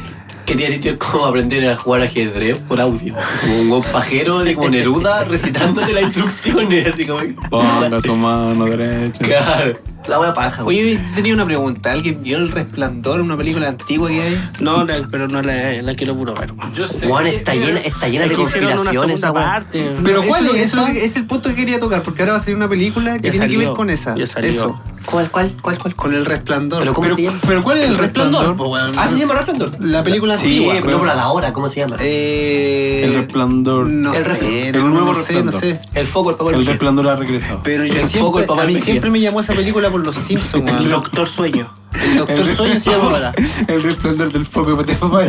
Que tiene sitio es como aprender a jugar ajedrez por audio. Así Como un hueón pajero de como Neruda recitándote las instrucciones. Así como.
Ponga su mano derecha.
Claro. La hueá paja, güey.
Oye, yo tenía una pregunta. ¿Alguien vio El Resplandor, una película antigua que hay?
No, la- pero no la, la quiero puro ver.
Yo sé.
Weón, está llena, está llena de
que hicieron una
conspiraciones esa
segunda
hueá.
parte.
Pero ¿cuál
Eso-
es
eso
esa?
es el punto que quería tocar, porque ahora va a salir una película que
Ya
tiene que
salió,
ver con esa.
ya salió.
Eso,
¿Cuál, cuál, cuál, cuál?
con El Resplandor.
Pero ¿cómo
Pero,
se llama?
pero ¿cuál es el resplandor?
Ah, se llama Resplandor.
la película
Sí,
antigua.
pero-
No, pero a la hora, ¿cómo se llama?
Eh,
El Resplandor.
No
El
sé,
Resplandor.
no,
El nuevo
no sé, no
Resplandor.
sé.
El foco, el foco.
El
el foco.
resplandor ha regresado.
Pero yo
El foco, el
siempre,
papá
a mí
del
siempre me llamó esa película por los Simpsons.
El
weón.
Doctor Sueño.
El Doctor Sueño se llama ahora.
El resplandor del foco de papá.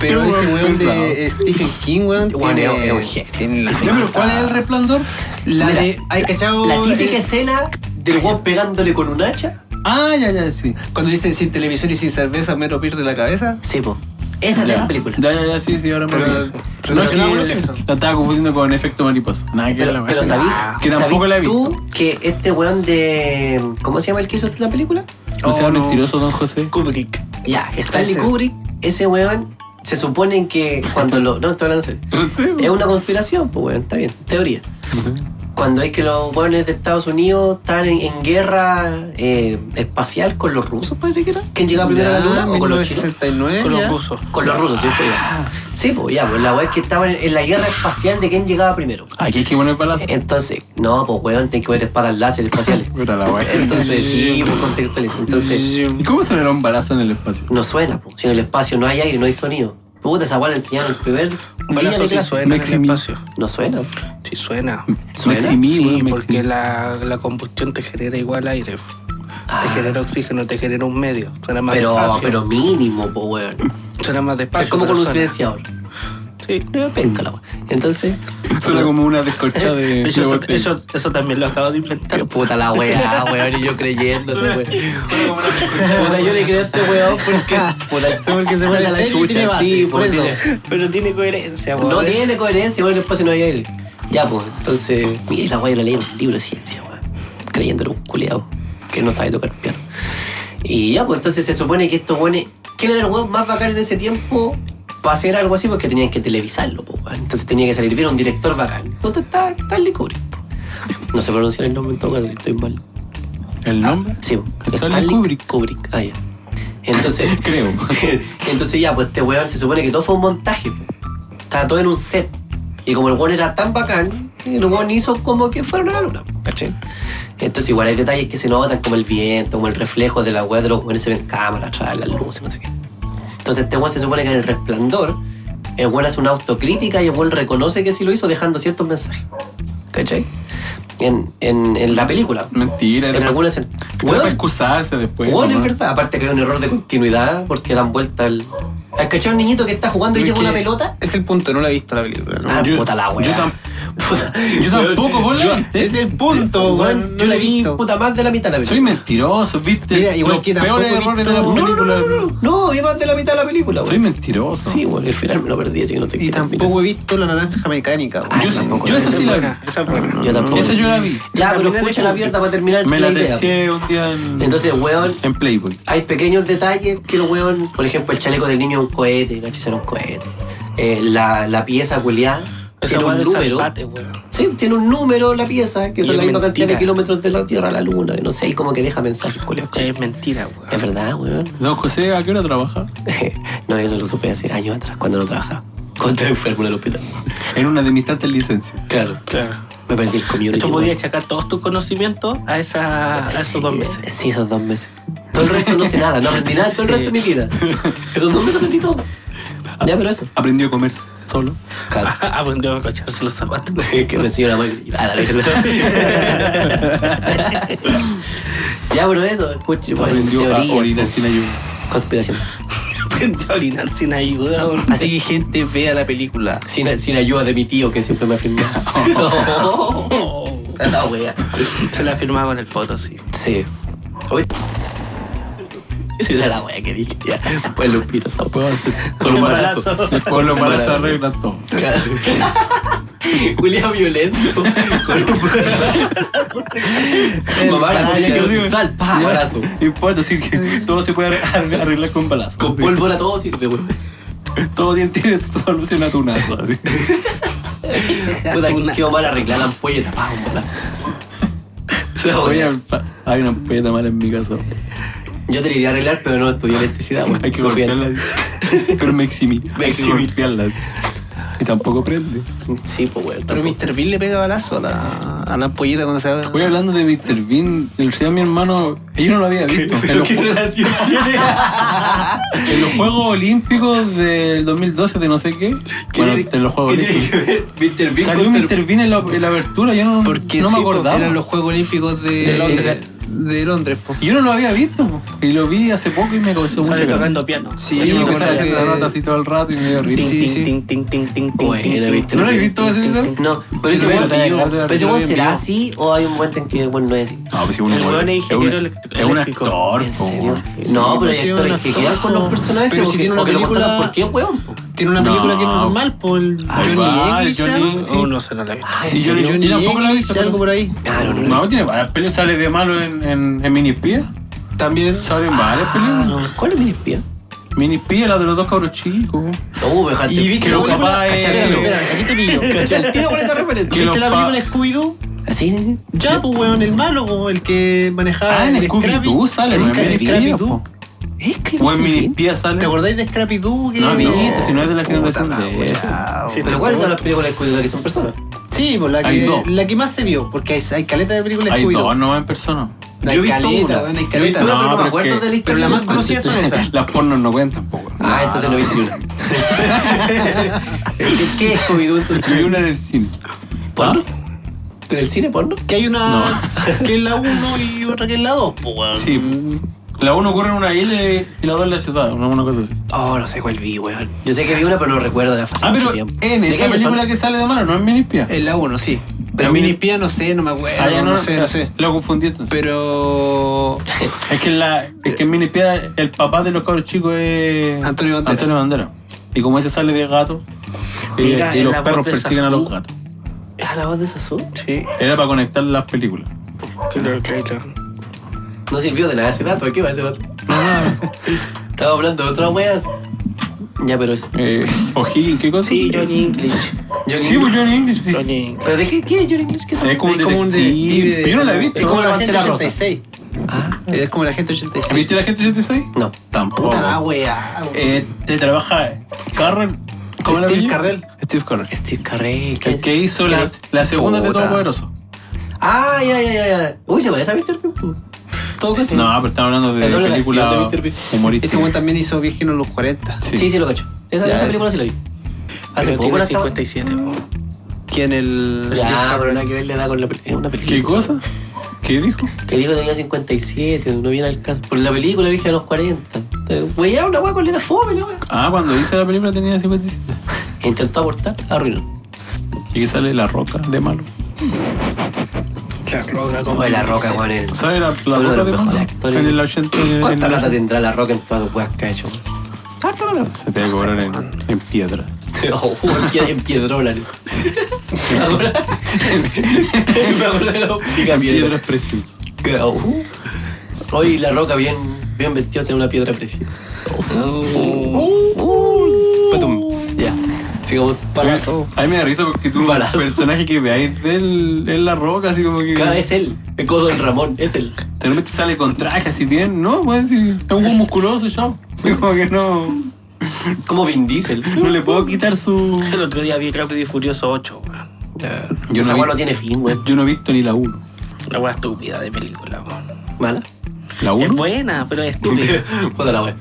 Pero
Qué
ese
weón
weón
pesado.
de Stephen King, weón,
Weón,
tiene,
era un genio.
tiene la
pero ¿cuál es el resplandor?
La
Mira,
de. Ay, cachao.
La típica
eh,
escena del guau pegándole con un hacha.
Ah, ya, ya, sí.
Cuando dicen sin televisión y sin cerveza, mero pierde la cabeza.
Sí, po. Esa es la película.
Ya, ya, ya, sí, sí, ahora me
Pero-
acuerdo.
pero
No,
no,
es que
no, los Simpsons.
La estaba confundiendo con efecto mariposa. Nada que ver la
Pero, pero
wea.
sabí,
Ah, Que tampoco
sabí
la he visto.
tú que este weón de. ¿Cómo se llama el que hizo la película?
No sea
Oh, no.
mentiroso, don José.
Kubrick.
Ya, Stanley
Ese.
Kubrick, ese weón, se supone que cuando lo. No, estoy hablando en serio.
No sé.
Es una conspiración, pues weón, está bien, teoría. cuando hay que los hueones de Estados Unidos están en, en guerra eh, espacial con los rusos, parece que era. ¿Quién llegaba primero a la luna? O con los chinos.
1969.
Con los
ya.
rusos.
Con los rusos, ¿cierto? Ya. Sí, pues ya, pues la weá es que estaban en, en la guerra espacial de quién llegaba primero.
Aquí hay que poner balazo.
Eh, Entonces, no, pues weón, tenés que ver espadas láser espaciales.
Puta la wea.
Entonces, sí, pues contextualiza. Entonces,
¿Y cómo sonará un balazo en el espacio?
no suena, pues. Si en el espacio no hay aire, no hay sonido. Puta, esa weá la enseñaron el primer
Un
día de
balazo sí
clase.
suena en el
Maximi.
espacio.
No suena. pues.
Sí suena.
¿Suena?
Maximí,
Sí,
weón, Maximí.
porque la, la combustión te genera igual aire. Te
Ah,
genera oxígeno, te genera un medio. Suena más
pero,
despacio.
pero mínimo, pues weón.
suena más despacio.
Es como
pero
con un
suena.
silenciador.
Sí.
Eh, Penca la wea. Entonces,
Suena como una descorchada
Eh,
de. de
Eso,
botella.
eso, eso también lo acabo de inventar.
pero puta la weá, weón, y yo creyendo, weón. Puta, yo le creo a este weón Ah, porque. Puta,
Porque se
puta
puede
la
hacer y tiene
chucha,
base,
sí,
por
por eso.
eso.
Pero tiene coherencia,
No
pobre.
tiene coherencia, weón, en el espacio no hay aire. Ya, pues, entonces. Mira, y la weá yo la leí en un libro de ciencia, weón. Creyéndolo un culiado que no sabe tocar piano. Y ya, pues entonces se supone que estos weones. ¿Quién era el weón más bacán en ese tiempo? Para hacer algo así, porque tenían que televisarlo, pues, weón. Entonces tenía que salir bien un director bacán. Puta, está, está el Kubrick, po. No sé pronunciar el nombre en todo caso, si estoy mal.
¿El nombre?
Sí,
Stanley Kubrick.
Kubrick, ah, ya. Entonces,
Creo.
entonces ya, pues este weón se supone que todo fue un montaje. po. Estaba todo en un set. Y como el weón era tan bacán, el weón hizo como que fuera una luna. ¿Caché? Entonces igual hay detalles que se notan, como el viento, como el reflejo de la weá de los weones se ven en cámara, atrás, las luces, no sé qué. Entonces este weón se supone que en el resplandor, el weón hace una autocrítica y el weón reconoce que sí lo hizo dejando ciertos mensajes. ¿Cachai? En, en, en la película.
Mentira,
En
era para,
algunas...
era para excusarse después.
Bueno,
Pues
es
nomás.
verdad. Aparte que hay un error de continuidad porque dan vuelta al. ¿Has cachado un niñito que está jugando y
Pero
lleva
es
una
que
pelota?
Es el punto, no la he visto la película. ¿no?
Ah,
yo-
puta la wea.
yo tam-
Puta.
Yo tampoco, vos la viste.
Es el punto,
Weón,
weón.
yo
no
le
la he
vi
visto.
puta más de la mitad de la
Soy
película.
mentiroso, viste.
Mira, igual
Los
que tampoco
peores errores de
he
la
visto-
película.
No, vi más de la mitad de la película,
Soy
weón.
mentiroso.
Sí, weón, el final me lo perdí, así que no sé
Y
qué
tampoco he visto la naranja mecánica, weón.
Ah,
yo
esa tampoco
yo
la
esa
vi.
sí la vi.
Esa es buena.
termina. Yo tampoco.
Esa yo la vi.
Ya, pero
También es de
escucha la
Kubrick.
mierda para terminar
Me la
idea.
deseé un día en,
Entonces, weón,
en Playboy.
hay pequeños detalles que los weón, por ejemplo, el chaleco del niño es un cohete, ¿cachai? Era un cohete. Eh, la, la pieza culiada
Esa
era
weá
un
de
número.
Salfate, weón.
Sí, tiene un número la pieza, que
Y
son
es
la misma cantidad de
mentira.
kilómetros de la Tierra a la Luna, y no sé, y como que deja mensajes, culiao.
Es mentira, weón.
Es verdad, weón.
Don José, ¿a qué hora trabaja?
no, eso lo supe hace años atrás, cuando no trabajaba. Cuando estaba enfermo en el hospital.
En una de mis tantas licencias.
Claro,
Claro.
me perdí el community.
Tú
weón.
podías achacar todos tus conocimientos a, esa, a esos
Sí,
dos meses.
Sí, esos dos meses. Todo el resto no sé nada, no aprendí nada todo el
Sí.
resto de mi vida. Esos dos meses aprendí todo. Ya, pero eso.
Aprendió a comer solo.
Claro.
Aprendió a cacharse los zapatos.
que me enseñó la máquina. Ah, la verdad. ya, pero eso, escucha, bueno,
Aprendió
teoría, pues.
a orinar sin ayuda.
conspiración.
Aprendió a orinar sin ayuda. weón.
Así que, gente, vea la película.
Sin, sin ayuda de mi tío que siempre me afirmó.
Oh,
la wea.
se la firmaba con el foto, sí.
Sí. Uy. Era la wea que dije. Ya. Pues Lupita, esa wea.
Por
Con
un
un
balazo.
balazo.
Después los balazos arreglan todo.
Julia violento. Con un balazo. Mamá, la comida quedó sin sal. Pa, balazo.
No importa, así que todo se puede arreglar arreglar con balazo.
Con pólvora todo sirve, weón.
Todo bien tiene su solución a tu nazo. así.
Puta, quedó mal arreglar la ampolleta. Pa, un balazo. La
Oye,
wea.
pa- hay una peta mala en mi caso.
Yo te la iría a arreglar, pero no estudié electricidad, weón.
Hay que
Lo fui a-
golpearla. Pero me eximí. Hay que
eximí.
golpearla. Y tampoco prende.
Sí, pues, weón.
Pero
tampoco.
Mr. Bill le pega balazo a la, a la ampolleta cuando se va.
Voy hablando de Mr. Bean. El sea mi hermano, yo no lo había visto. En los, ju-
relación tiene?
en los Juegos Olímpicos del 2012, de no sé qué. Bueno, en los Juegos Olímpicos.
que ver Mr. Bean
Salió
con
Mr. Bean en la, en la apertura, yo no,
Porque
no
sí,
me
po,
acordaba.
Eran los Juegos Olímpicos de,
De Londres.
de Londres, pues. po.
Y Yo no lo había visto, po. y lo vi hace poco y me causó mucha
Sale
gracia.
tocando piano.
Sí,
Sí,
yo
me
me
empezaba a
acuerdo
hacer
que-
esa nota así todo el rato y me dio risa.
Sí,
Ting,
sí.
ting, ting, ting, ting, ting,
Bueno,
ting, ting,
viste,
¿No
ting,
lo he
ting,
visto ese
ting,
video?
ting, ting.
No, pero
Sí,
ese
pero
weón,
te- te- te-
pero ese
te-
weón
te-
será
te-
así o hay un momento en que bueno no es así.
No, pues si uno
El
puede-
weón es ingeniero
un-
elect-
es un
eléctrico.
actor,
¿En
po,
serio?
weón.
no, pero hay
pues,
actores
sí,
que
un
quedan
actor,
con los
po.
personajes
Pero
o,
si
que,
tiene una
o que lo
película-
contaron por qué, weón. po.
Tiene una
No,
película que es
po.
normal, po. El
Ah,
Johnny
igual,
English,
Johnny-
algo, sí.
Oh, no se no la he visto.
Ah,
Sí,
¿en
yo-
serio?
yo- Y tampoco la he visto,
algo
pero-
por ahí.
Claro, no, no.
No, tiene varias películas, sale de malo en, en, en Mini Espía.
También.
Salen varias
Ah,
películas.
no. ¿Cuál es mi espía?
Mini Espía, la de los dos cabros chicos.
Uh, dejate.
Y viste
que
la
lo
película.
capaz es-
Espera, espera, aquí te pillo.
Cacha el tiro con esa referencia.
Que
¿Viste
los
la
pa-
película Scooby-Doo?
Así, sí, sí.
Ya, pues, weón, el malo, pues, el que manejaba.
Ah, en
el
Scooby-Doo
Scrappy-
sale,
el
no en
Scrappy-
Minispías,
Scrappy-Doo.
po.
Es que.
O en Minispías sale.
¿Te acordáis de Scrappy-Doo? que-
No, amiguito, si no es de la
Puta
generación
la
de-
weá,
Sí,
weón.
¿Pero cuáles son las películas de Scooby-Doo que son personas?
Sí, pues la
Hay
que,
dos.
la que más se vio, porque hay, hay caleta de películas
Hay
Scooby-Doo.
dos nomás en persona.
La
Yo he visto
caleta,
una.
weón, hay
Yo he
caleta.
visto una, pero no me
pero
acuerdo
es que-
de la historia.
Pero la más conocida son esas.
Las pornos no cuentan, po, weón.
Ah, entonces no viste ni una.
¿Qué- ¿Qué es Scooby-Doo entonces?
Vi una en el cine. ¿Ah?
¿Porno? ¿Del cine porno?
Que hay una que es la 1 y otra que es la 2, pues, weón.
Sí. La uno ocurre en una isla y la dos en la ciudad, una, una cosa así.
Oh, no sé cuál vi, weón. Yo sé que vi una, pero no recuerdo la fase.
Ah, pero en esa película
que.
que sale de mano, no en Minispías.
Es la 1, sí.
Pero
Pero
mira-
Minispía no sé, no me acuerdo.
Eh, Ah, ya,
no, sé, no sé.
Lo confundí entonces.
Pero.
Es que, en la, es que en Minispías el papá de los cabros chicos es
Antonio Banderas.
Antonio Banderas. Y como ese sale de gato, eh,
Mira,
y
en
los
la voz
perros
de
persiguen a
Zazú.
los gatos.
¿Es a Ah, la voz de Sasu?
Sí,
Era para conectar las películas.
claro, claro.
No sirvió de nada ese dato. ¿de ¿Qué va ese dato?
Ah.
Estaba hablando de otras weas. Ya, pero es.
Eh, O'Higgins, ¿qué cosa?
Sí, Johnny English.
Johnny
Sí, pues Johnny English. sí.
Johnny English.
¿Pero de qué? ¿Qué es Johnny English? ¿Qué
Es
son?
como un
es como un detective.
detective.
de-
Yo no la he visto.
Es como la gente
Pantera Rosa.
86.
Ah,
Es como la gente 86.
¿Viste la gente 76?
no.
Tampoco.
Puta la weá.
Eh, te trabaja Carrell.
Steve
era el apellido?
Carrell.
Steve Carrell.
Steve Carrell. ¿qué
El
es?
que hizo
¿Quién
la,
es?
la segunda de
Puta.
Todo Poderoso.
Ah, ya, ya, ya, ya. Uy, se parece a Mr. Bean, pu. Todo caso.
No, pero estamos hablando de
El doble de
película
acción de Mr. Bean.
Ese
humorística.
weón también hizo Virgen en los 40.
Sí.
Sí, sí, lo cacho. Esa,
Ya,
esa
ese.
película sí la vi. Hace
Pero
poco
tiene
la estaba.
57. po.
¿Quién el.
Ya, pero nada que ver le da con la película. Es una película.
¿Qué cosa? ¿Qué dijo?
Que dijo que tenía 57, no viene al caso. Por la película dije a los 40. Güey, ya una weá con letra fome, la weá. E
Ah, cuando hice la película tenía 57.
Intentó aportar, arruinó.
Y que sale La Roca de malo.
La roca como
Oye, la roca, weón. el-
¿Sabes la, la
Uno de
Roca
los
de
mejores
malo?
actores.
En el 80. en
¿Cuánta
el-
plata tendrá la roca en todas sus weas que ha hecho? Harta plata.
Se te va a
Ah,
cobrar en, en piedra.
Oh, weón, que hay en piedrólares. Ahora. Me acuerdo de los pica
En
piedra. Oh.
piedras preciosas.
Hoy la roca bien, bien vestida en una piedra preciosa. Oh.
Oh.
Uh,
Patum.
Ya. Sigamos. Palazo.
A mí me da risa porque tú, un
Balazo.
personaje que veáis de él es La Roca, así como que.
Cada vez él. Me codo el Ramón, es él.
De repente sale con traje así bien, no, pues sí, es un hueón musculoso ya. Es como que no,
Como Vin Diesel.
no le puedo quitar su.
El otro día vi Rápido y Furioso 8, weón.
Yo
Esa
no,
weá
vi-
no tiene fin, weón.
yo no he visto ni la 1.
La weá estúpida de película, weón.
Mala.
¿La
Es
1?
buena, pero es estúpida.
Puta la weá.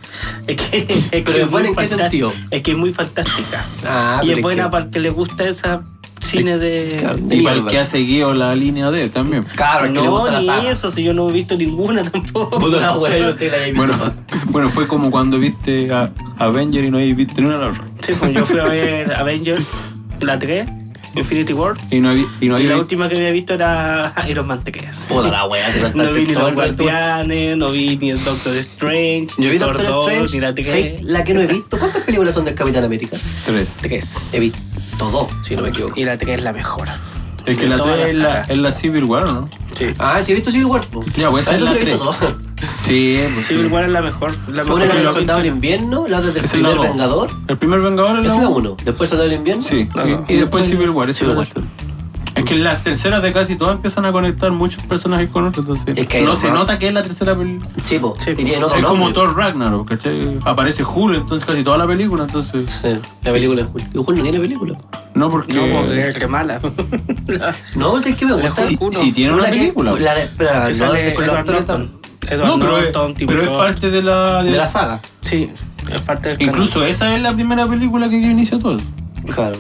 Es que, es que
Pero es buena en
muy
qué
fantás-
sentido?
Es que es muy fantástica.
Ah,
y
pero
es buena
que-
para el que le gusta esa cine de.
Claro,
Y para el
mierda.
que ha seguido la línea D también.
Cabro, Ah, que le
no,
gusta la
ni
saga.
eso, si yo no he visto ninguna tampoco.
Puta la weá, yo sé que la había visto.
Bueno, bueno, fue como cuando viste a Avenger y no habéis visto ni una de las otras.
Sí, pues yo fui a ver Avengers, la 3, Infinity War.
Y no habéis y no
y
habéis
la
visto.
última que había visto era Iron Man 3.
Puta la weá, te
No vi
saltaste
ni
todo
los
el resto.
Guardianes, no vi ni el Doctor Strange,
Yo vi
ni Thor
Doctor
2, ni la
Strange.
3.
Soy la que no he visto. ¿Cuántas películas son del Capitán América?
Tres.
3.
He visto dos, si no me equivoco.
Y la 3 es la mejor.
Es que
De
la
toda
3 es
la
la,
saga.
es la Civil War, ¿o ¿no?
Sí.
Ah, sí he visto Civil War. po.
Ya, pues esa
Ah,
es la
entonces he visto
tres.
todo.
Sí, pues sí.
Mm.
Civil War es la mejor. La mejor
Una era
que
del
lo-
Soldado del Invierno, la otra del
Esa es la
Primer
dos.
Vengador.
El primer Vengador es
Esa
la
es la
1.
uno. Después Soldado del Invierno.
Sí,
Ah,
y,
no.
y después Civil War, eso
Civil
es
War.
verdad. Es que en las terceras de casi todas empiezan a conectar muchos personajes con otros, entonces
Es que hay
no
dos,
se
¿no?
nota que es la tercera película.
Sí, po.
Sí,
Y
po.
tienen otro
Es
nombre.
como Thor Ragnarok, ¿cachai? Aparece Hulk, entonces casi toda la película, entonces...
Sí, la película de Hulk. Y Hulk no tiene película.
No porque...
No, porque es re mala. La-
No, si es que me gusta.
si,
Hulk uno.
si tiene una
La que-
película.
La, espera,
que
no, este
sale
con los
Edward
actores
Norton. Edward
no, pero, es-
Norton, Tim
pero es
Roth.
parte de la...
tan-
de-
de la saga.
Sí, es parte del
Incluso esa es la primera película que dio inicio a todo.
Claro.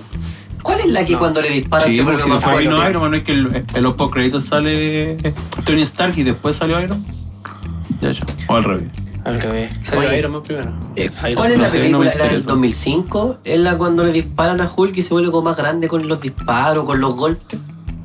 ¿Cuál es la que cuando le disparan
Sí,
se
porque
vuelve
si
más
después
fuerte?
vino Iron Man, no es que el- en los postcréditos sale Tony Stark y después salió Iron Man. Ya, ya. O al revés.
canal. Al revés.
Oye,
Man primero.
Eh,
Iron
¿Cuál es
Man.
la
No sé, no
película?
me
¿La del
interesa.
2005? ¿Es la cuando le disparan a Hulk y se vuelve como más grande con los disparos, con los golpes?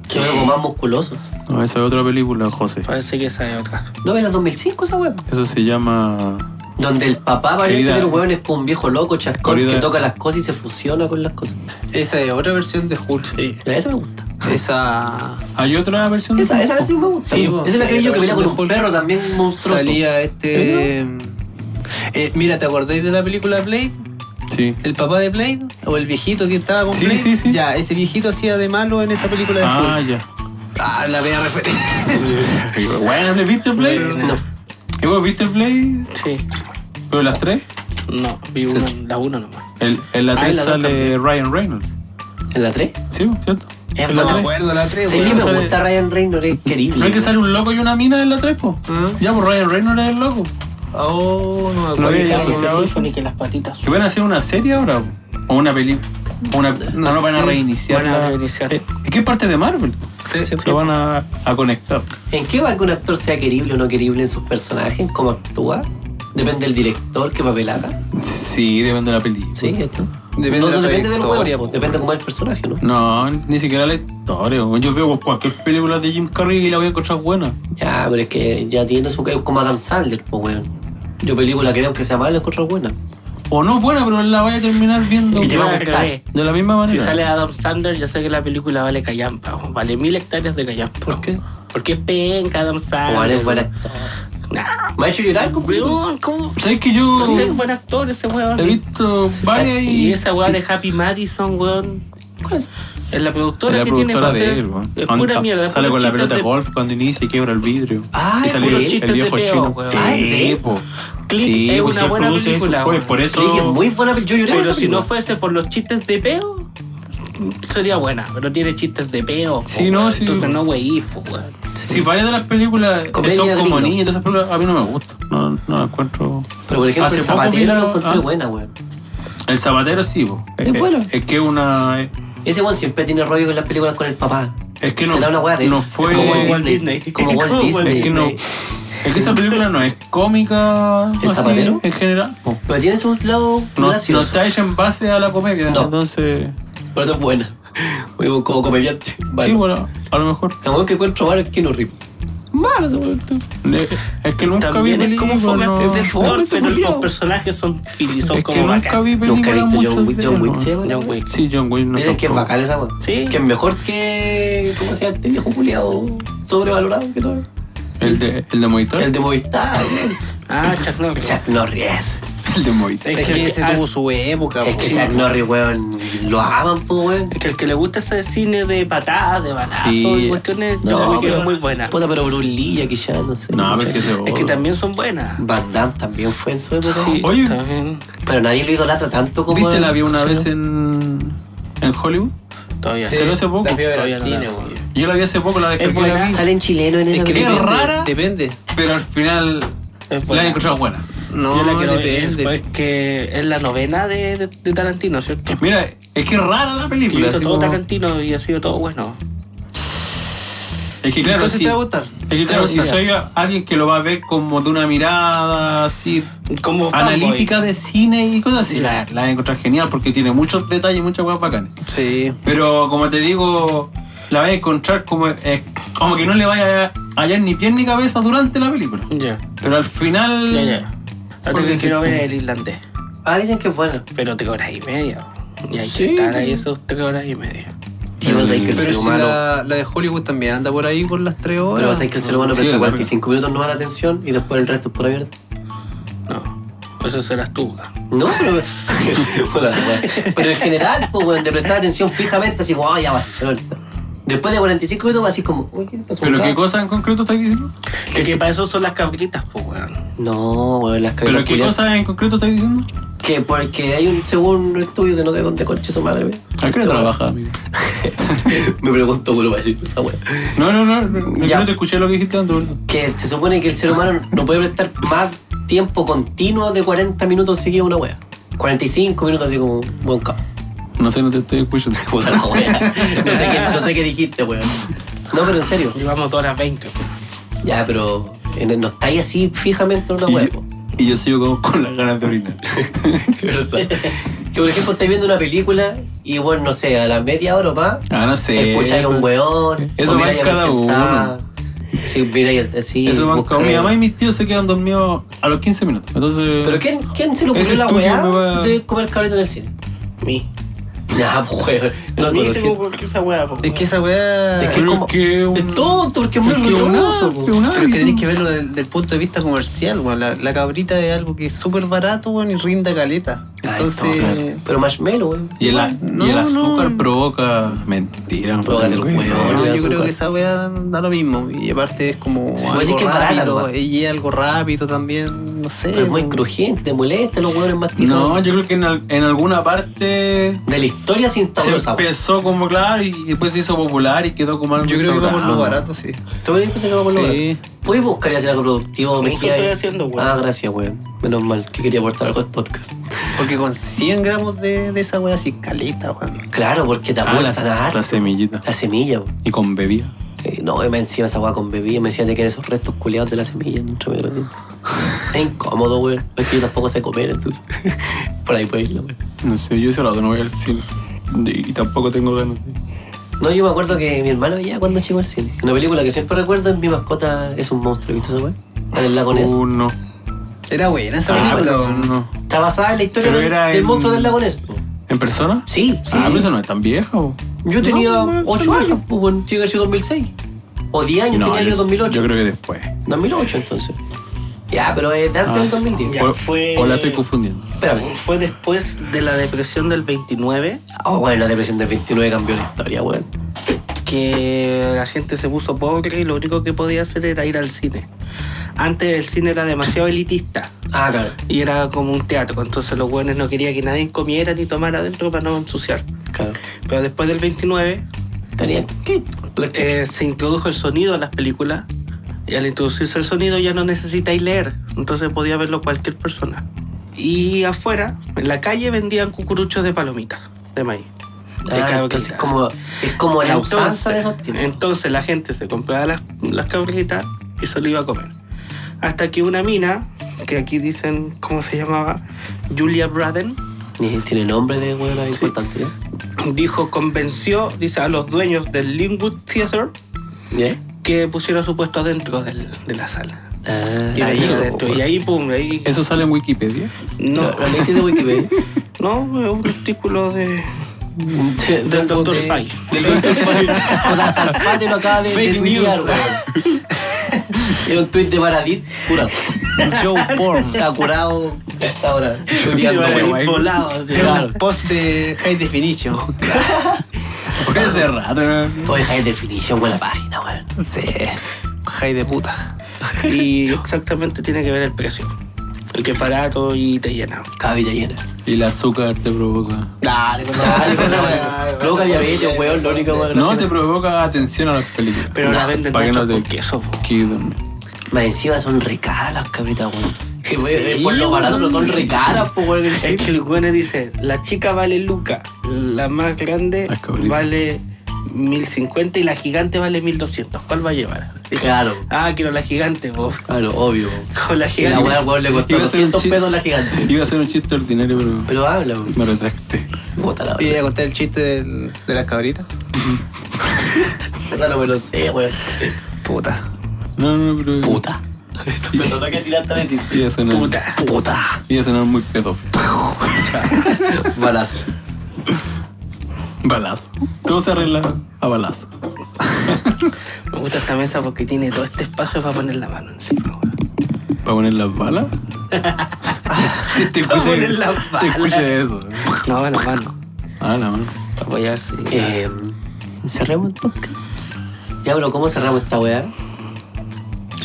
Se vuelve como más musculoso.
No, esa es otra película, José.
Parece que esa es otra.
¿No ves la 2005 esa weá?
Eso se llama...
Donde el papá parece
Querida-
que el weón es como un viejo loco chascón
Querida-
que toca las cosas y se fusiona con las cosas.
Esa es otra versión de Hulk.
A Esa me gusta.
Esa.
¿Hay otra versión? de
Esa, esa
Hulk?
versión me gusta.
Sí,
esa
vos.
es la que
Sí,
yo que
la
pelea con
versión
un
de
perro también monstruoso.
Salía este. Eh, mira, ¿te acordáis de la película Blade?
Sí.
¿El papá de Blade? ¿O el viejito que estaba con
Sí,
Blade?
sí, sí.
Ya, ese viejito hacía de malo en esa película de
Ah,
Hulk.
ya.
Ah, la media referencia.
Bueno, ¿le viste el play?
Buena.
¿Y vos viste el play?
Sí.
¿Pero las tres?
No, vi una, la una nomás.
El- en la
Ah,
tres
en la dos
sale Ryan Reynolds.
¿En la 3?
¿Sí? ¿Cierto?
Es
En la
verdad.
tres.
acuerdo, la 3,
Sí, que me
sale-
gusta Ryan Reynolds, es querible.
¿No es que sale un loco y una mina en la tres, po? Ya, pues Ryan Reynolds es el loco.
Oh, no me
No
acuerdo.
había ya
Claro,
asociado
sí,
eso.
son y que las patitas.
¿Que van a hacer una serie ahora? ¿O una película? Una, no, no van a
sé.
reiniciar.
Van a
la-
reiniciar.
Eh, ¿Qué parte de Marvel?
Sí, sí.
Lo van a, a conectar.
¿En qué va que un actor sea querible o no querible en sus personajes? ¿En cómo actúa? Depende del director, qué papel haga.
Sí, depende de la película.
Sí, esto.
Depende
no,
de la
no depende del
trayectoria,
hueón, pues, depende cómo es el personaje, ¿no?
No, ni siquiera la historia. weón. Yo veo cualquier película de Jim Carrey y la voy a encontrar buena.
Ya, pero es que ya tiene su es como Adam Sandler, pues weón. Yo película que veo que sea mala, la encuentro buena.
O no buena, pero la voy a terminar viendo.
Y te va a
weón,
gustar.
De la misma manera.
Si sale Adam Sandler, ya sé que la película vale callampa. weón. Vale mil hectáreas de callampa.
¿Por qué?
Porque es penca Adam
O
Sandler.
es buen actor. Me ha hecho llorar, compadre.
Weón, ¿cómo?
¿Sabes que yo
Sí, es buen actor ese weón.
he visto varias y.
Y esa weá de Happy Madison, weón.
¿Cuál es?
Es la productora
la
que
productora
tiene. para
de
hacer-
él, weón.
Es
Anda,
pura mierda.
Sale
puros
con la
chistes
pelota de
de-
golf cuando inicia y quebra el vidrio.
Ah,
y
es
sale
puros
el,
chistes
el viejo
de peo,
chino.
weón. Ah,
Sí, po.
Click
Sí,
es
pues,
una
si él
buena
produce eso,
película,
pues,
weón.
por eso.
Creí que es muy buena, pero yo lloré por
Pero
esa
si
película.
no fuese por los chistes de peo, sería buena. Pero tiene chistes de peo. po,
Sí, no,
weón.
sí.
Entonces no weís, po, weón.
Si varias de las películas
Comedia
son como
gringo.
niñas, entonces películas a mí no me gusta. No, no la encuentro.
Pero por ejemplo,
Hace
el
poco vi
Zapatero
la-
lo encontré
ah.
buena, weón.
El zapatero sí, po.
Es
que-
bueno.
Es que una.
Ese weón siempre tiene rollo con las películas con el papá.
Es que no,
Será una weá de-
no fue.
¿eh? como
Walt
Es
Disney. Como Walt Disney.
que no. Es que esa película no es cómica. así,
zapatero?
En general, po.
Pero tiene su lado
No, no
gracioso.
está hecha en base a la comedia.
No.
Entonces.
Por eso es buena. Oye, como comediante. Vale.
Sí, bueno, a lo mejor.
El weón que encuentro malo es Keanu Reeves. Malo ese weón.
Eh, Es que nunca
También
vi
es como
películas.
fome
no.
actor,
Es
fome, ese
pero los
culiao.
personajes son fili, son
que
como
nunca
bacán.
vi
Nunca he
películas.
visto John
muchas
Wick.
de
John Wick,
él,
¿sí?
¿no?
weón?
John Wick.
Sí, John Wick. no
Dicen que es
tampoco.
bacán esa weón.
Sí.
Que es mejor que. ¿Cómo se llama este viejo culiado? Sobrevalorado que todo.
¿Eh? El de, el de Movistar.
El de Movistar, weón.
Ah, Chuck Norris.
Chuck Norris.
El de Movistar.
Es que ese
ah,
tuvo su época.
Es
po.
que Chuck Norris, weón, lo aman, po, weón.
es que el que le gusta ese cine de patadas, de balazos
Sí.
y cuestiones, yo creo que
pero- pues-
es muy buena.
Puta, pero Bruce Lee, Jackie Chan, no sé.
No, pero es que se
Es que también son buenas.
Van Damme también fue en su época.
Sí,
Oye.
también-
Pero nadie lo idolatra tanto como.
¿Viste la vi una
Sí,
vez
¿no?
en, en Hollywood?
Todavía
Sí. Salió hace poco.
La fui a ver al
Todavía no
cine,
la
weón.
Yo la vi hace poco, la descargué y la
buena.
vi,
Salen chilenos en
Es
esa
que
Es
depende,
película.
rara.
depende.
pero al final
Es
la
buena.
he encontrado buena.
Yo la
No,
quiero ver,
depende.
pues, que es la novena de, de- de Tarantino, ¿cierto?
Mira, es que es rara la
Y
película.
visto
así
todo
como-
Tarantino y ha sido todo bueno.
Es que claro,
Entonces
sí.
te va a gustar.
Es que claro, si soy alguien que lo va a ver como de una mirada así
Como fanboy.
analítica de cine y cosas así, la, la he encontrado genial porque tiene muchos detalles y muchas cosas bacanas.
Sí.
Pero como te digo, la vas a encontrar como, eh, como que no le vaya a hallar ni pie ni cabeza durante la película.
Ya,
Pero al final.
ya, ya. La otra
Mm. Porque
que
sí,
quiero ver
como-
es el irlandés,
Ah, dicen que es buena.
pero tres horas y media. Y hay que
Sí.
estar ahí esos tres horas y media.
Y vos sabés que el
Pero
ser
si
humano.
la, la de Hollywood también anda por ahí por las 3
Pero vos
horas.
sabés que el ser humano
Sí,
presta
es larga.
45 minutos nomás de atención y después el resto es pura mierda.
No, eso serás tú. weón.
No, pero. Puta, weón. pero en general, pues, weón, de prestar atención fijamente, así, wow, ya va a ser ahorita. Después de 45 minutos, vas así como, uy, ¿qué pasó?
¿Pero
acá?
qué cosa en concreto estás diciendo?
Es que para eso son las cabritas, pues, weón.
No, weón, las
¿Pero
cabinas
qué
culiadas.
cosa en concreto estás diciendo?
Que porque hay un, según un estudio de no sé dónde conche su madre, weón.
¿A qué hora trabajas, amigo?
Me pregunto, weón, va a decir esa weón.
No, no, no, no, no,
Ya.
no te escuché lo que dijiste antes, ¿verdad?
Que se supone que el ser humano no puede prestar más tiempo continuo de 40 minutos seguido a una weá. 45 minutos así como buen capo.
No sé, no te estoy escuchando.
Puta la wea. No sé qué, no sé qué dijiste, weón. No, pero en serio.
Llevamos dos horas veinte.
Ya, pero en el- no estáis así fijamente en una
Y
wea.
yo,
po.
y yo sigo con, con las ganas de orinar.
Que por ejemplo estáis viendo una película y bueno, no sé, a las media hora o más,
Ah, no sé.
escucháis a
eso-
un weón.
eso
o
va
miráis a
en cada
ver quién está.
uno.
Sí, miráis el. eh, Sí,
Eso banca.
buscáis.
Mi mamá y mis tíos se quedan dormidos a los 15 minutos. Entonces.
Pero ¿quién, quién se le
Ese
ocurrió la
estudio
weá
me va-
de comer cabrito en el cine?
Mi.
Ya, pues, weón. No
A mí se me
conocía.
ocurrió esa weá, po,
Es que
weón.
esa weá.
Es que
Pero
como-
que un-
Es tonto, porque es muy
Es que un
orgulloso.
asco.
po.
Es un
Pero que
hábito.
tenéis que verlo desde, el punto de vista comercial, weón. La, la cabrita es algo que es súper barato, weón, y rinda caleta.
Ay,
Entonces.
tonto. Pero marshmallow, weón.
Y el, a-
No,
y el azúcar
no.
provoca mentira.
Provoca
pues,
ser
güey.
hueón.
no,
el
yo creo
azúcar.
que esa weá da lo mismo. Y aparte es como
Pues sí
algo
que es barata,
rápido.
nomás.
y es algo rápido también. No sé.
Pero es muy
weón.
crujiente, te molesta, los hueones más
No, yo creo que en, al- en alguna parte
De la historia sin
se
sabor.
empezó como claro y después se hizo popular y quedó como algo
Yo creo que va por lo
instaurado.
barato, sí.
¿Te voy a pensar que vamos a lograr?
Sí.
¿Puedes buscar y hacer algo productivo?
Por
Me
eso
queda
estoy
ahí.
haciendo, weón.
Ah, gracias, weón. Menos mal que quería aportar algo al podcast.
Porque con 100 gramos de, de esa weá, así caleta, weón.
Claro, porque te
Ah, la,
apuestan a
la
harto.
semillita.
La semilla, weón.
Y con bebida.
Eh, No, y me encima esa weá con bebida, me decían de que eran esos restos culeados de la semilla dentro de los dientes. Es incómodo, weón. Es que yo tampoco sé comer, entonces. Por ahí puede irlo, weón.
No sé, yo ese rato no voy al cine. De- Y tampoco tengo ganas. de-
No, yo me acuerdo que mi hermano veía cuando chico al cine. Una película que siempre recuerdo es Mi mascota es un monstruo, ¿viste esa weón? En el lago Ness.
Uh, no.
Era buena esa
Ah,
película,
pero
weón.
no.
Está basada en la historia
Pero
del,
era
del
en-
monstruo del lago Ness. po.
¿En persona?
Sí, sí.
ah,
sí.
pero eso no es tan viejo.
Yo tenía
no, no,
8 años, pues, bueno, llega el año 2006. O 10 años, tenía yo 2008.
Yo creo que después.
2008, entonces. Ya, pero es de antes
Ah.
del 2010.
Ya
o,
fue-
o la estoy confundiendo.
Espérame.
Fue después de la depresión del 29
Oh, bueno, la depresión del 29 cambió la historia, weón.
que la gente se puso pobre y lo único que podía hacer era ir al cine. Antes el cine era demasiado elitista
Ah, claro.
y era como un teatro, entonces los buenos no querían que nadie comiera ni tomara adentro para no ensuciar.
Claro.
Pero después del 29
Tenía que.
eh, se introdujo el sonido a las películas y al introducirse el sonido ya no necesitáis leer, entonces podía verlo cualquier persona. Y afuera, en la calle, vendían cucuruchos de palomitas de maíz.
Ah,
de
entonces es
cabritas.
como, es como la usanza de esos tiempos.
entonces la gente se compraba las, las cabritas y se lo iba a comer. Hasta que una mina, que aquí dicen, ¿cómo se llamaba? Julia Braden,
Ni- Tiene nombre de weón importante, ¿eh?
dijo, convenció, dice, a los dueños del Linwood Theater
¿Eh?
que pusiera su puesto adentro del- de la sala.
Ah,
Y ahí,
ah,
se
no,
entró,
weón.
y ahí, pum, ahí...
¿Eso sale en Wikipedia?
No,
¿Lo- lo leíste de Wikipedia?
no, es un artículo de...
De-
Del Dr.
de-
Fay.
Del Dr. Fay. O sea, Salfate lo acaba de
Fake
de tuitear,
news.
weón. Era un tuit de Baradit curado.
Joe Porn.
Está curado hasta ahora. Tuiteando,
de
weón.
volado, de-
Era
Claro.
un post de High Definition.
Porque hace rato. ¿no?
Todo deja de definición, weón, la página, weón.
Sí. High de puta.
Y exactamente tiene que ver el precio. El que es barato y te llena.
Cada vida llena.
Y el azúcar te provoca.
Dale, con
Dale,
con
weón. Provoca diabetes, weón, lo único weón.
No, te provoca atención a las películas.
Pero la venden
para que no
mucho
te
con queso.
quede dormido.
Más encima son re caras las cabritas, weón. Que,
Sí,
weón, eh, Por lo barato, pero son re caras, po, weón.
Es que el güey dice, la chica vale Luca, la más grande
Las cabritas.
vale 1050 y la gigante vale 1200. ¿Cuál va a llevar?
Claro.
Ah, quiero la gigante, vos.
Claro, obvio.
Con la
Y la weón,
gigante.
weón, le costó
Iba a hacer un
200
chiste.
pesos la gigante.
Iba a hacer un chiste ordinario, pero
Pero habla, weón.
me retracté.
Puta la
Y
weón.
voy a contar el chiste del- de las cabritas.
Puta, no me lo sé, weón.
Puta.
No, no, pero.
Puta. Pero no que tiraste a decir.
Iba a sonar,
Puta.
Puta.
Iba a sonar muy pedófilo.
Balazo.
Balazo. Todo se arregla a balazo.
Me gusta esta mesa porque tiene todo este espacio para poner la mano encima, güey.
¿Para poner las balas? te, te
Para
escuché-
poner las
Te
balas.
escuché eso.
No, la mano.
Ah, la mano.
Para apoyarse.
Eh, cerremos el podcast. Ya, pero ¿cómo cerramos esta weá?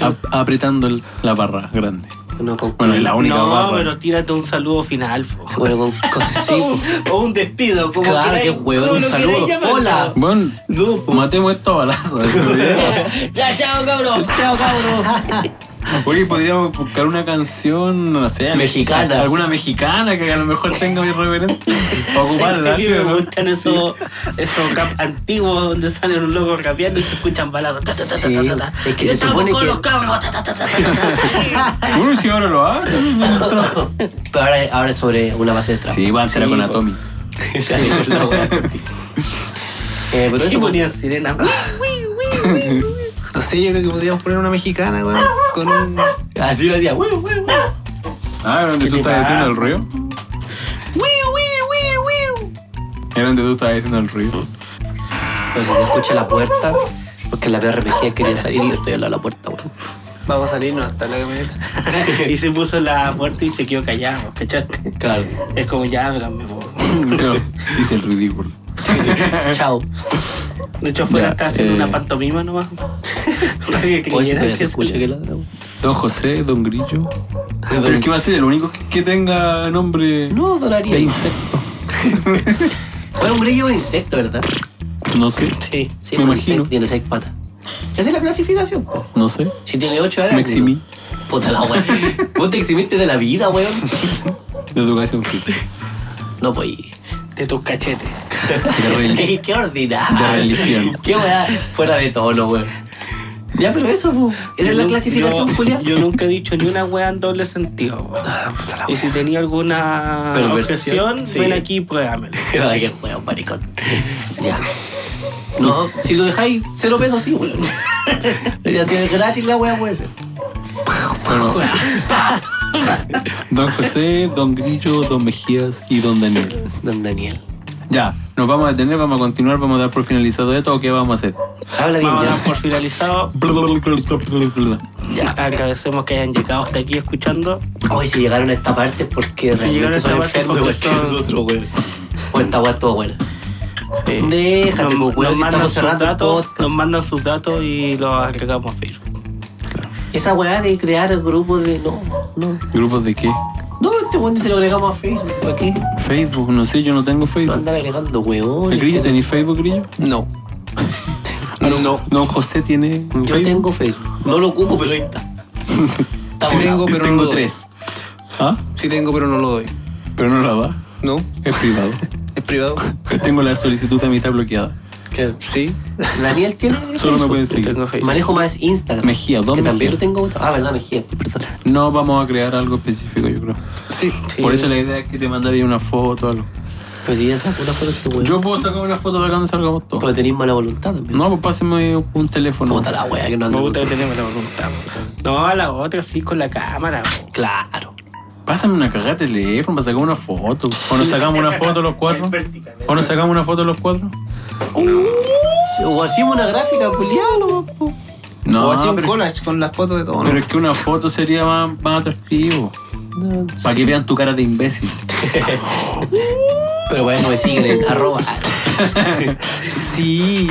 Ap- apretando el- la barra grande.
Bueno, con.
Bueno, es la única
No,
barra.
pero tírate un saludo final, po.
Bueno, con. con- sí,
O,
po.
un- o un despido, como
Claro,
queráis-
qué huevón,
como
un
lo
saludo.
queráis llamar,
Hola.
po.
Bueno, matemos ¿eh? esto a balazos.
Ya, chao, cabros. Chao, cabros.
Oye, podríamos buscar una canción, no sé.
Mexicana.
Alguna mexicana que a lo mejor tenga mi reverente. Para
Es
ocuparla.
que
¿sí?
a mí me gustan esos esos cap antiguos donde salen un loco rapeando y se escuchan baladas. Ta, ta, ta, ta, ta, ta.
Sí, es que se
Estamos
supone
con
que-
los cabros. Ta, ta, ta, ta, ta, ta.
Bueno, si ahora lo hace.
Pero ahora, ahora es sobre una base de trabajo.
Sí, va a entrar con
po.
Atomic.
Sí, la weá. Eh, pero
Y
eso. po.
ponían sirena.
No sé, yo creo que podríamos poner una mexicana, weón. Con un.
Así lo hacía. Weu, weu, weu.
Ah, ¿dónde tú
te
estás
pasa?
haciendo el río? Era donde tú estabas haciendo el ruido.
Pero si se escucha la puerta, porque la PRPG quería salir y yo estoy al lado de la puerta, weón.
Vamos a salirnos hasta la camioneta.
y se puso la puerta y se quedó callado, ¿cachaste?
Claro.
Es como ya háblame, po.
Pero hice el ridículo.
Chao.
De hecho, afuera
Ya,
está haciendo
eh.
una pantomima nomás. Para que
Hoy sí
creyeran
todavía se
que
escucha que ladra, weón.
Don José, Don Grillo.
Ah,
Pero ¿qué va a ser? El único que, que tenga nombre
No, donaría.
de insecto.
Bueno, un grillo es un insecto, ¿verdad?
No sé.
Sí.
Sí,
Me
un
imagino.
insecto tiene seis patas. Esa es la clasificación, po.
No sé.
Si tiene ocho
Me
años.
eximí
Puta la weón. Vos te eximiste de la vida, weón.
de educación física.
No, pues.
De tus cachetes.
De religión.
Qué, qué ordinario.
De religión.
Qué weá. Fuera de tono, weón. Ya, pero eso, po. Esa es
Yo
la
nu-
clasificación,
yo-
Julián.
Yo nunca he dicho ni una wea en doble sentido, po.
Ah, puta la
Y
weá.
si tenía alguna
Perversión,
objeción,
sí.
ven aquí y pruébamelo.
Ay, qué weón, maricón. Ya. No, si lo dejáis cero pesos, sí, weón. Ya, si es gratis la weá puede ser.
Bueno. Don José, Don Grillo, Don Mejías y Don Daniel.
Don Daniel.
Ya, nos vamos a detener, vamos a continuar, vamos a dar por finalizado esto o qué vamos a hacer.
Habla bien
Vamos a dar
ya.
por finalizado. Agradecemos que hayan llegado hasta aquí escuchando.
Hoy si llegaron a esta parte es porque
Si llegaron
realmente
a esta
son
parte
enfermos
porque
igual que
son-
nosotros, weón. O esta weá estuvo buena.
Sí.
Déjate,
nos,
pues, weón,
nos
si
mandan
estamos
sus
cerrando el
datos,
podcast.
nos mandan sus datos y los agregamos a Facebook.
Esa weá de crear grupos de. No, no.
¿Grupos de qué?
No, este weón se lo agregamos a Facebook. ¿Para qué?
Facebook, no sé, yo no tengo
Lo
Facebook.
andan agregando, weón.
¿El Grillo tenés Facebook, Grillo?
No. No.
Don José tiene.
Yo
Facebook?
tengo Facebook. No lo ocupo, pero ahí está. Está
Sí
bueno.
tengo, pero no
Tengo
lo doy.
tres. ¿Ah?
Sí tengo, pero no lo doy.
Pero no la va.
No.
Es privado.
Es privado.
Tengo la solicitud a mitad bloqueada.
Sí.
Daniel tiene.
Solo me
Facebook.
pueden seguir.
Tengo Facebook.
Manejo más Instagram.
Mejía,
Que
¿dónde
también
Mejía?
lo tengo. Ah, verdad, Mejía. Perdón.
No vamos a crear algo específico, yo creo.
Sí.
Sí.
Por eso la idea es que te mandaría una foto o algo.
Pero si ya sacó una foto este weón.
Yo puedo sacar una foto de acá donde salgamos todos.
Pero tenéis mala voluntad también.
No, pues pásenme un teléfono.
Puta la weá que no
Me
ando.
gusta que tenemos la voluntad. No, a la otra sí con la cámara. po.
Claro.
Pásame una cagada de teléfono para sacar una foto. O nos sacamos una foto los cuatro.
Es vertical, es
O nos sacamos una foto los cuatro.
O hacemos una gráfica, Juliano.
No,
o así un
pero,
collage con las fotos de todo.
pero es que una foto sería más, más atractivo. Para que vean tu cara de imbécil.
Pero bueno, me siguen en arroba.
Sí.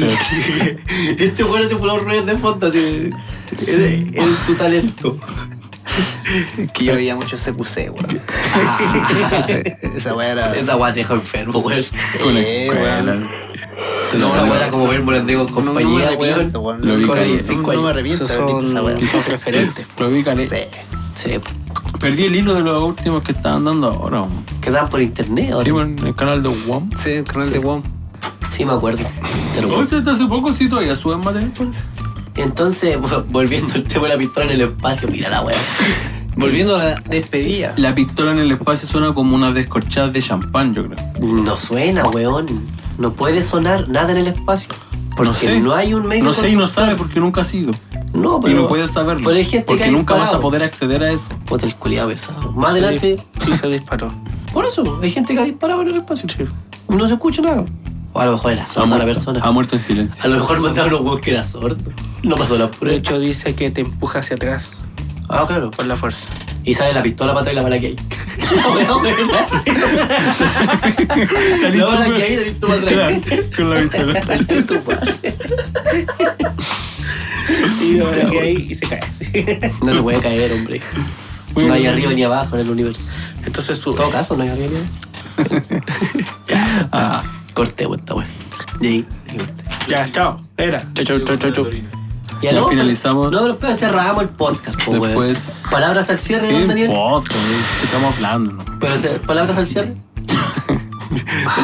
Este weón se puso ruidos de fondo así. Es, es su talento.
que yo veía mucho CQC, weón. Esa weá era.
Esa weá te deja enfermo, weón.
Con la
Eh,
escuela.
weón.
Esa weá era como ver Morandego con
No, no me
compañía, weón.
arrepiento, weón.
Lo vi
Con
caer.
25
No, no
años.
me
Esos son, son referentes.
Lo vi, Cale.
Sí.
Perdí el hilo de los últimos que estaban dando ahora. man.
Quedaban por internet, ¿o
Sí,
no?
man, en el canal de WOM.
Sí, el canal de WOM.
Sí, me acuerdo. Te lo juro.
Oye, hace poco sí todavía suben material, parece.
Entonces, vol- volviendo al tema de la pistola en el espacio, mira la weá.
Volviendo a la despedida.
La pistola en el espacio suena como una descorchada de champán, yo creo.
No suena, weón. No puede sonar nada en el espacio. Porque no,
no sé.
hay un medio.
No sé y no
conductor.
sabe porque nunca ha sido.
No,
y
pero.
no puedes saberlo.
Pero hay gente
porque
que ha
nunca vas a
disparado.
poder acceder a eso.
Puta, el culiado pesado. Más
Sí,
adelante.
Sí, se disparó.
Por eso, hay gente que ha disparado en el espacio. No se escucha nada. O a lo mejor era sorda la persona.
ha muerto en silencio.
A lo mejor mandaron a un weón que era sordo. No pasó la
Por
prueba.
hecho, dice que te empuja hacia atrás
Ah, claro.
por la fuerza.
Y sale la pistola para atrás y la bala que hay. La weá, weón. La bala que hay, saliste para atrás.
Con la pistola.
Y ahora que ahí y se cae. sí.
No se puede caer, hombre. No hay arriba ni abajo en el universo.
Entonces
En
sube.
todo caso, no hay arriba ni abajo.
Ah,
Corte, güey, esta güey. Y ahí, ahí, güey.
Ya, chao. Era.
Ya,
Ya
no,
finalizamos.
No, pero después cerramos el podcast, po, güey.
Después- Oh.
Palabras al cierre,
¿Qué
don Daniel.
podcast, güey? ¿Qué estamos hablando? no?
Pero, se- palabras al cierre.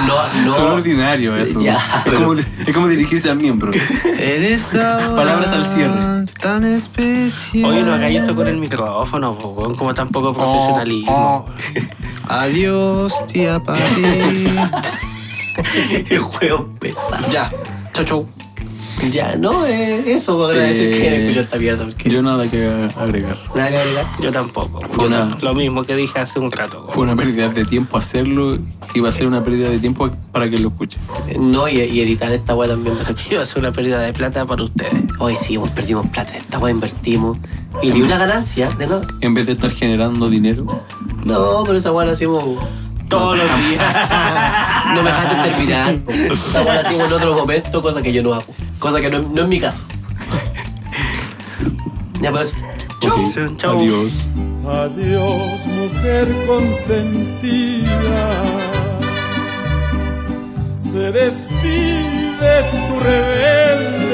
No, no.
Son ordinario eso.
Ya,
es, como, es como dirigirse al miembro.
Eres la
Palabras al cierre.
Tan especial. Oh,
Oye, no hagáis eso con el micrófono, po, weón, como tan
Oh,
poco profesionalismo.
Adiós, tía Pati.
El juego pesa.
ya. Chau, chau.
Ya, no, eh, eso voy a agradecer que me escuchó esta mierda. Porque
Yo nada que agregar.
nada que agregar.
Yo tampoco.
Fue
Yo
una-
tam- Lo mismo que dije hace un rato.
Fue una pérdida de tiempo hacerlo y va a ser una pérdida de tiempo para que lo escuche.
No, y, y editar esta weá también va a ser.
Iba a ser una pérdida de plata para ustedes.
Hoy sí, pues, perdimos plata, esta weá invertimos. Y ni una ganancia, de nada.
En vez de estar generando dinero,
No, pero esa weá la hacemos.
Todos los días.
No me dejaste terminar. po. Esa weá la hacemos en otro momento, cosa que yo no hago. Cosa que no, no es mi caso. Ya, pues, pero eso.
ok,
Chau.
adiós.
Adiós, mujer consentida. Se despide tu rebelde.